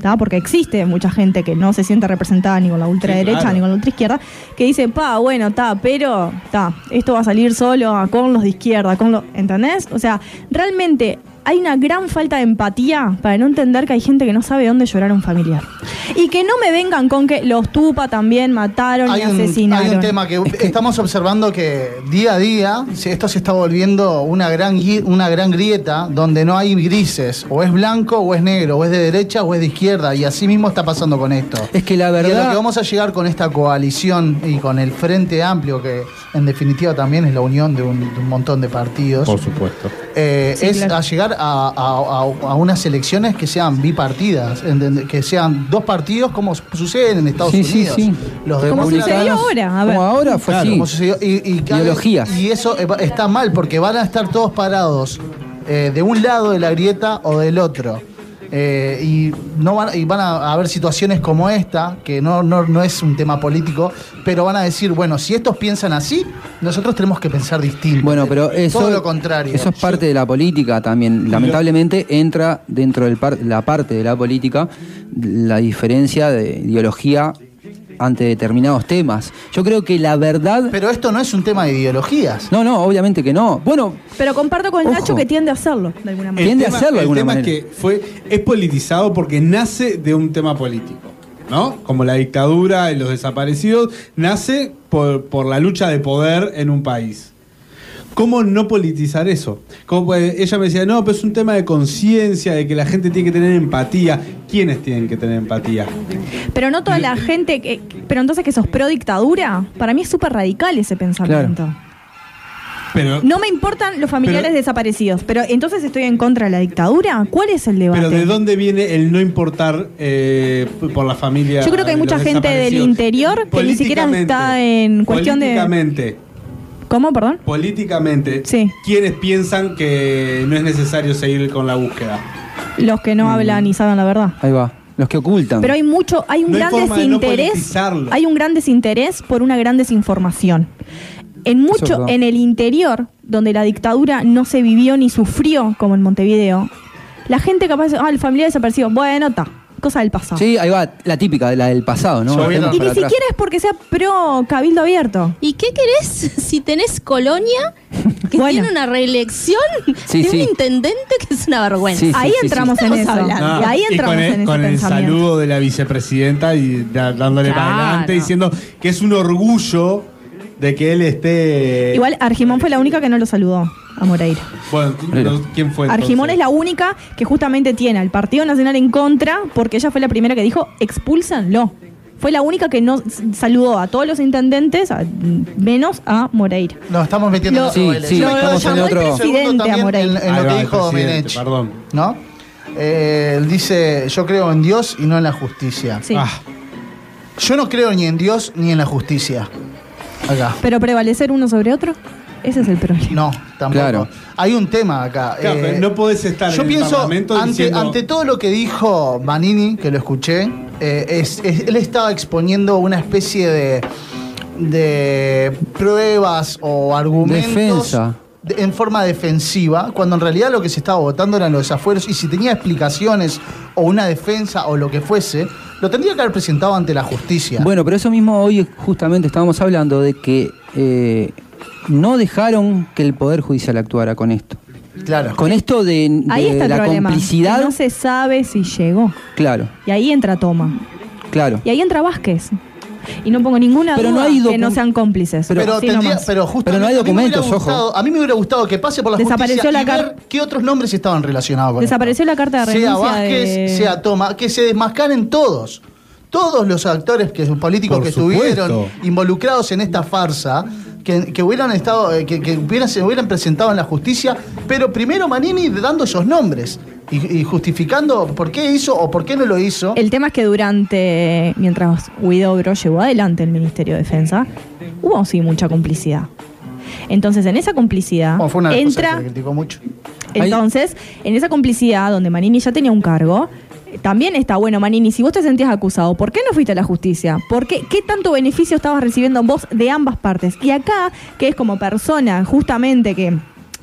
¿tá? porque existe mucha gente que no se siente representada ni con la ultraderecha
claro.
ni con la ultraizquierda, que dice, pa, bueno, está, pero está, esto va a salir solo ah, con los de izquierda, con los. ¿Entendés? O sea, realmente. Hay una gran falta de empatía para no entender que hay gente que no sabe dónde llorar a un familiar. Y que no me vengan con que los Tupa también mataron y
Hay un,
asesinaron.
hay un tema que, estamos observando que día a día se- esto se está volviendo una gran, gui- una gran grieta donde no hay grises, o es blanco o es negro, o es de derecha o es de izquierda, y así mismo está pasando con esto.
Es que la
Y a lo
verdad...
que vamos a llegar con esta coalición y con el Frente Amplio, que en definitiva también es la unión de un, de un montón de partidos,
supuesto.
eh,
Sí,
es
claro.
a llegar llegar a, a- a- a unas elecciones que sean bipartidas, ¿entendés? que sean dos partidos como sucede en Estados
Sí, sí,
Unidos.
sí.
Los
Como
demócratas-
sucedió ahora, a ver. Como ahora fue así.
como sucedió. Y, y cada vez-
Ideologías.
Y eso eh, va- está mal porque van a estar todos parados eh, de un lado de la grieta o del otro. Eh, y no van, y van a haber situaciones como esta, que no, no, no es un tema político, pero van a decir, bueno, si estos piensan así, nosotros tenemos que pensar distinto.
Bueno, pero eso,
Todo lo contrario.
Eso es parte de la política también. Lamentablemente entra dentro de la parte de la política la diferencia de ideología ante determinados temas. Yo creo que la verdad...
Pero esto no es un tema de ideologías.
No, no, obviamente que no. Bueno,
Pero comparto con
Ojo.
Nacho que tiende a hacerlo, de alguna manera.
tema- el tema es que fue, es politizado porque nace de un tema político, ¿no? Como la dictadura y los desaparecidos, nace por, por la lucha de poder en un país. ¿Cómo no politizar eso? Como, pues, ella me decía, no, pero es un tema de conciencia, de que la gente tiene que tener empatía. ¿Quiénes tienen que tener empatía?
Pero no toda la gente. que- pero entonces que sos pro dictadura, para mí es súper radical ese pensamiento.
Pero,
No me importan los familiares
Pero-
desaparecidos, pero entonces estoy en contra de la dictadura. ¿Cuál es el debate?
pero ¿de dónde viene el no importar eh, por la familia?
Yo creo que hay
de
mucha
los
gente del
desaparecidos?
interior que ni siquiera está en cuestión de.
Políticamente.
¿Cómo, perdón?
políticamente, quienes piensan que no es necesario seguir con la búsqueda.
Los que no hablan y saben la verdad.
Ahí va. Los que ocultan.
Pero hay mucho, hay un
No hay
gran
forma de no
desinterés.
politizarlo.
hay un gran desinterés por una gran desinformación. En
es
mucho,
verdad.
en el interior, donde la dictadura no se vivió ni sufrió, como en Montevideo, la gente capaz dice, ah, el familiar desaparecido, bueno, está, cosa del pasado.
Sí, ahí va la típica, la del pasado, ¿no?
y ni
Para atrás.
siquiera es porque sea pro cabildo abierto.
¿Y qué querés si tenés colonia que tiene una reelección
Sí,
de
sí.
un intendente que es una vergüenza?
Sí, sí,
ahí
sí, sí.
entramos en eso.
Estamos hablando. Y ahí entramos
Ah, con el,
en ese
con el
pensamiento.
saludo de la vicepresidenta y da- dándole para
Claro.
adelante, diciendo que es un orgullo de que él
Eh,
esté.
Igual Argimón fue la única que no lo saludó a Moreira.
Bueno, no- ¿quién fue? entonces?
Argimón es la única que justamente tiene al Partido Nacional en contra porque ella fue la primera que dijo expúlsanlo. Fue la única que no s- saludó a todos los intendentes, a- menos a Moreira.
Nos estamos metiendo
Lo-
en otro baile.
sí,
Yo-
estamos en
llamó
otro-
el presidente a Moreira. En, en
Ahí
lo
va,
que
el
dijo
presidente,
Menech.
perdón.
¿No? Eh, él dice, yo creo en Dios y no en la justicia.
Sí. Ah.
Yo no creo ni en Dios ni en la justicia. Acá.
Pero prevalecer uno sobre otro, ese es el problema.
No, tampoco.
Claro.
Hay un tema acá.
Claro,
eh,
pero no podés estar en
Yo
el
pienso,
Parlamento
ante,
diciendo-
ante todo lo que dijo Manini, que lo escuché, eh, es- es- él estaba exponiendo una especie de, de pruebas o argumentos.
Defensa.
de- en forma defensiva, cuando en realidad lo que se estaba votando eran los afueros, y si tenía explicaciones o una defensa o lo que fuese, lo tendría que haber presentado ante la justicia.
Bueno, pero eso mismo hoy justamente estábamos hablando de que eh, no dejaron que el Poder Judicial actuara con esto.
Claro.
Con esto de,
Ahí
de
está el
Eh, la
problema.
complicidad.
que No se sabe si llegó.
Claro,
Y ahí entra Toma.
claro.
Y ahí entra Vázquez. Y no pongo ninguna
Pero no
duda
hay docu-
que no sean cómplices.
Pero,
Así
tendría-
nomás.
pero justo
Pero no hay
a mí me hubiera
documentos, ojo.
gustado- A mí me hubiera gustado que pase por la
Desapareció
justicia
la
y
car-
ver qué otros nombres estaban relacionados con
Desapareció la carta de
esto. Sea
renuncia
Vázquez,
de-
sea Toma, que se desmascaren todos. Todos los actores que, políticos
Por
que
supuesto.
estuvieron involucrados en esta farsa, que, que hubieran estado, eh, que, que hubieran, se hubieran presentado en la justicia, pero primero Manini dando esos nombres y, y justificando por qué hizo o por qué no lo hizo.
El tema es que durante, mientras Huidobro llevó adelante el Ministerio de Defensa, hubo sí mucha complicidad. Entonces, en esa complicidad
Bueno, fue una de las cosas que
entra,
se criticó mucho.
entonces, en esa complicidad donde Manini ya tenía un cargo, eh, también está, bueno, Manini, si vos te sentías acusado, ¿por qué no fuiste a la justicia? ¿Por qué, ¿Qué tanto beneficio estabas recibiendo vos de ambas partes? Y acá, que es como persona, justamente que...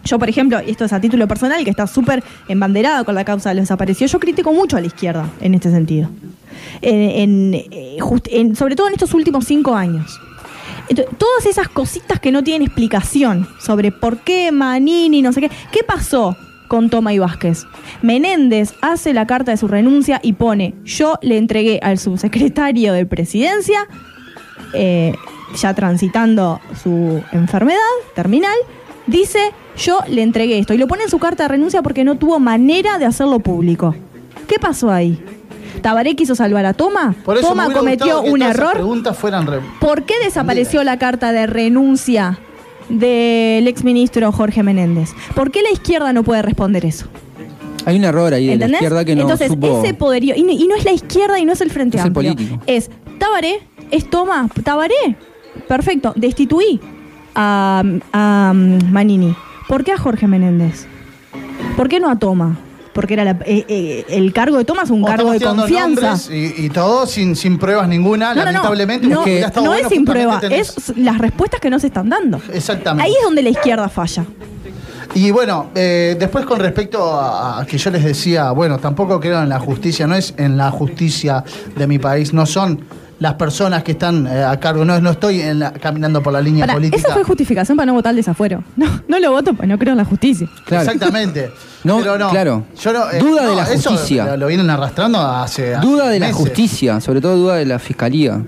Yo, por ejemplo, y esto es a título personal, que está súper embanderado con la causa de los desaparecidos, yo critico mucho a la izquierda en este sentido en- en, eh, just- en- sobre todo en estos últimos cinco años. Ento- todas esas cositas que no tienen explicación sobre por qué Manini, no sé qué, ¿qué pasó? con Toma y Vázquez. Menéndez hace la carta de su renuncia y pone, yo le entregué al subsecretario de presidencia, eh, ya transitando su enfermedad terminal, dice, yo le entregué esto. Y lo pone en su carta de renuncia porque no tuvo manera de hacerlo público. ¿Qué pasó ahí? Tabaré quiso salvar a Toma.
Por eso me
Toma
hubiera
cometió
gustado que
un
todas esas
error.
preguntas fueran re-
¿Por qué desapareció la carta de renuncia del exministro Jorge Menéndez? ¿Por qué la izquierda no puede responder eso?
Hay un error ahí de la
¿Entendés?
izquierda que no
Entonces,
supo.
ese poderío, y no, y no es la izquierda y no es el Frente
Es el
Amplio.
político.
Es Tabaré, es Tomás, Tabaré. Perfecto, destituí a, a Manini. ¿Por qué a Jorge Menéndez? ¿Por qué no a Toma? Porque era la- eh, eh, el cargo de Toma es un
Vos
cargo de
estás tirando
confianza.
nombres Y, y todo sin, sin pruebas ninguna,
No, no, no.
lamentablemente.
No,
porque hubiera
no
estado bueno,
es sin
justamente
prueba,
tenés-
es las respuestas que no se están dando.
Exactamente.
Ahí es donde la izquierda falla.
Y bueno, eh, después con respecto a, a que yo les decía, bueno, tampoco creo en la justicia, no es en la justicia de mi país, no son las personas que están eh, a cargo, no, no estoy en la- caminando por la línea
Pará,
política.
esa fue justificación para no votar desafuero. No, no lo voto, pues no creo en la justicia.
Exactamente.
No,
Pero no,
claro.
yo no, eh,
duda
no,
de la
eso
justicia.
lo- lo vienen arrastrando hace. hace
duda de la
meses.
justicia, sobre todo duda de la fiscalía.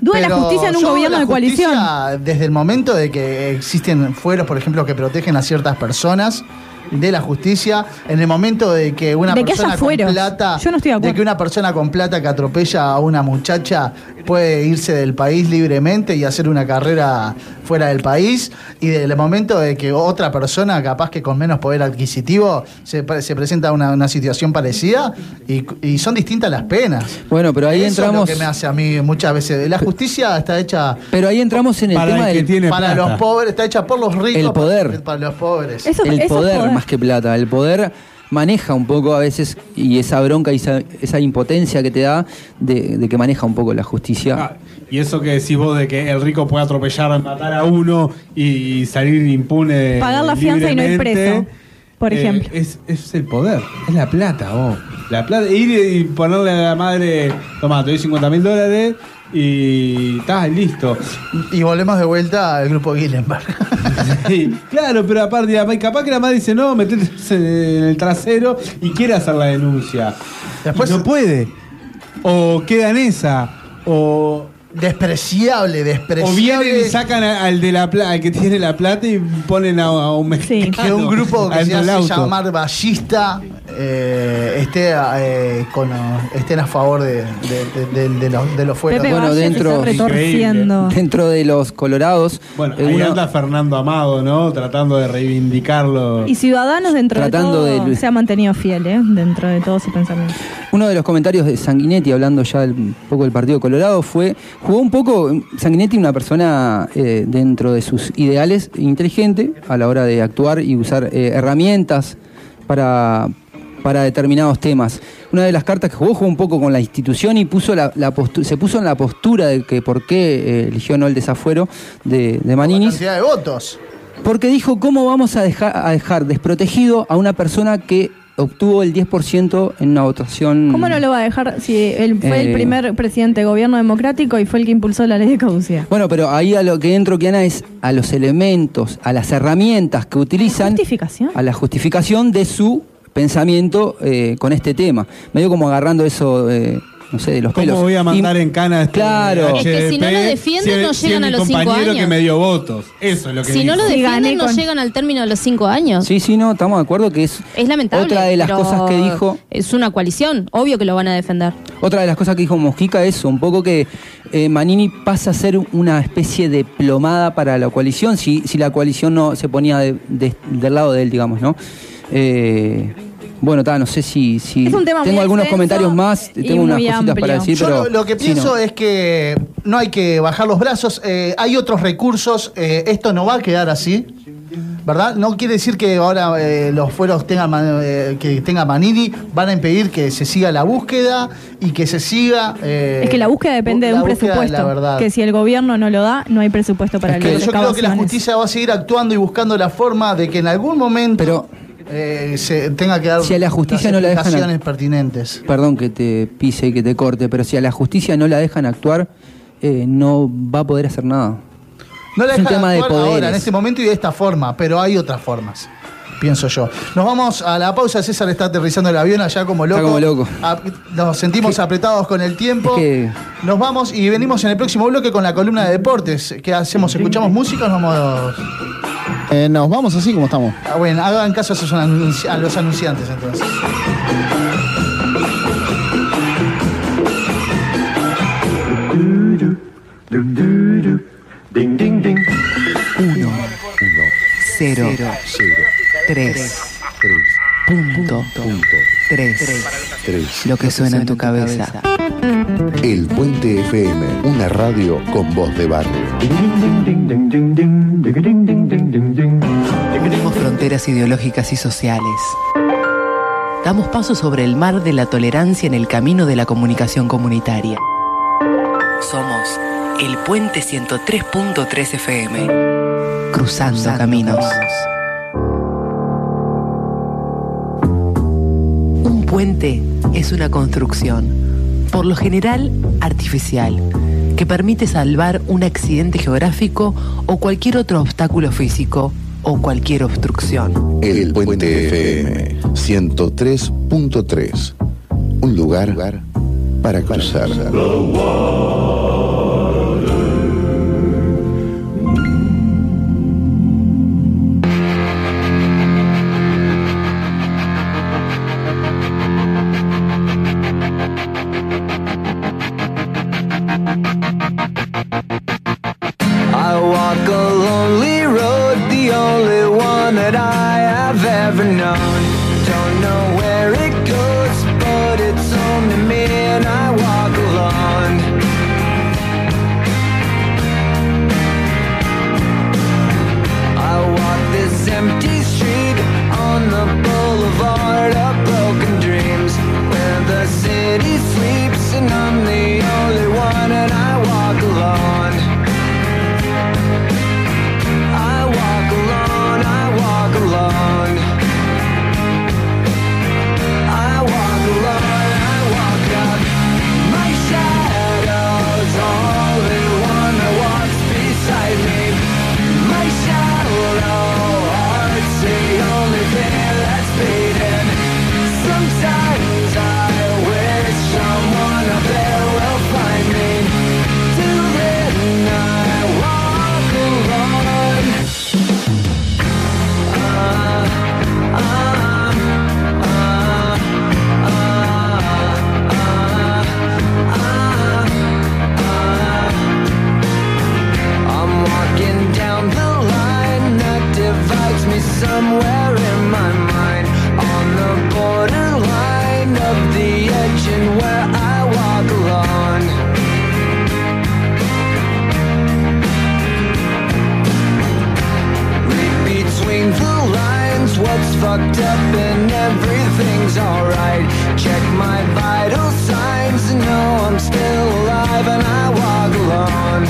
Duda de la
Pero
justicia en un
yo
gobierno
la
de coalición.
justicia, Desde el momento de que existen fueros, por ejemplo, que protegen a ciertas personas de la justicia, en el momento de que una
De que
persona
haya
con
fueros.
plata,
Yo no estoy de acuerdo.
que una persona con plata que atropella a una muchacha puede irse del país libremente y hacer una carrera fuera del país, y desde el momento de que otra persona, capaz que con menos poder adquisitivo, se, pre- se presenta una, una situación parecida, y, y son distintas las penas.
Bueno, pero ahí
Eso
entramos-
Es lo que me hace a mí muchas veces. La justicia está hecha
Pero ahí entramos en el
para
tema
el que
del
tiene para los pobres, está hecha por los ricos.
El poder.
Para, para los pobres.
el poder, más que plata. El poder maneja un poco a veces y esa bronca y esa, esa impotencia que te da de, de que maneja un poco la justicia.
Ah,
Y eso que decís vos de que el rico puede atropellar, matar a uno y salir impune.
Pagar la fianza y no ir
libremente,
preso, por
Eh,
ejemplo.
Eh, Es, es el poder, es la plata, vos. La plata, ir y ponerle a la madre, toma, te doy 50 mil dólares y estás listo.
Y volvemos de vuelta al grupo Gillenberg.
claro, pero aparte, la- capaz que la madre dice, no, metete en el trasero y quiere hacer la denuncia. Después no puede. O queda en esa. O
despreciable,
O
despreciable.
vienen y sacan a- al de la pla- al que tiene la plata y ponen a, a un mexicano.
que un grupo que se
adentro del
hace
auto.
llamar ballista eh, esté, eh, con, eh, estén a favor de, de- de- de- de los, de los fueros.
bueno, dentro, dentro de los colorados,
Bueno,
eh,
ahí
uno-
anda Fernando Amado, ¿no? Tratando de reivindicarlo.
Y Ciudadanos dentro
Tratando
de todo
de-
se ha mantenido fiel, ¿eh? dentro de todo su pensamiento.
Uno de los comentarios de Sanguinetti, hablando ya del- un poco del Partido Colorado, fue, jugó un poco, eh, Sanguinetti una persona eh, dentro de sus ideales, inteligente a la hora de actuar y usar eh, herramientas para, para determinados temas. Una de las cartas que jugó, jugó un poco con la institución y puso la, la postu- se puso en la postura de que por qué eh, eligió no el desafuero de, de Manini.
Cantidad de votos.
Porque dijo, ¿cómo vamos a dejar, a dejar desprotegido a una persona que obtuvo el 10% en una votación?
¿Cómo no lo va a dejar si él fue
Eh.
el primer presidente de gobierno democrático y fue el que impulsó la ley de caducidad?
Bueno, pero ahí a lo que entro, Kiana, es a los elementos, a las herramientas que utilizan,
Justificación.
a la justificación de su pensamiento eh, con este tema. Medio como agarrando eso, eh, no sé, de los
¿Cómo
pelos.
voy a mandar en cana a este
Claro.
Es que si no lo
HDP,
defienden,
si-
no
si
llegan
es
a
mi
los cinco
compañero
años.
que me dio votos. Eso es lo que
Si no
dice.
lo defienden,
gané
no
con-
llegan al término de los cinco años.
Sí, sí, no, estamos de acuerdo que es
Es lamentable.
Otra de las
pero
cosas que dijo-
Es una coalición, obvio que lo van a defender.
Otra de las cosas que dijo Mosquica es un poco que eh, Manini pasa a ser una especie de plomada para la coalición, si, si la coalición no se ponía de- de- del lado de él, digamos, ¿no? Eh, bueno, ta, no sé si, si
Es un tema muy
tengo algunos
extenso
comentarios más,
y
tengo unas
muy
cositas para
amplio.
decir,
Yo
pero
lo, lo que
sí, no.
pienso es que no hay que bajar los brazos, eh, hay otros recursos, eh, esto no va a quedar así. ¿Verdad? No quiere decir que ahora eh, los fueros tengan, man- eh, que tenga Manini van a impedir que se siga la búsqueda y que se siga. eh,
es que la búsqueda depende de
la
un
búsqueda de
presupuesto.
la verdad.
Que si el gobierno no lo da, no hay presupuesto para
Pero
las
yo creo que la
excavaciones.
justicia va a seguir actuando y buscando la forma de que en algún momento eh, se tenga que dar
Si a la justicia
las
no la dejan-
explicaciones pertinentes.
Perdón que te pise y que te corte, pero si a la justicia no la dejan actuar, eh, no va a poder hacer nada.
No la
Es un
dejan
tema de
actuar ahora,
poderes.
en este momento y de esta forma, pero hay otras formas, pienso yo. Nos vamos a la pausa, César está aterrizando el avión allá como loco.
Está como loco.
A- nos sentimos apretados con el tiempo.
Es que-
Nos vamos y venimos en el próximo bloque con la columna de deportes. ¿Qué hacemos? ¿Escuchamos música o nos vamos?
Eh, nos vamos así como estamos.
Ah, bueno, hagan caso a, esos anunci- a los anunciantes entonces.
Ding, ding, ding.
Uno. Cero.
Cero.
Tres.
Tres.
Punto. Tres.
Tres.
Lo que suena en tu cabeza.
El Puente FM, una radio con voz de barrio.
Unimos fronteras ideológicas y sociales. Damos paso sobre el mar de la tolerancia en el camino de la comunicación comunitaria. Somos el Puente 103.3 FM. Cruzando, caminos. Un puente es una construcción, por lo general artificial, que permite salvar un accidente geográfico o cualquier otro obstáculo físico o cualquier obstrucción.
El Puente FM 103.3. Un lugar para cruzar.
I walk a lonely road, the only one that I have ever known. Don't know where it goes, but it's only me and I walk alone. I walk this empty street on the boulevard of broken dreams, where the city sleeps and I'm the only one and I walk alone. I walk alone, I walk alone. I walk alone, I walk up. My shadow's only one that walks beside me. My shadow heart's the only thing that's beating. Sometimes I wish someone up there will find me. Till then I walk alone. Ah, I'm walking down the line that divides me somewhere in my mind. On the borderline of the edge and where I walk alone. Read between the lines what's fucked up and everything's alright. Check my vital signs and know I'm still alive and I walk alone.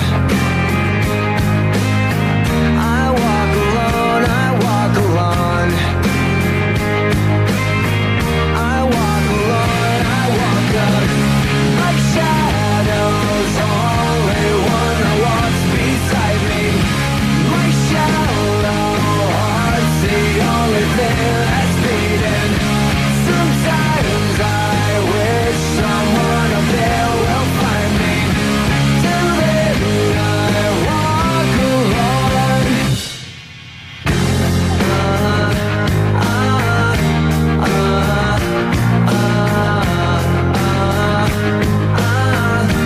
I walk alone, I walk alone. I walk alone, I walk up. My shadow's only one that walks beside me. My shallow heart's the only thing that's beating. Sometimes I wish someone up there will find me. Till then I walk alone.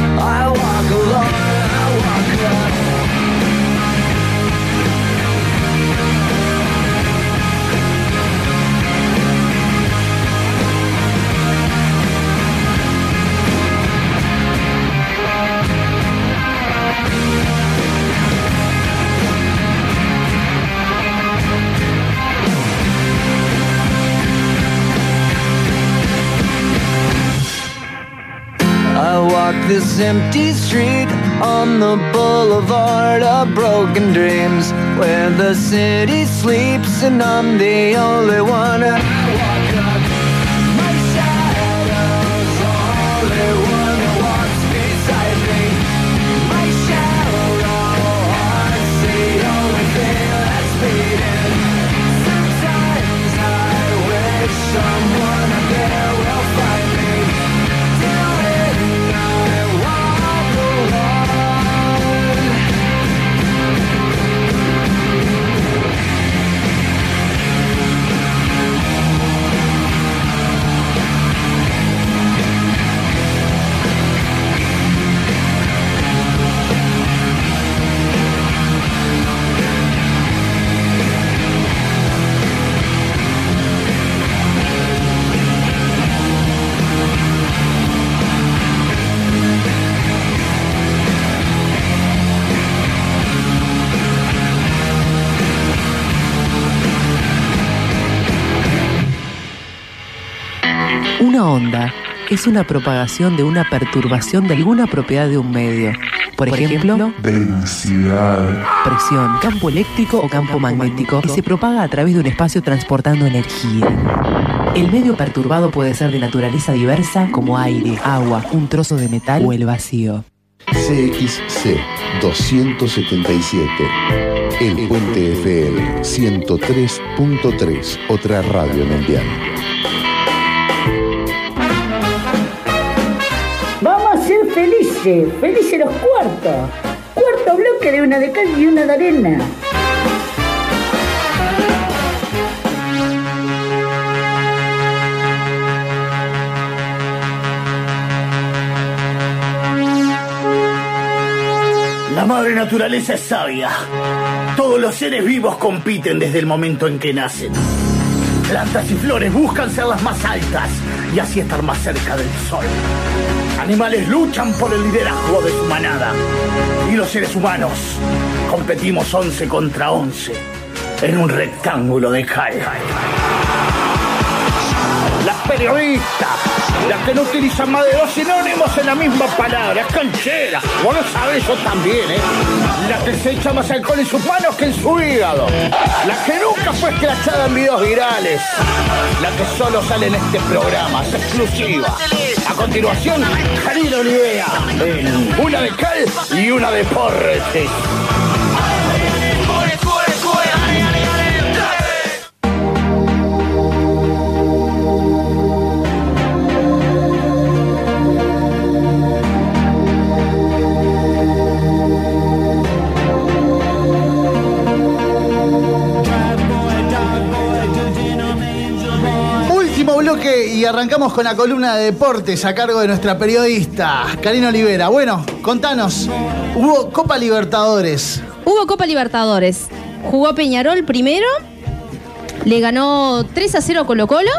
I walk alone, I walk alone. I walk this empty street on the boulevard of broken dreams where the city sleeps and I'm the only one. I walk up. My shadow's only one that walks beside me. My shallow heart's the only thing that's beating. Sometimes I wish someone up there will find me. Till then I walk alone. I
Una onda es una propagación de una perturbación de alguna propiedad de un medio. Por, ejemplo,
densidad,
presión, campo eléctrico o campo magnético que se propaga a través de un espacio transportando energía. El medio perturbado puede ser de naturaleza diversa como aire, agua, un trozo de metal o el vacío.
CXC 277. El Puente FM 103.3, otra radio mundial.
Vamos a ser felices, felices los cuartos. Cuarto bloque de una de cal y una de arena.
La madre naturaleza es sabia. Todos los seres vivos compiten desde el momento en que nacen. Plantas y flores buscan ser las más altas y así estar más cerca del sol. Animales luchan por el liderazgo de su manada. Y los seres humanos competimos 11 contra 11 en un rectángulo de cal. Las periodistas, las que no utilizan más de dos sinónimos en la misma palabra, canchera, vos lo sabés yo también, ¿eh? Las que se echa más alcohol en sus manos que en su hígado, las que nunca fue escrachada en videos virales, las que solo sale en este programa, es exclusiva. A continuación, Janine Olivea, en una de cal y una de porretes.
Último bloque y arrancamos con la columna de deportes a cargo de nuestra periodista, Karina Olivera. Bueno, contanos, hubo Copa Libertadores.
Hubo Copa Libertadores. Jugó Peñarol primero. Le ganó 3 a 0 Colo Colo.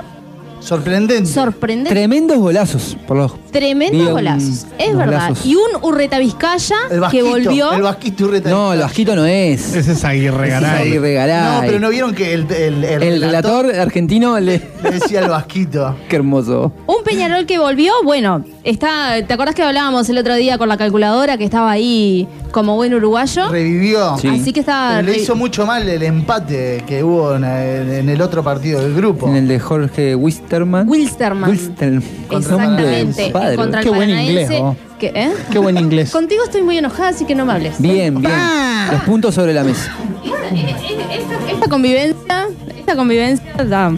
Sorprendente.
Sorprendente.
Tremendos golazos, por los. Vi
Tremendos
un-
golazos. Es
unos
verdad.
golazos.
Y un Urreta Vizcaya
El
que
vasquito,
volvió.
el
vasquito Urreta
No, el vasquito no es. Ese es Aguirre
Garay. No, pero no vieron que el, el, el
El relator argentino le
decía el vasquito.
Qué hermoso.
Un Peñarol que volvió, bueno, está. ¿Te acordás que hablábamos el otro día con la calculadora que estaba ahí como buen uruguayo?
Revivió.
Sí. Así que está-
Pero le hizo mucho mal el empate que hubo en, en el otro partido del grupo.
En el de Jorge Wisterman.
Wilstermann.
Wilstermann.
Exactamente.
Padre.
Contra el Paranaense, que- ¿eh?
Qué buen inglés.
Contigo estoy muy enojada, así que no me hables.
Bien, bien.
Ah.
Los puntos sobre la mesa.
Esta, esta- esta convivencia, esta convivencia da.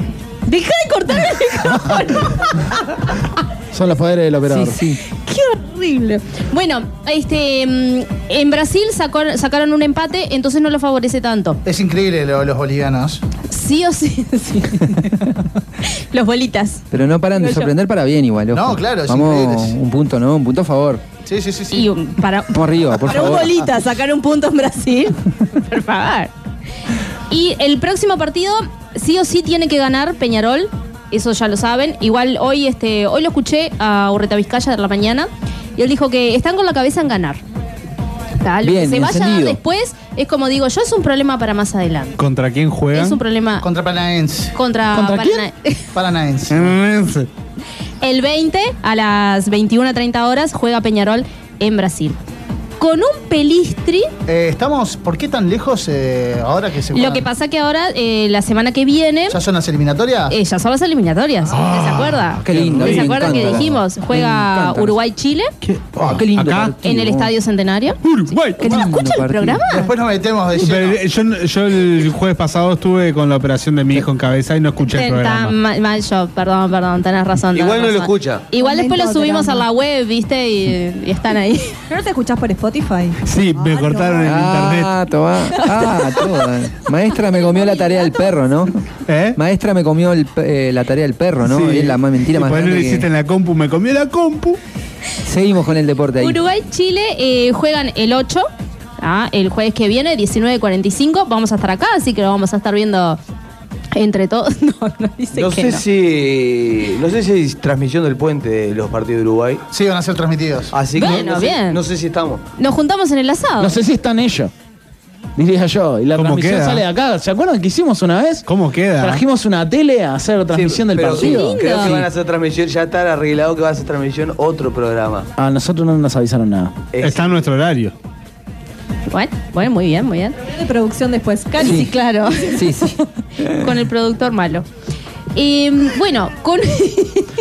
Deja de cortar el micrófono.
Son los poderes del operador.
Sí,
Qué horrible. Bueno, este mm, en Brasil sacó- sacaron un empate, entonces no lo favorece tanto.
Es increíble lo- los bolivianos.
Sí o sí. sí. Los bolitas.
Pero no paran de
Digo yo.
sorprender para bien igual. ojo.
No, claro, es
Vamos,
increíble, sí.
un punto, ¿no? Un punto a favor.
Sí, sí, sí,
sí. Y un- para,
Vamos arriba, Ah, por
para un
favor.
bolita sacar un punto en Brasil. por favor. Y el próximo partido, sí o sí tiene que ganar Peñarol. Eso ya lo saben. Igual hoy, este, hoy lo escuché a Urreta Vizcaya de la mañana. Y él dijo que están con la cabeza en ganar. O sea, lo
Bien,
que se vaya a dar
encendido.
después es como digo yo, es un problema para más adelante.
¿Contra quién juegan?
Es un problema
Contra Paranaense.
contra,
¿Contra quién?
Paraná-
Paranaense.
El 20 a las 21.30 horas juega Peñarol en Brasil. Con un pelistri.
Eh, estamos, ¿por qué tan lejos eh, ahora que se
Lo
juegan?
que pasa que ahora, eh, la semana que viene,
¿Ya son las eliminatorias?
eh, ya son las eliminatorias. ¿Usted se acuerda?
Ah, qué lindo,
¿Usted
me
se acuerda que
encanta.
dijimos?
Me
Juega
encanta.
Uruguay-Chile Oh,
qué lindo
en el Estadio Centenario.
Uruguay.
¿Que no lo escucha el programa?
Después nos metemos de lleno.
Pero Yo, yo el jueves pasado estuve con la operación de mi hijo en cabeza y no escuché el
Ten-
programa.
tan mal, mal yo, perdón, perdón, tenés razón. tenés
Igual no lo
razón.
escucha.
Igual después lo
Momento
subimos a
drama.
la web, viste, y, y están ahí.
¿Pero no te escuchás por Spotify?
Sí,
Ah,
me cortaron el internet.
Ah, toma. Ah, toma. Maestra me comió la tarea del perro, ¿no? Maestra me comió el pe- eh, la tarea del perro, ¿no?
¿Eh? Sí.
Es la más mentira
Y
más
por ahí
grande
lo
que-
hiciste en la compu, me comió la compu.
Seguimos con el deporte ahí.
Uruguay-Chile eh, juegan el 8, ah, el jueves que viene, 19.45. Vamos a estar acá, así que lo vamos a estar viendo entre todos. No, no dice
No
que
sé
no.
si. No sé si hay transmisión del puente de los partidos de Uruguay.
Sí, van a ser transmitidos.
Así que.
Bueno,
no sé,
bien. Ah.
No sé si estamos.
Nos juntamos en el asado.
si están ellos. diría yo. Y la
¿Cómo
transmisión
queda?
sale de acá. ¿Se acuerdan que hicimos una vez?
¿Cómo queda?
Trajimos una tele a hacer transmisión del
pero
partido.
creo que van a
hacer transmisión, ya está arreglado que va a hacer transmisión otro programa. A nosotros no nos avisaron nada.
Eh, Está en nuestro horario.
Bueno, bueno, muy bien, muy bien.
De producción después. Cari,
Sí.
sí, claro.
Sí, sí.
con el productor malo. Eh, bueno, con,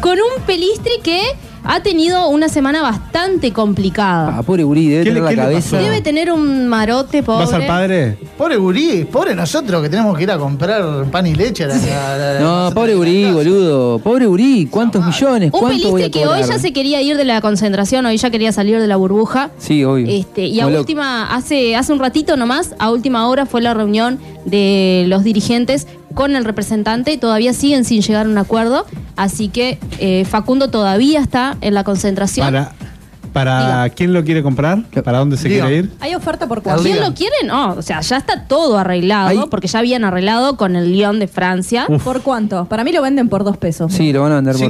con un pelistri que ha tenido una semana bastante complicada.
Ah, pobre gurí, debe
¿Qué
tener
le-
la
qué le
cabeza.
Debe tener un marote pobre.
padre?
Pobre gurí, pobre nosotros que tenemos que ir a comprar pan y leche. a la- a la-
No, pobre gurí, boludo. Pobre gurí, ¿cuántos millones?
Un
¿Cuánto voy
peliste
a
que hoy
cobrar?
ya se quería ir de la concentración, hoy ya quería salir de la burbuja.
Sí, obvio.
Este, y a
Como loco.
última, hace, hace un ratito nomás, a última hora fue la reunión de los dirigentes con el representante y todavía siguen sin llegar a un acuerdo. Así que eh, Facundo todavía está en la concentración.
Para, para quién lo quiere comprar, para dónde se
Diga.
quiere ir.
Hay oferta por
cuadro.
¿Quién
Diga.
lo quiere? No, o sea, ya está todo arreglado, porque ya habían arreglado con el León de Francia.
Uf. ¿Por cuánto? Para mí lo venden por dos pesos.
Sí, lo van a vender por-
No,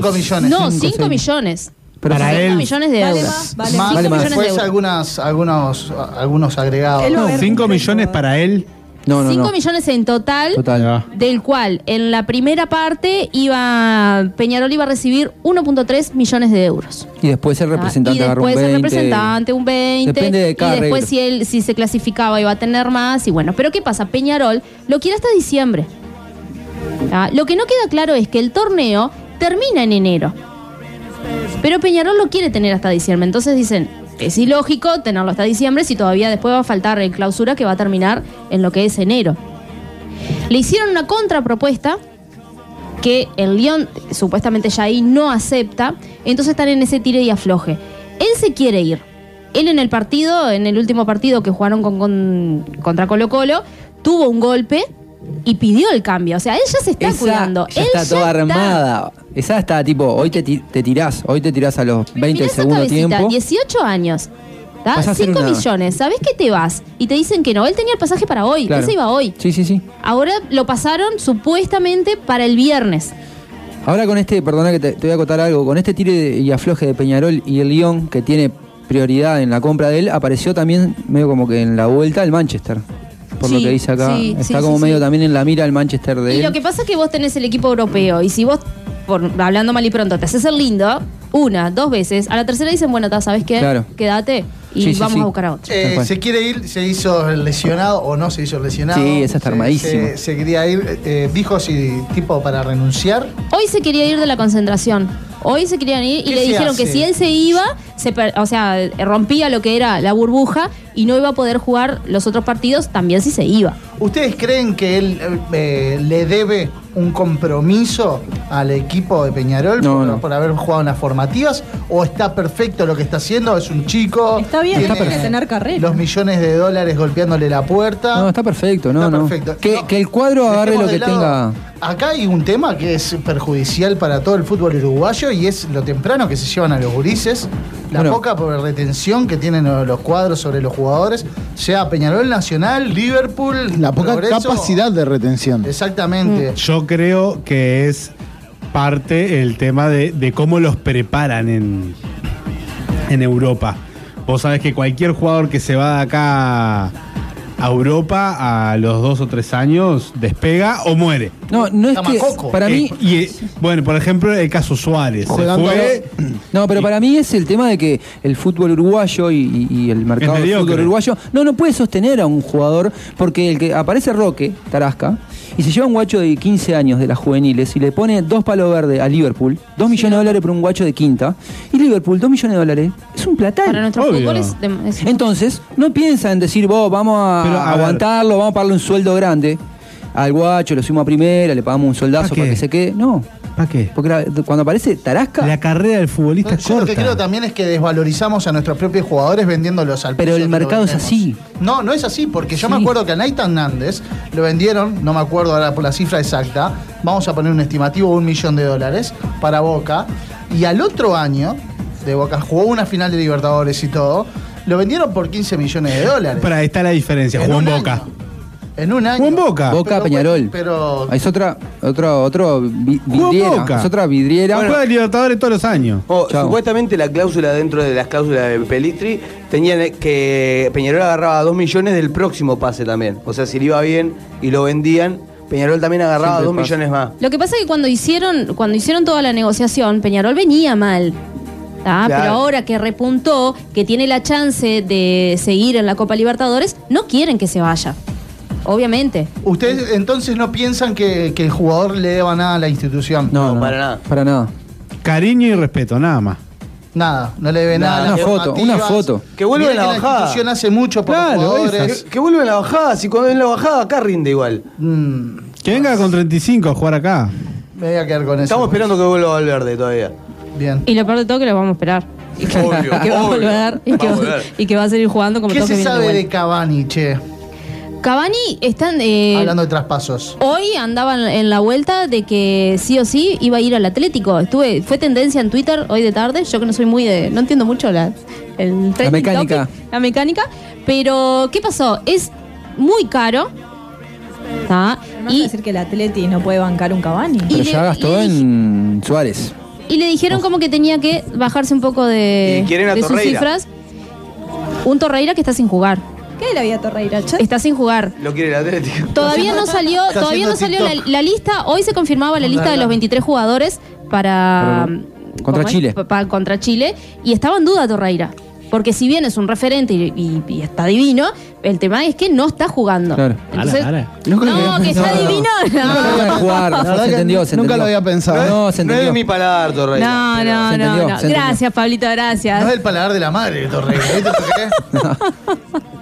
5
Cinco, seis.
millones.
Pero
Para
sí.
él. millones de
Vale
euros.
más,
vale
Más,
más. Cinco millones de
después
euros.
algunas, algunos, algunos agregados.
Él va a ver
5 millones para él.
No,
5 millones en total,
Total.
del cual en la primera parte iba Peñarol iba a recibir 1.3 millones de euros.
Y después el representante
Ah, y
agarra un
después
20.
el representante un 20.
Depende de cada
y después si
regla.
él si se clasificaba iba a tener más y bueno, pero ¿qué pasa? Peñarol lo quiere hasta diciembre. Ah, lo que no queda claro es que el torneo termina en enero. Pero Peñarol lo quiere tener hasta diciembre, entonces dicen es ilógico tenerlo hasta diciembre si todavía después va a faltar el clausura que va a terminar en lo que es enero. Le hicieron una contrapropuesta que el León eh, supuestamente ya ahí no acepta, entonces están en ese tire y afloje. Él se quiere ir. Él en el partido, en el último partido que jugaron con- con- contra Colo Colo, tuvo un golpe y pidió el cambio. O sea, él ya se está
Esa
cuidando.
ya
él
está
ya
toda
está.
armada. Esa está tipo, hoy te, ti- te tirás, hoy te tirás a los 20 del
Mirá esa
segundo
cabecita,
tiempo.
18 años.
Vas a hacer
5
una-
millones. ¿Sabés que te vas? Y te dicen que no. Él tenía el pasaje para hoy.
Claro.
Él se iba hoy.
Sí, sí, sí.
Ahora lo pasaron supuestamente para el viernes.
Ahora con este, perdona que te, te voy a contar algo, con este tire de- y afloje de Peñarol y el Lyon que tiene prioridad en la compra de él, apareció también medio como que en la vuelta el Manchester. Por lo
Sí,
que dice acá,
sí,
está
sí,
como
sí,
medio
sí.
también en la mira el Manchester de
Y
él.
lo que pasa es que vos tenés el equipo europeo y si vos, por, hablando mal y pronto, te haces el lindo, una, dos veces, a la tercera dicen, bueno, ta, ¿sabes qué?
Claro.
Quédate y
Sí, sí,
vamos
sí.
a buscar a otro.
Eh, se quiere ir, se hizo el lesionado o no se hizo el lesionado.
Sí, esa está
Se-
armadísima.
Se, se quería ir, eh, dijo si tipo para renunciar.
Hoy se quería ir de la concentración. Hoy se querían ir y
¿Qué
le
se
dijeron
hace?
que si él se iba, se per- o sea, rompía lo que era la burbuja y no iba a poder jugar los otros partidos también si se iba.
¿Ustedes creen que él eh, le debe un compromiso al equipo de Peñarol por, por haber jugado en las formativas? ¿O está perfecto lo que está haciendo? ¿Es un chico?
Está bien, tiene que tener carrera.
Los millones de dólares golpeándole la puerta.
No, está perfecto, no, no.
perfecto.
Que, que el cuadro agarre lo
Dejemos de
que
lado-
tenga.
Acá hay un tema que es perjudicial para todo el fútbol uruguayo y es lo temprano que se llevan a los gurises, la
Bueno.
poca por retención que tienen los los cuadros sobre los jugadores, sea Peñarol Nacional, Liverpool,
La poca
Progreso.
capacidad de retención.
Mm.
Exactamente.
Yo creo que es parte el tema de, de cómo los preparan en, en Europa. Vos sabés que cualquier jugador que se va de acá a Europa a los dos o tres años despega o muere.
No, no es que para mí
Eh, y, eh, bueno, por ejemplo, el caso Suárez. Se fue
No, pero para mí es el tema de que el fútbol uruguayo y, y- y el mercado
Es
del
mediocre.
fútbol uruguayo no no puede sostener a un jugador porque el que aparece Roque Tarasca y se lleva un guacho de 15 años de las juveniles y le pone dos palos verdes a Liverpool, dos millones de dólares por un guacho de quinta y Liverpool dos millones de dólares es un platal.
Para nuestro fútbol es, de- es-
Entonces, no piensa en decir, vos, vamos a,
Pero, a ver.
aguantarlo, vamos a pagarle un sueldo grande. Al guacho lo subimos a primera, le pagamos un soldazo para que se quede. No.
¿Para qué?
Porque la- cuando aparece Tarasca.
La carrera del futbolista es
Yo lo que creo también es que desvalorizamos a nuestros propios jugadores vendiéndolos al
Pero
precio
el
que lo
mercado es
vendemos.
así.
No, no es así, porque yo me acuerdo que a Nathan Hernández lo vendieron, no me acuerdo ahora por la cifra exacta, vamos a poner un estimativo de un millón de dólares para Boca, y al otro año de Boca jugó una final de Libertadores y todo, lo vendieron por 15 millones de dólares.
Para, está la diferencia. Jugó en Boca.
En un año.
Juan Boca. Boca
Pero-
Peñarol.
Pero.
Es otra, otra, otro vi-
Jugó
vidriera.
Boca.
Es otra vidriera.
Bueno. Juega
Libertadores todos los años.
Oh,
Chao.
supuestamente la cláusula dentro de las cláusulas de Pelistri tenían que Peñarol agarraba 2 millones del próximo pase también. O sea, si le iba bien y lo vendían, Peñarol también agarraba
Siempre
2
pasa.
millones más.
Lo que pasa es que cuando hicieron, cuando hicieron toda la negociación, Peñarol venía mal. ¿tá?
Claro.
Pero ahora que repuntó, que tiene la chance de seguir en la Copa Libertadores, no quieren que se vaya. Obviamente.
Ustedes entonces no piensan que, que el jugador le deba nada a la institución.
No, no, para
nada.
Para nada.
Cariño y respeto, nada más.
Nada, no le debe nada. a
Nada.
las
Una foto,
formativas.
una foto.
Que vuelva
Mira
la bajada.
La institución hace mucho por los jugadores.
que, que vuelva en la bajada. Si cuando es la bajada, acá rinde igual.
Mm.
Que venga con 35 a jugar acá.
Me voy a quedar con eso.
Estamos esperando que vuelva Valverde todavía.
Bien.
Y lo peor de todo que lo vamos a esperar. Y que,
Obvio,
que va a
obvio.
volver y
Va
que
a
va,
volver.
y que va a seguir jugando como
¿Qué
todo
se
que viene
sabe
de
de
vuelta.
Cavani, che?
Cavani están. eh,
Hablando de traspasos.
Hoy andaban en la vuelta de que sí o sí iba a ir al Atlético. Estuve, fue tendencia en Twitter hoy de tarde. Yo que no soy muy de, no entiendo mucho la, el trending
mecánica.
topic, la mecánica. Pero qué pasó, es muy caro. ¿tá?
y decir que el Atleti no puede bancar un Cavani.
Pero
le-
ya gastó en Suárez.
Y le dijeron como que tenía que bajarse un poco de,
Y quieren a
de sus
Torreira.
cifras. Un Torreira que está sin jugar.
¿Qué le había Torreira?
Está sin jugar.
Lo quiere el Atlético.
Todavía no salió,
Está
todavía
haciendo
no salió la,
TikTok.
la lista. Hoy se confirmaba la lista de los 23 jugadores para
Pero- contra
¿cómo es?
Chile.
Pa- pa- contra Chile y estaba en duda Torreira, porque si bien es un referente y, y- y está divino, el tema es que no está jugando.
Claro.
Entonces,
Ara, ara.
No,
creo que-
que está
no, no.
divino.
No lo voy a jugar,
No,
se
no,
entendió, se
nunca
entendió.
lo había pensado.
No, se
No
entendió.
es de mi paladar, Torreira.
no, no,
Se entendió,
no.
se entendió.
Gracias, Pablito, gracias.
No es el paladar de la madre, Torreira. ¿Viste por qué?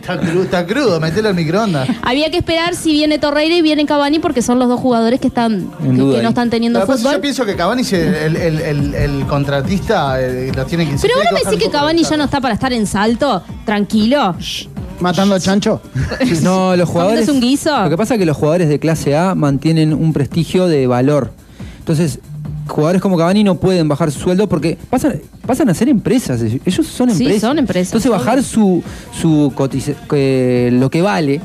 está, crudo, está crudo, metelo al microondas.
Había que esperar si viene Torreira y viene Cavani porque son los dos jugadores que están que, que no están teniendo
Pero aparte
fútbol.
Yo pienso que Cavani, si el, el- el- el- el contratista, eh, lo tiene que
Pero
tiene
ahora me
bajar
decís
un
que
poco
Cavani ya no está para estar en salto, tranquilo.
¿Matando a Chancho?
No, los jugadores.
¿Comiéndose un guiso?
Lo que pasa es que los jugadores de clase A mantienen un prestigio de valor. Entonces, jugadores como Cavani no pueden bajar su sueldo porque pasan, pasan a ser empresas. Ellos son
Sí,
empresas.
son empresas.
Entonces, bajar su, su cotiza- que- lo que vale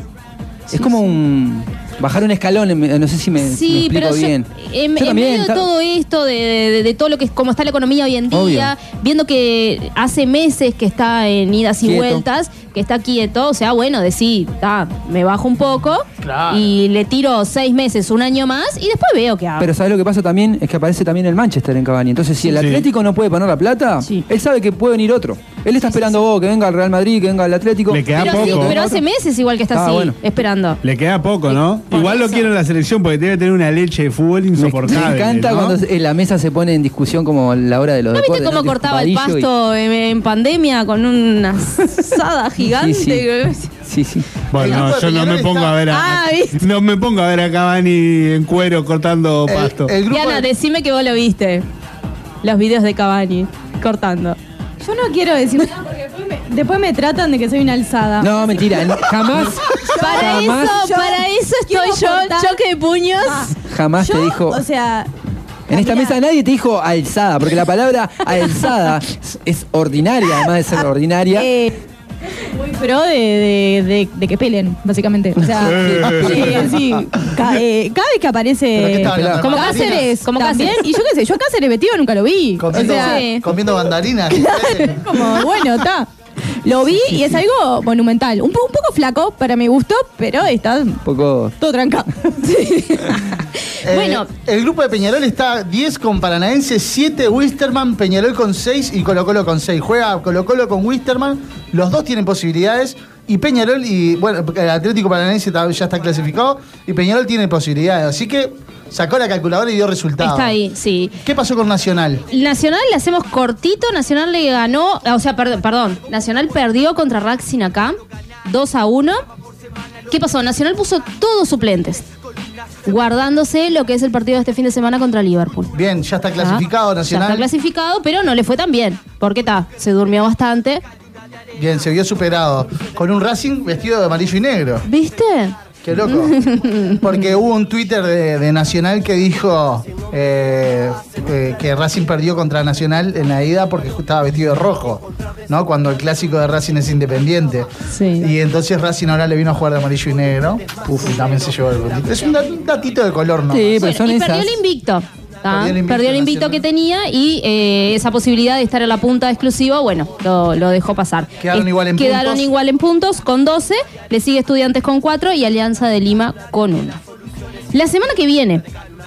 es como un. Bajar un escalón, em- no sé si me, me
Sí,
explico
pero yo-
bien.
en,
Yo
en
también,
medio de
ta-
todo esto, de, de- de todo lo que es como está la economía hoy en día, viendo que hace meses que está en idas y
Quieto.
vueltas, que está quieto, o sea, bueno, decir, ta, me bajo un poco
Claro.
y le tiro seis meses, un año más y después veo qué hago.
Pero ¿sabes lo que pasa también? Es que aparece también el Manchester en Cavani. Entonces, si el
Sí.
Atlético no puede poner la plata, él sabe que puede venir otro. Él está esperando vos, que venga el Real Madrid, que venga el Atlético. Le
queda
Pero sí, pero hace meses igual que está
Ah,
así,
bueno.
esperando.
Le queda poco, ¿no? Igual lo quiero en la selección porque debe tener una leche de fútbol
Me
insoportable.
encanta
¿no?
cuando se- la mesa se pone en discusión como la hora de los
¿No viste
deportes.
cómo
¿no?
cortaba el
Vadillo y-
pasto en, en pandemia con una asada gigante?
Sí, sí.
Bueno, no, yo no me pongo a ver a.
Ah, ¿viste?
No me pongo a ver a Cavani en cuero cortando pasto.
Diana, decime que vos lo viste. Los videos de Cavani cortando.
Yo no quiero decir nada porque después me, después me tratan de que soy una alzada.
No, mentira. n- Jamás,
Para
Jamás.
eso, para eso estoy yo, choque
de puños.
jamás te dijo.
O sea,
en esta mesa nadie te dijo alzada, porque la palabra alzada es- es ordinaria, además de ser ordinaria.
muy pro de, de- de- de que pelen, básicamente. O sea,
Sí.
sí, sí. Ca- eh, cada vez que
¿Pero qué
aparece
está hablando?
como
¿Mandarinas?
Cáceres,
Como
como Cáceres.
Cáceres.
Y yo qué sé, yo a Cáceres metido nunca lo vi. O
Comiendo,
sea,
comiendo bandarinas.
como, bueno, está. Lo vi y es algo monumental. Un, po- un poco flaco para mi gusto, pero está
poco.
todo trancado.
bueno. Eh, El grupo de Peñarol está 10 con Paranaense, 7 Wisterman, Peñarol con 6 y Colo Colo con 6. Juega Colo Colo con Wisterman, los dos tienen posibilidades. Y Peñarol y, bueno, el Atlético Paranaense ta- ya está clasificado y Peñarol tiene posibilidades. Así que sacó la calculadora y dio resultado.
Está ahí, sí.
¿Qué pasó con Nacional?
Nacional le hacemos cortito, Nacional le ganó, o sea, perdón, perdón, Nacional perdió contra Raxin acá, 2 a 1. ¿Qué pasó? Nacional puso todos suplentes, guardándose lo que es el partido de este fin de semana contra Liverpool.
Bien, ya está clasificado
Ah,
Nacional.
Ya está clasificado, pero no le fue tan bien, porque está, se durmió bastante.
Bien, se vio superado. Con un Racing vestido de amarillo y negro.
¿Viste?
Qué loco. Porque hubo un Twitter de, de Nacional que dijo: eh, eh, que Racing perdió contra Nacional en la ida porque estaba vestido de rojo, ¿no? Cuando el clásico de Racing es independiente. Y entonces Racing ahora le vino a jugar de amarillo y negro. Uf, y también se llevó el puntito. Es un dat- un datito de color, ¿no?
Bueno, y perdió el invicto. ¿tá?
Perdió el invicto,
Perdió el invicto que tenía y eh, esa posibilidad de estar a la punta exclusiva, bueno, lo, lo dejó pasar.
Quedaron
Es-
igual en
quedaron
puntos.
igual en puntos con 12, le sigue Estudiantes con 4 y Alianza de Lima con 1. La semana que viene.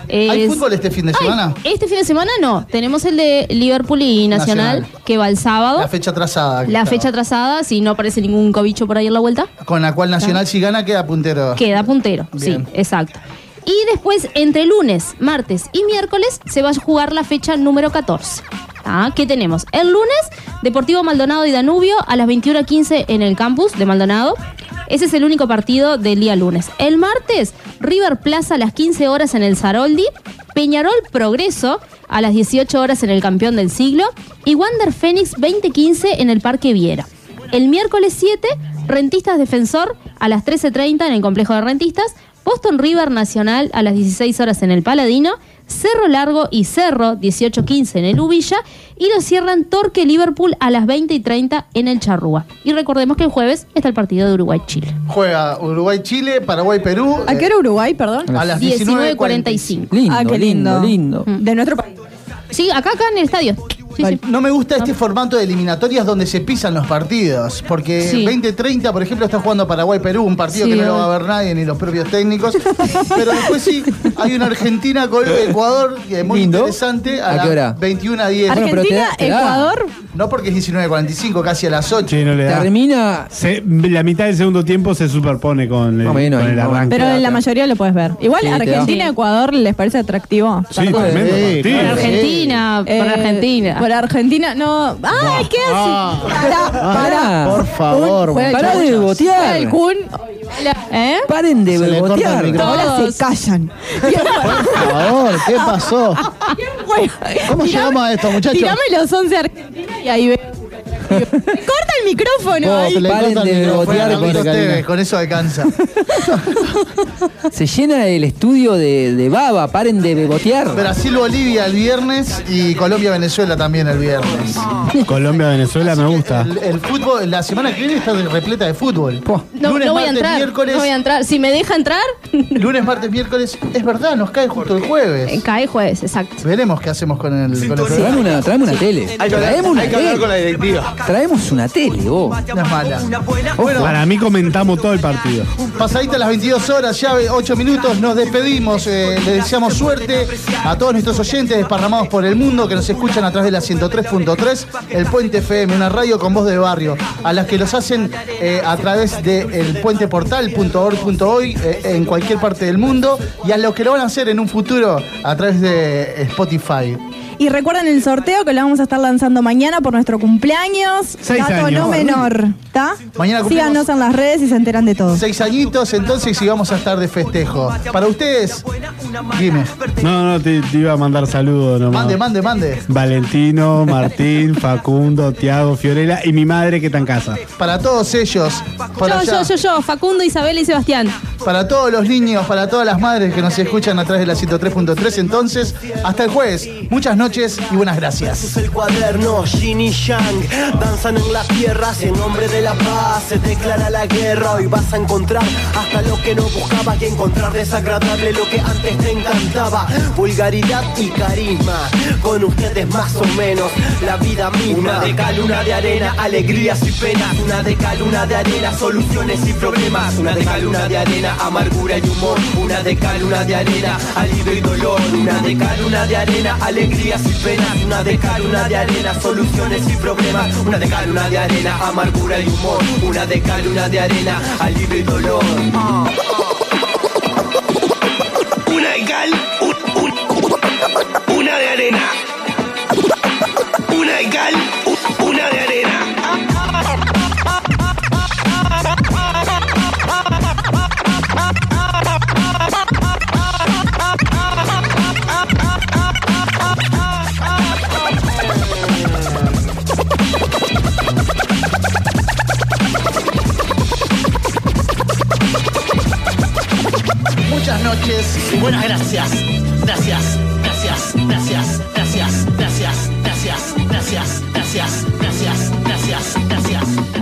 ¿Hay
es-
fútbol este fin de
Ay,
semana?
este fin de semana no. Tenemos el de Liverpool y Nacional,
Nacional.
que va el sábado.
La fecha trazada.
La fecha trazada, si no aparece ningún cobicho por ahí en la vuelta,
Con la cual Nacional si gana queda puntero.
Ah. queda puntero.
Ah, Bien.
Sí, exacto. Y después, entre lunes, martes y miércoles, se va a jugar la fecha número 14. Ah, ¿Qué tenemos? El lunes, Deportivo Maldonado y Danubio a las 21.15 en el campus de Maldonado. Ese es el único partido del día lunes. El martes, River Plaza a las 15 horas en el Zaroldi. Peñarol Progreso a las 18 horas en el Campeón del Siglo. Y Wander Fénix 2015 en el Parque Viera. El miércoles 7, Rentistas Defensor a las 13.30 en el complejo de Rentistas. Boston River Nacional a las 16 horas en el Paladino. Cerro Largo y Cerro 18.15 en el Ubilla. Y lo cierran Torque Liverpool a las 20 y 30 en el Charrúa. Y recordemos que el jueves está el partido de Uruguay-Chile.
Juega Uruguay-Chile, Paraguay-Perú. eh,
¿A qué hora Uruguay, perdón?
A las 19:45.
Lindo, ah, qué lindo.
lindo,
Mm. De nuestro país.
Sí, acá, acá en el estadio.
Ay, No me gusta este formato de eliminatorias donde se pisan los partidos, porque
Sí.
20-30, por ejemplo, está jugando Paraguay-Perú, un partido
Sí,
que no lo
obvio.
va a ver nadie, ni los propios técnicos. Pero después sí, hay una Argentina con Ecuador, que es muy interesante, a,
¿A qué
las
hora?
21 a 10.
Bueno, pero te da- Argentina, te da. Ecuador.
No porque es 19.45, casi a las 8.
Termina.
la mitad del segundo tiempo se superpone con el,
Más o menos,
con el
ahí, más o
arranque.
Pero en la mayoría lo puedes ver. Igual
Sí, te da.
Argentina-Ecuador les parece atractivo.
Sí, tremendo
Sí,
partido.
claro.
Argentina, por Argentina.
Por Argentina, no. ¡Ay, qué así!
Ah,
Pará,
Ah.
pará.
Por favor,
Fuera de
pará de
chauchas.
botear.
Fuera del Kun. ¿Eh?
Paren de
Se le corta el botear. micrófono.
Ahora se callan.
Por favor, ¿qué pasó? ¿Cómo llegamos a esto, muchachos?
Tirame los 11 argentinos y ahí ve. Corta el micrófono.
Oh,
ahí.
con eso alcanza.
Se llena el estudio de, de baba, paren de bebotear.
Brasil-Bolivia el viernes y Colombia-Venezuela también el viernes.
Colombia-Venezuela me gusta.
El, el fútbol, la semana que viene está repleta de fútbol.
No, no voy a entrar.
miércoles.
No voy a entrar. Si me deja entrar,
Lunes, martes, miércoles. Es verdad, nos cae justo el jueves.
cae jueves, exacto.
Veremos qué hacemos con el, con el
Traemos
programa.
una, traemos una tele.
Hay que hablar-
Traemos una
hay que hablar
tele.
con la
directiva.
Traemos una tele, vos.
No es mala. Bueno,
Para mí comentamos todo el partido.
Pasadita las 22 horas, llave 8 minutos, nos despedimos, eh, le deseamos suerte a todos nuestros oyentes desparramados por el mundo que nos escuchan a través de la 103.3, el Puente FM, una radio con voz de barrio, a las que los hacen eh, a través de elpuenteportal.org.hoy eh, en cualquier parte del mundo y a los que lo van a hacer en un futuro a través de eh, Spotify.
Y recuerden el sorteo que lo vamos a estar lanzando mañana por nuestro cumpleaños.
Seis
Dato
años.
no menor. ¿Está?
Mañana cumplimos-
Síganos en las redes y se enteran de todo.
Seis añitos entonces y vamos a estar de festejo. Para ustedes, dime,
No, no, te, te iba a mandar saludos nomás.
mande, mande, mande.
Valentino, Martín, Facundo, Tiago, Fiorella y mi madre que está en casa.
Para todos ellos, para
yo,
allá.
yo, yo, yo, Facundo, Isabel y Sebastián.
Para todos los niños, para todas las madres que nos escuchan a través de la 103.3, entonces, hasta el jueves. Muchas noches y buenas gracias.
El cuaderno, Yin y Yang, danzan en la tierra, en nombre de la paz se declara la guerra. Hoy vas a encontrar hasta lo que no buscabas y encontrar desagradable lo que antes te encantaba. Vulgaridad y carisma, con ustedes más o menos, la vida misma. Una de cal, una de arena, alegrías y penas. Una de cal, una de arena, soluciones y problemas. Una de cal, una de arena, amargura y humor. Una de cal, una de arena, alivio y dolor. Una de cal, una de arena, alegrías y penas. Una de cal, una de arena, soluciones y problemas. Una de cal, una de arena, amargura y humor. Una de cal, una de arena, alivio y dolor. Ah.
Una de cal, un- un- una de arena. Una de cal, un- una de arena.
Muchas noches
Buenas gracias. Gracias. Gracias. gracias, gracias, gracias, gracias, gracias, gracias, gracias, gracias, gracias, gracias.